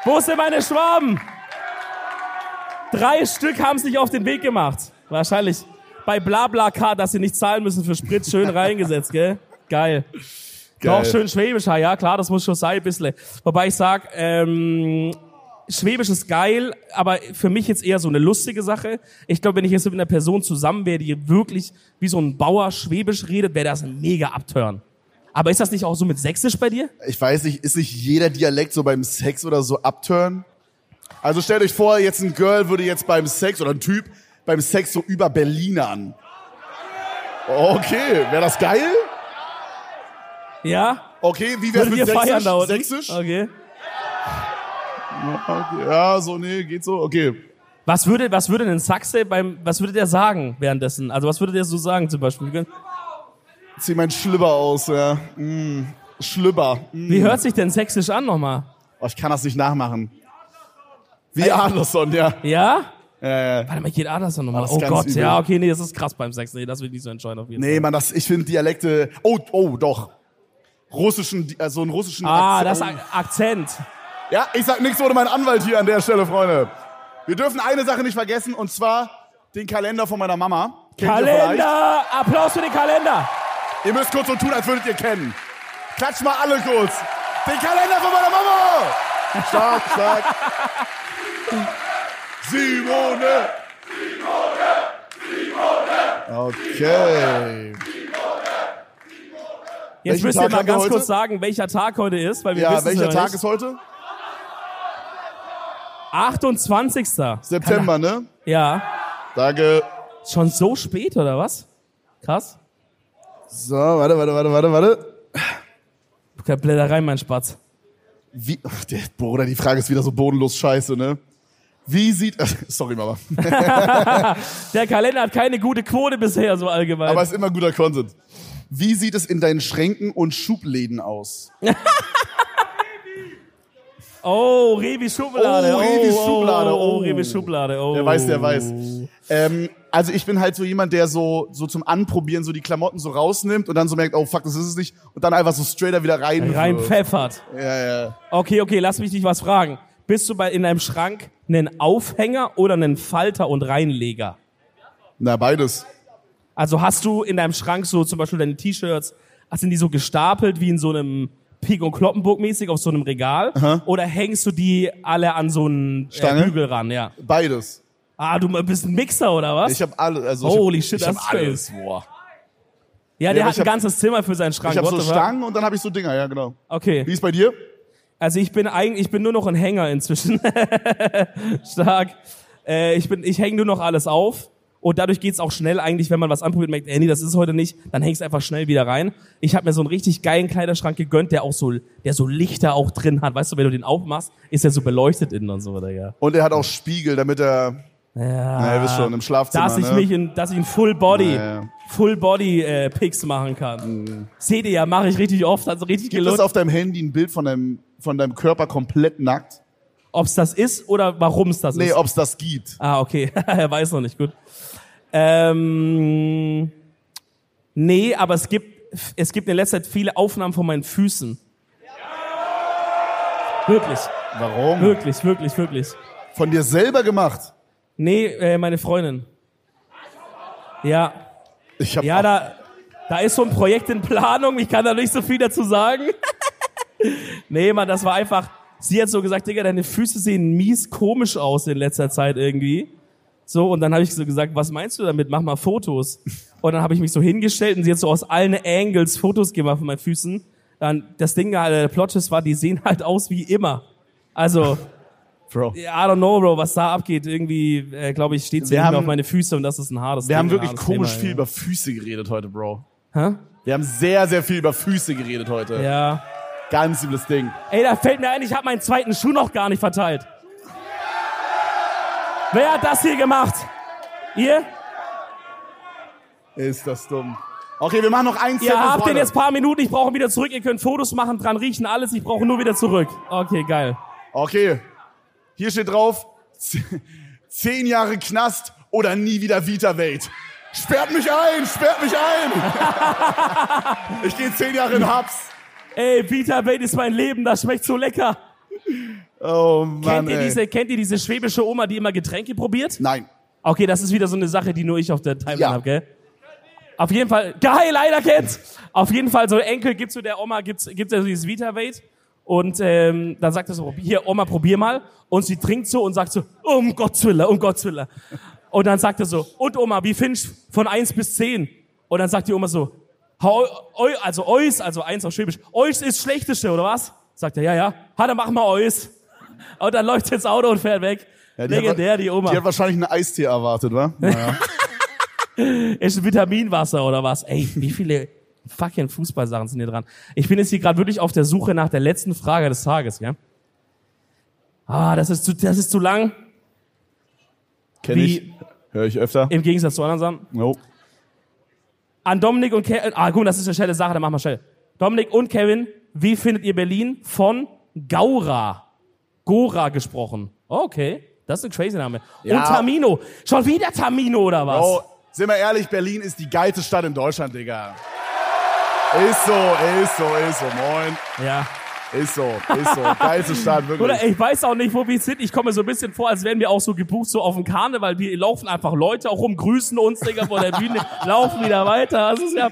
Wo sind meine Schwaben? Drei Stück haben sich auf den Weg gemacht. Wahrscheinlich bei BlaBlaCar, dass sie nicht zahlen müssen für Sprit, schön reingesetzt, gell? Geil. Doch, schön Schwäbisch, ja, ja, klar, das muss schon sein, ein bisschen. Wobei ich sag, ähm, Schwäbisch ist geil, aber für mich jetzt eher so eine lustige Sache. Ich glaube, wenn ich jetzt mit einer Person zusammen wäre, die wirklich wie so ein Bauer Schwäbisch redet, wäre das ein mega Abturn. Aber ist das nicht auch so mit Sächsisch bei dir? Ich weiß nicht, ist nicht jeder Dialekt so beim Sex oder so upturn? Also stellt euch vor, jetzt ein Girl würde jetzt beim Sex oder ein Typ beim Sex so über Berlinern. Okay, wäre das geil? Ja? Okay, wie wär's Würdet mit ihr feiern Sächsisch? da unten? Sächsisch? Okay. Okay, Ja, so, nee, geht so. Okay. Was würde, was würde denn Sachse beim, was würde der sagen währenddessen? Also was würde der so sagen zum Beispiel? Zieh mein Schlibber aus, ja. Mm, Schlibber. Mm. Wie hört sich denn Sächsisch an nochmal? Oh, ich kann das nicht nachmachen. Wie Adlerson, ja. Ja? Ja, ja. Warte mal, ich geht Adlerson nochmal. das ist Oh ganz Gott, übel. ja, okay, nee, das ist krass beim Sex. Nee, das will ich nicht so entscheiden auf jeden Nee, man, das, ich finde Dialekte. Oh, oh, doch. Russischen, also einen russischen Fall. Ah, das Akzent. ist ein Akzent. Ja, ich sag nichts ohne meinen Anwalt hier an der Stelle, Freunde. Wir dürfen eine Sache nicht vergessen und zwar den Kalender von meiner Mama. Kennt Ihr, vielleicht? Kalender! Applaus für den Kalender! ihr müsst kurz so tun, als würdet ihr kennen. Klatsch mal alle kurz. Den Kalender von meiner Mama. Stark, stark. Simone. Simone. Simone. Okay. Jetzt Welchen müsst ihr Tag mal haben wir ganz heute? kurz sagen, welcher Tag heute ist, weil wir Ja, wissen es welcher ja Tag nicht. ist heute? 28. September, ne? Ja. Danke. Schon so spät, oder was? Krass. So, warte, warte, warte, warte, warte. Blätter rein, mein Spatz. Wie, ach, der, Bruder, die Frage ist wieder so bodenlos scheiße, ne? Wie sieht, sorry Mama, Der Kalender hat keine gute Quote bisher, so allgemein. aber ist immer guter Content. Wie sieht es in deinen Schränken und Schubläden aus? oh, Revi Schublade. Oh, Revis Schublade, Oh, oh. Revi Schublade. Oh. Wer weiß, der weiß. Ähm, also ich bin halt so jemand, der so, so zum Anprobieren so die Klamotten so rausnimmt und dann so merkt, oh fuck, das ist es nicht und dann einfach so straighter wieder rein. Rein so. pfeffert. Ja, ja. Okay, okay, lass mich dich was fragen. Bist du bei, in deinem Schrank nen Aufhänger oder nen Falter und Reinleger? Na, beides. Also hast du in deinem Schrank so zum Beispiel deine T-Shirts, ach, sind die so gestapelt wie in so einem Pig und Kloppenburg mäßig auf so einem Regal? Oder hängst du die alle an so einen äh, Stange? Bügel ran? Ja. Beides. Ah, du bist ein Mixer oder was? Ich habe alle, also Holy ich hab, shit, ich das hab ist alles. alles. Boah. Ja, der aber hat ich ein hab- ganzes Zimmer für seinen Schrank. Ich habe What so the fuck? Stangen und dann habe ich so Dinger, ja genau. Okay. Wie ist bei dir? Also ich bin eigentlich, ich bin nur noch ein Hänger inzwischen. <laughs> Stark. Äh, ich bin, ich hänge nur noch alles auf. Und dadurch geht's auch schnell eigentlich, wenn man was anprobiert, merkt, ey, nee, das ist heute nicht, dann hängst einfach schnell wieder rein. Ich habe mir so einen richtig geilen Kleiderschrank gegönnt, der auch so, der so Lichter auch drin hat. Weißt du, wenn du den aufmachst, ist der so beleuchtet innen und so, Digga. Und er hat auch Spiegel, damit er, Ja. na, ihr wisst schon, im Schlafzimmer. dass ich ne? mich in, dass ich in Full Body, Ja, ja. Full Body äh, Picks machen kann. Seht ihr ja, mache ich richtig oft, also richtig Gibt es gelohnt. auf deinem Handy ein Bild von deinem, von deinem Körper komplett nackt? Ob's das ist oder warum's das ist. Nee, ob's das gibt. Ah, okay. <laughs> er weiß noch nicht, gut. Ähm, nee, aber es gibt, es gibt in letzter Zeit viele Aufnahmen von meinen Füßen. Wirklich, Warum? wirklich, wirklich, wirklich. Von dir selber gemacht. Nee, äh, meine Freundin. Ja, Ich hab ja, da, da ist so ein Projekt in Planung. Ich kann da nicht so viel dazu sagen. <laughs> nee, Mann, das war einfach. Sie hat so gesagt, Digga, deine Füße sehen mies komisch aus in letzter Zeit irgendwie. So, und dann habe ich so gesagt, was meinst du damit? Mach mal Fotos. Und dann habe ich mich so hingestellt und sie hat so aus allen Angles Fotos gemacht von meinen Füßen. Dann, das Ding, halt, der Plotches war, die sehen halt aus wie immer. Also, Bro. I don't know, Bro, was da abgeht. Irgendwie, äh, glaube ich, steht sie Wir nicht mehr haben- auf meine Füße und das ist ein hartes Wir Ding, haben ein wirklich hartes komisch Thema, viel ja. über Füße geredet heute, Bro. Hä? Wir haben sehr, sehr viel über Füße geredet heute. Ja. Ganz übles Ding. Ey, da fällt mir ein, ich habe meinen zweiten Schuh noch gar nicht verteilt. Wer hat das hier gemacht? Ihr? Ist das dumm. Okay, wir machen noch ein Ihr habt den Freunde. jetzt paar Minuten, ich brauche ihn wieder zurück. Ihr könnt Fotos machen, dran riechen, alles. Ich brauche ihn nur wieder zurück. Okay, geil. Okay. Hier steht drauf, <laughs> zehn Jahre Knast oder nie wieder Vita-Welt. Sperrt mich ein, sperrt mich <laughs> ein. ich gehe zehn Jahre in Habs. Ey, Vita Bait ist mein Leben, das schmeckt so lecker. Oh Mann, Kennt ihr, diese, kennt ihr diese schwäbische Oma, die immer Getränke probiert? Nein. Okay, das ist wieder so eine Sache, die nur ich auf der Timeline Ja. hab, gell? Auf jeden Fall, geil, einer kennt's. Auf jeden Fall, so ein Enkel gibt's so der Oma, gibt's, gibt's ja so dieses Vita-Weight. Und ähm, dann sagt er so, hier, Oma, probier mal. Und sie trinkt so und sagt so, um Gottes Willen, um Gottes Willen. Und dann sagt er so, und Oma, wie findest von 1 bis 10? Und dann sagt die Oma so, "Hau- eu, also eus, also eins auf Schwäbisch, eus ist schlechteste, oder was? Sagt er, ja, ja. Ha, dann mach mal eus. Und dann läuft ins Auto und fährt weg. Ja, die hat- Legendär, die Oma. Die hat wahrscheinlich einen Eistee erwartet, wa? Naja. ist Vitaminwasser oder was? Ey, wie viele fucking Fußballsachen sind hier dran? Ich bin jetzt hier gerade wirklich auf der Suche nach der letzten Frage des Tages, ja? Ah, das ist zu, das ist zu lang. Kenn ich. Wie- Hör ich öfter. Im Gegensatz zu anderen Sachen. No. An Dominik und Kevin. Ah, gut, das ist eine schnelle Sache, dann machen wir schnell. Dominik und Kevin, wie findet ihr Berlin von Gaura? Gora gesprochen. Okay, das ist ein crazy Name. Ja. Und Tamino. Schon wieder Tamino oder was? Oh, sind wir ehrlich, Berlin ist die geilste Stadt in Deutschland, Digga. Ist so, ist so, ist so, moin. Ja. Ist so, ist so. Geilste Stadt, wirklich. Oder ey, ich weiß auch nicht, wo wir sind. Ich komme mir so ein bisschen vor, als wären wir auch so gebucht, so auf dem Karneval. Wir laufen einfach Leute auch rum, grüßen uns, Digga, vor der <laughs> Bühne, laufen wieder weiter. Also, es ist ja,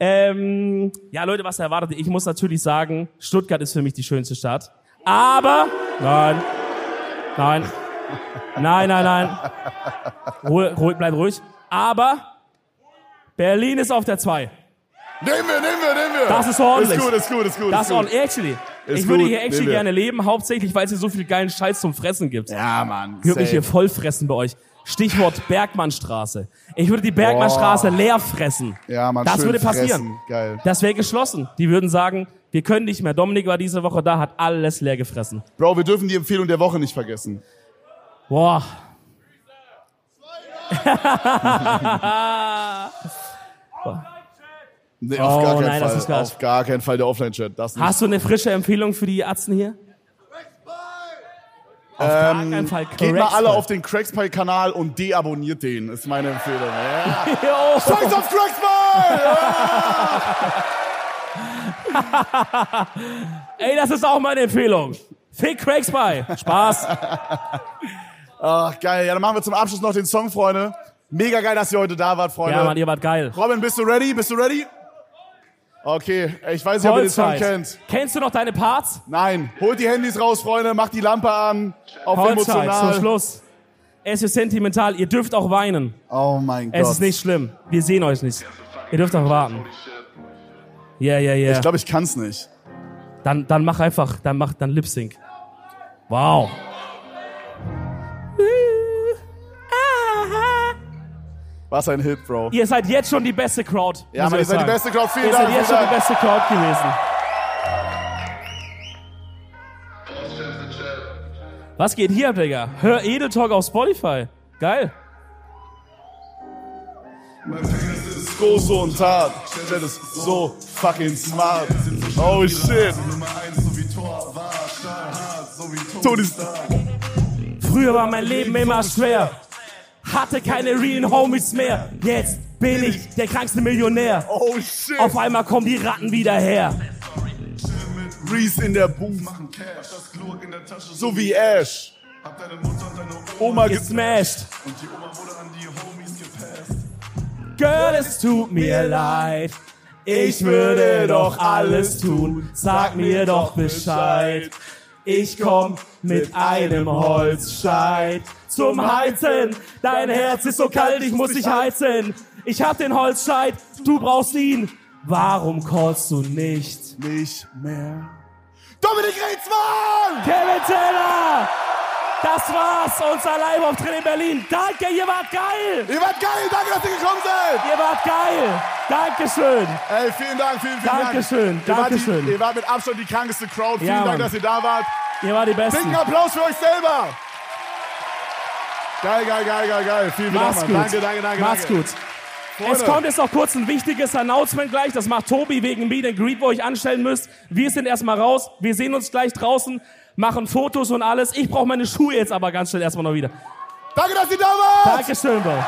ähm, ja, Leute, was erwartet ihr? Ich muss natürlich sagen, Stuttgart ist für mich die schönste Stadt. Aber, nein, nein, nein, nein, nein. Ruhe, Ruhe, bleib ruhig. Aber, Berlin ist auf der 2. Nehmen wir, nehmen wir, nehmen wir. Das ist ordentlich. Ist gut, ist gut, ist gut. Das ist gut. on, actually. Ist ich würde gut, hier actually nehmen wir. gerne leben, hauptsächlich, weil es hier so viel geilen Scheiß zum Fressen gibt. Ja, Mann. Ich würde mich safe. hier vollfressen bei euch. Stichwort Bergmannstraße. Ich würde die Bergmannstraße leer fressen. Ja, Mann, Das schön würde passieren. fressen. Geil. Das wäre geschlossen. Die würden sagen, wir können nicht mehr. Dominik war diese Woche da, hat alles leer gefressen. Bro, wir dürfen die Empfehlung der Woche nicht vergessen. Boah. Nee, auf Oh, gar keinen nein, das Fall. ist klar. auf gar keinen Fall der Offline-Chat. Das nicht. Hast du eine frische Empfehlung für die Atzen hier? Auf gar keinen Fall. Ähm, Geht mal alle Correct. auf den Crackspy-Kanal und deabonniert den, ist meine Empfehlung. Ja. <laughs> Jo. Scheiß auf Crackspy! Ja. Ey, das ist auch meine Empfehlung. Fick Craigs bei. Spaß. Ach, geil. Ja, dann machen wir zum Abschluss noch den Song, Freunde. Mega geil, dass ihr heute da wart, Freunde. Ja, Mann, ihr wart geil. Robin, bist du ready? Bist du ready? Okay, ich weiß nicht, ob ihr den Song Holzweiß. kennt. Kennst du noch deine Parts? Nein, holt die Handys raus, Freunde, macht die Lampe an, auf Holzweiß, zum emotional. Schluss. Es ist sentimental. Ihr dürft auch weinen. Oh mein Gott. Es ist nicht schlimm. Wir sehen euch nicht. Ihr dürft auch warten. Ja, ja, ja. Ich glaube, ich kann's nicht. Dann, dann mach einfach, dann mach dann Lip Sync. Wow. Was ein Hit, Bro. Ihr seid jetzt schon die beste Crowd. Ja, muss Mann, ich ihr seid die sagen. beste Crowd. Vielen Ihr Dank. seid vielen jetzt schon die Dank. beste Crowd gewesen. Was geht hier, ab, Digga? Hör Edel Talk auf Spotify. Geil. Mein Penis ist groß und hart. Chat ist so fucking smart. Oh shit. Tony Stark. Früher war mein Leben immer schwer. Hatte keine realen Homies mehr. Jetzt bin ich der krankste Millionär. Oh shit. Auf einmal kommen die Ratten wieder her. Reese in der Booth. So wie Ash. Oma ge- Gesmashed. Girl, es tut mir leid. Ich würde doch alles tun. Sag mir doch Bescheid. Ich komm mit einem Holzscheit zum Heizen. Dein Herz ist so kalt, ich muss dich heizen. Ich hab den Holzscheit, du brauchst ihn. Warum callst du nicht? nicht mehr. Dominik Reitzmann! Kevin Zeller! Das war's, unser Live-Auftritt in Berlin. Danke, ihr wart geil! Ihr wart geil, danke, dass ihr gekommen seid. Ihr wart geil! Dankeschön! Ey, vielen Dank, vielen, vielen Dankeschön, Dank. Ihr wart die- Dankeschön. Ihr wart mit Abstand die krankeste Crowd. Vielen Ja, Dank, Mann. dass ihr da wart. Ihr wart die Besten. Dicken Applaus für euch selber. Geil, geil, geil, geil, geil. Vielen Mach's Dank, gut. Mann. Danke, danke, danke. Mach's danke. gut. Es kommt jetzt noch kurz ein wichtiges Announcement gleich. Das macht Tobi wegen Meet and Greet, wo ihr euch anstellen müsst. Wir sind erstmal raus. Wir sehen uns gleich draußen, machen Fotos und alles. Ich brauche meine Schuhe jetzt aber ganz schnell erstmal noch wieder. Danke, dass ihr da wart! Dankeschön, Bro.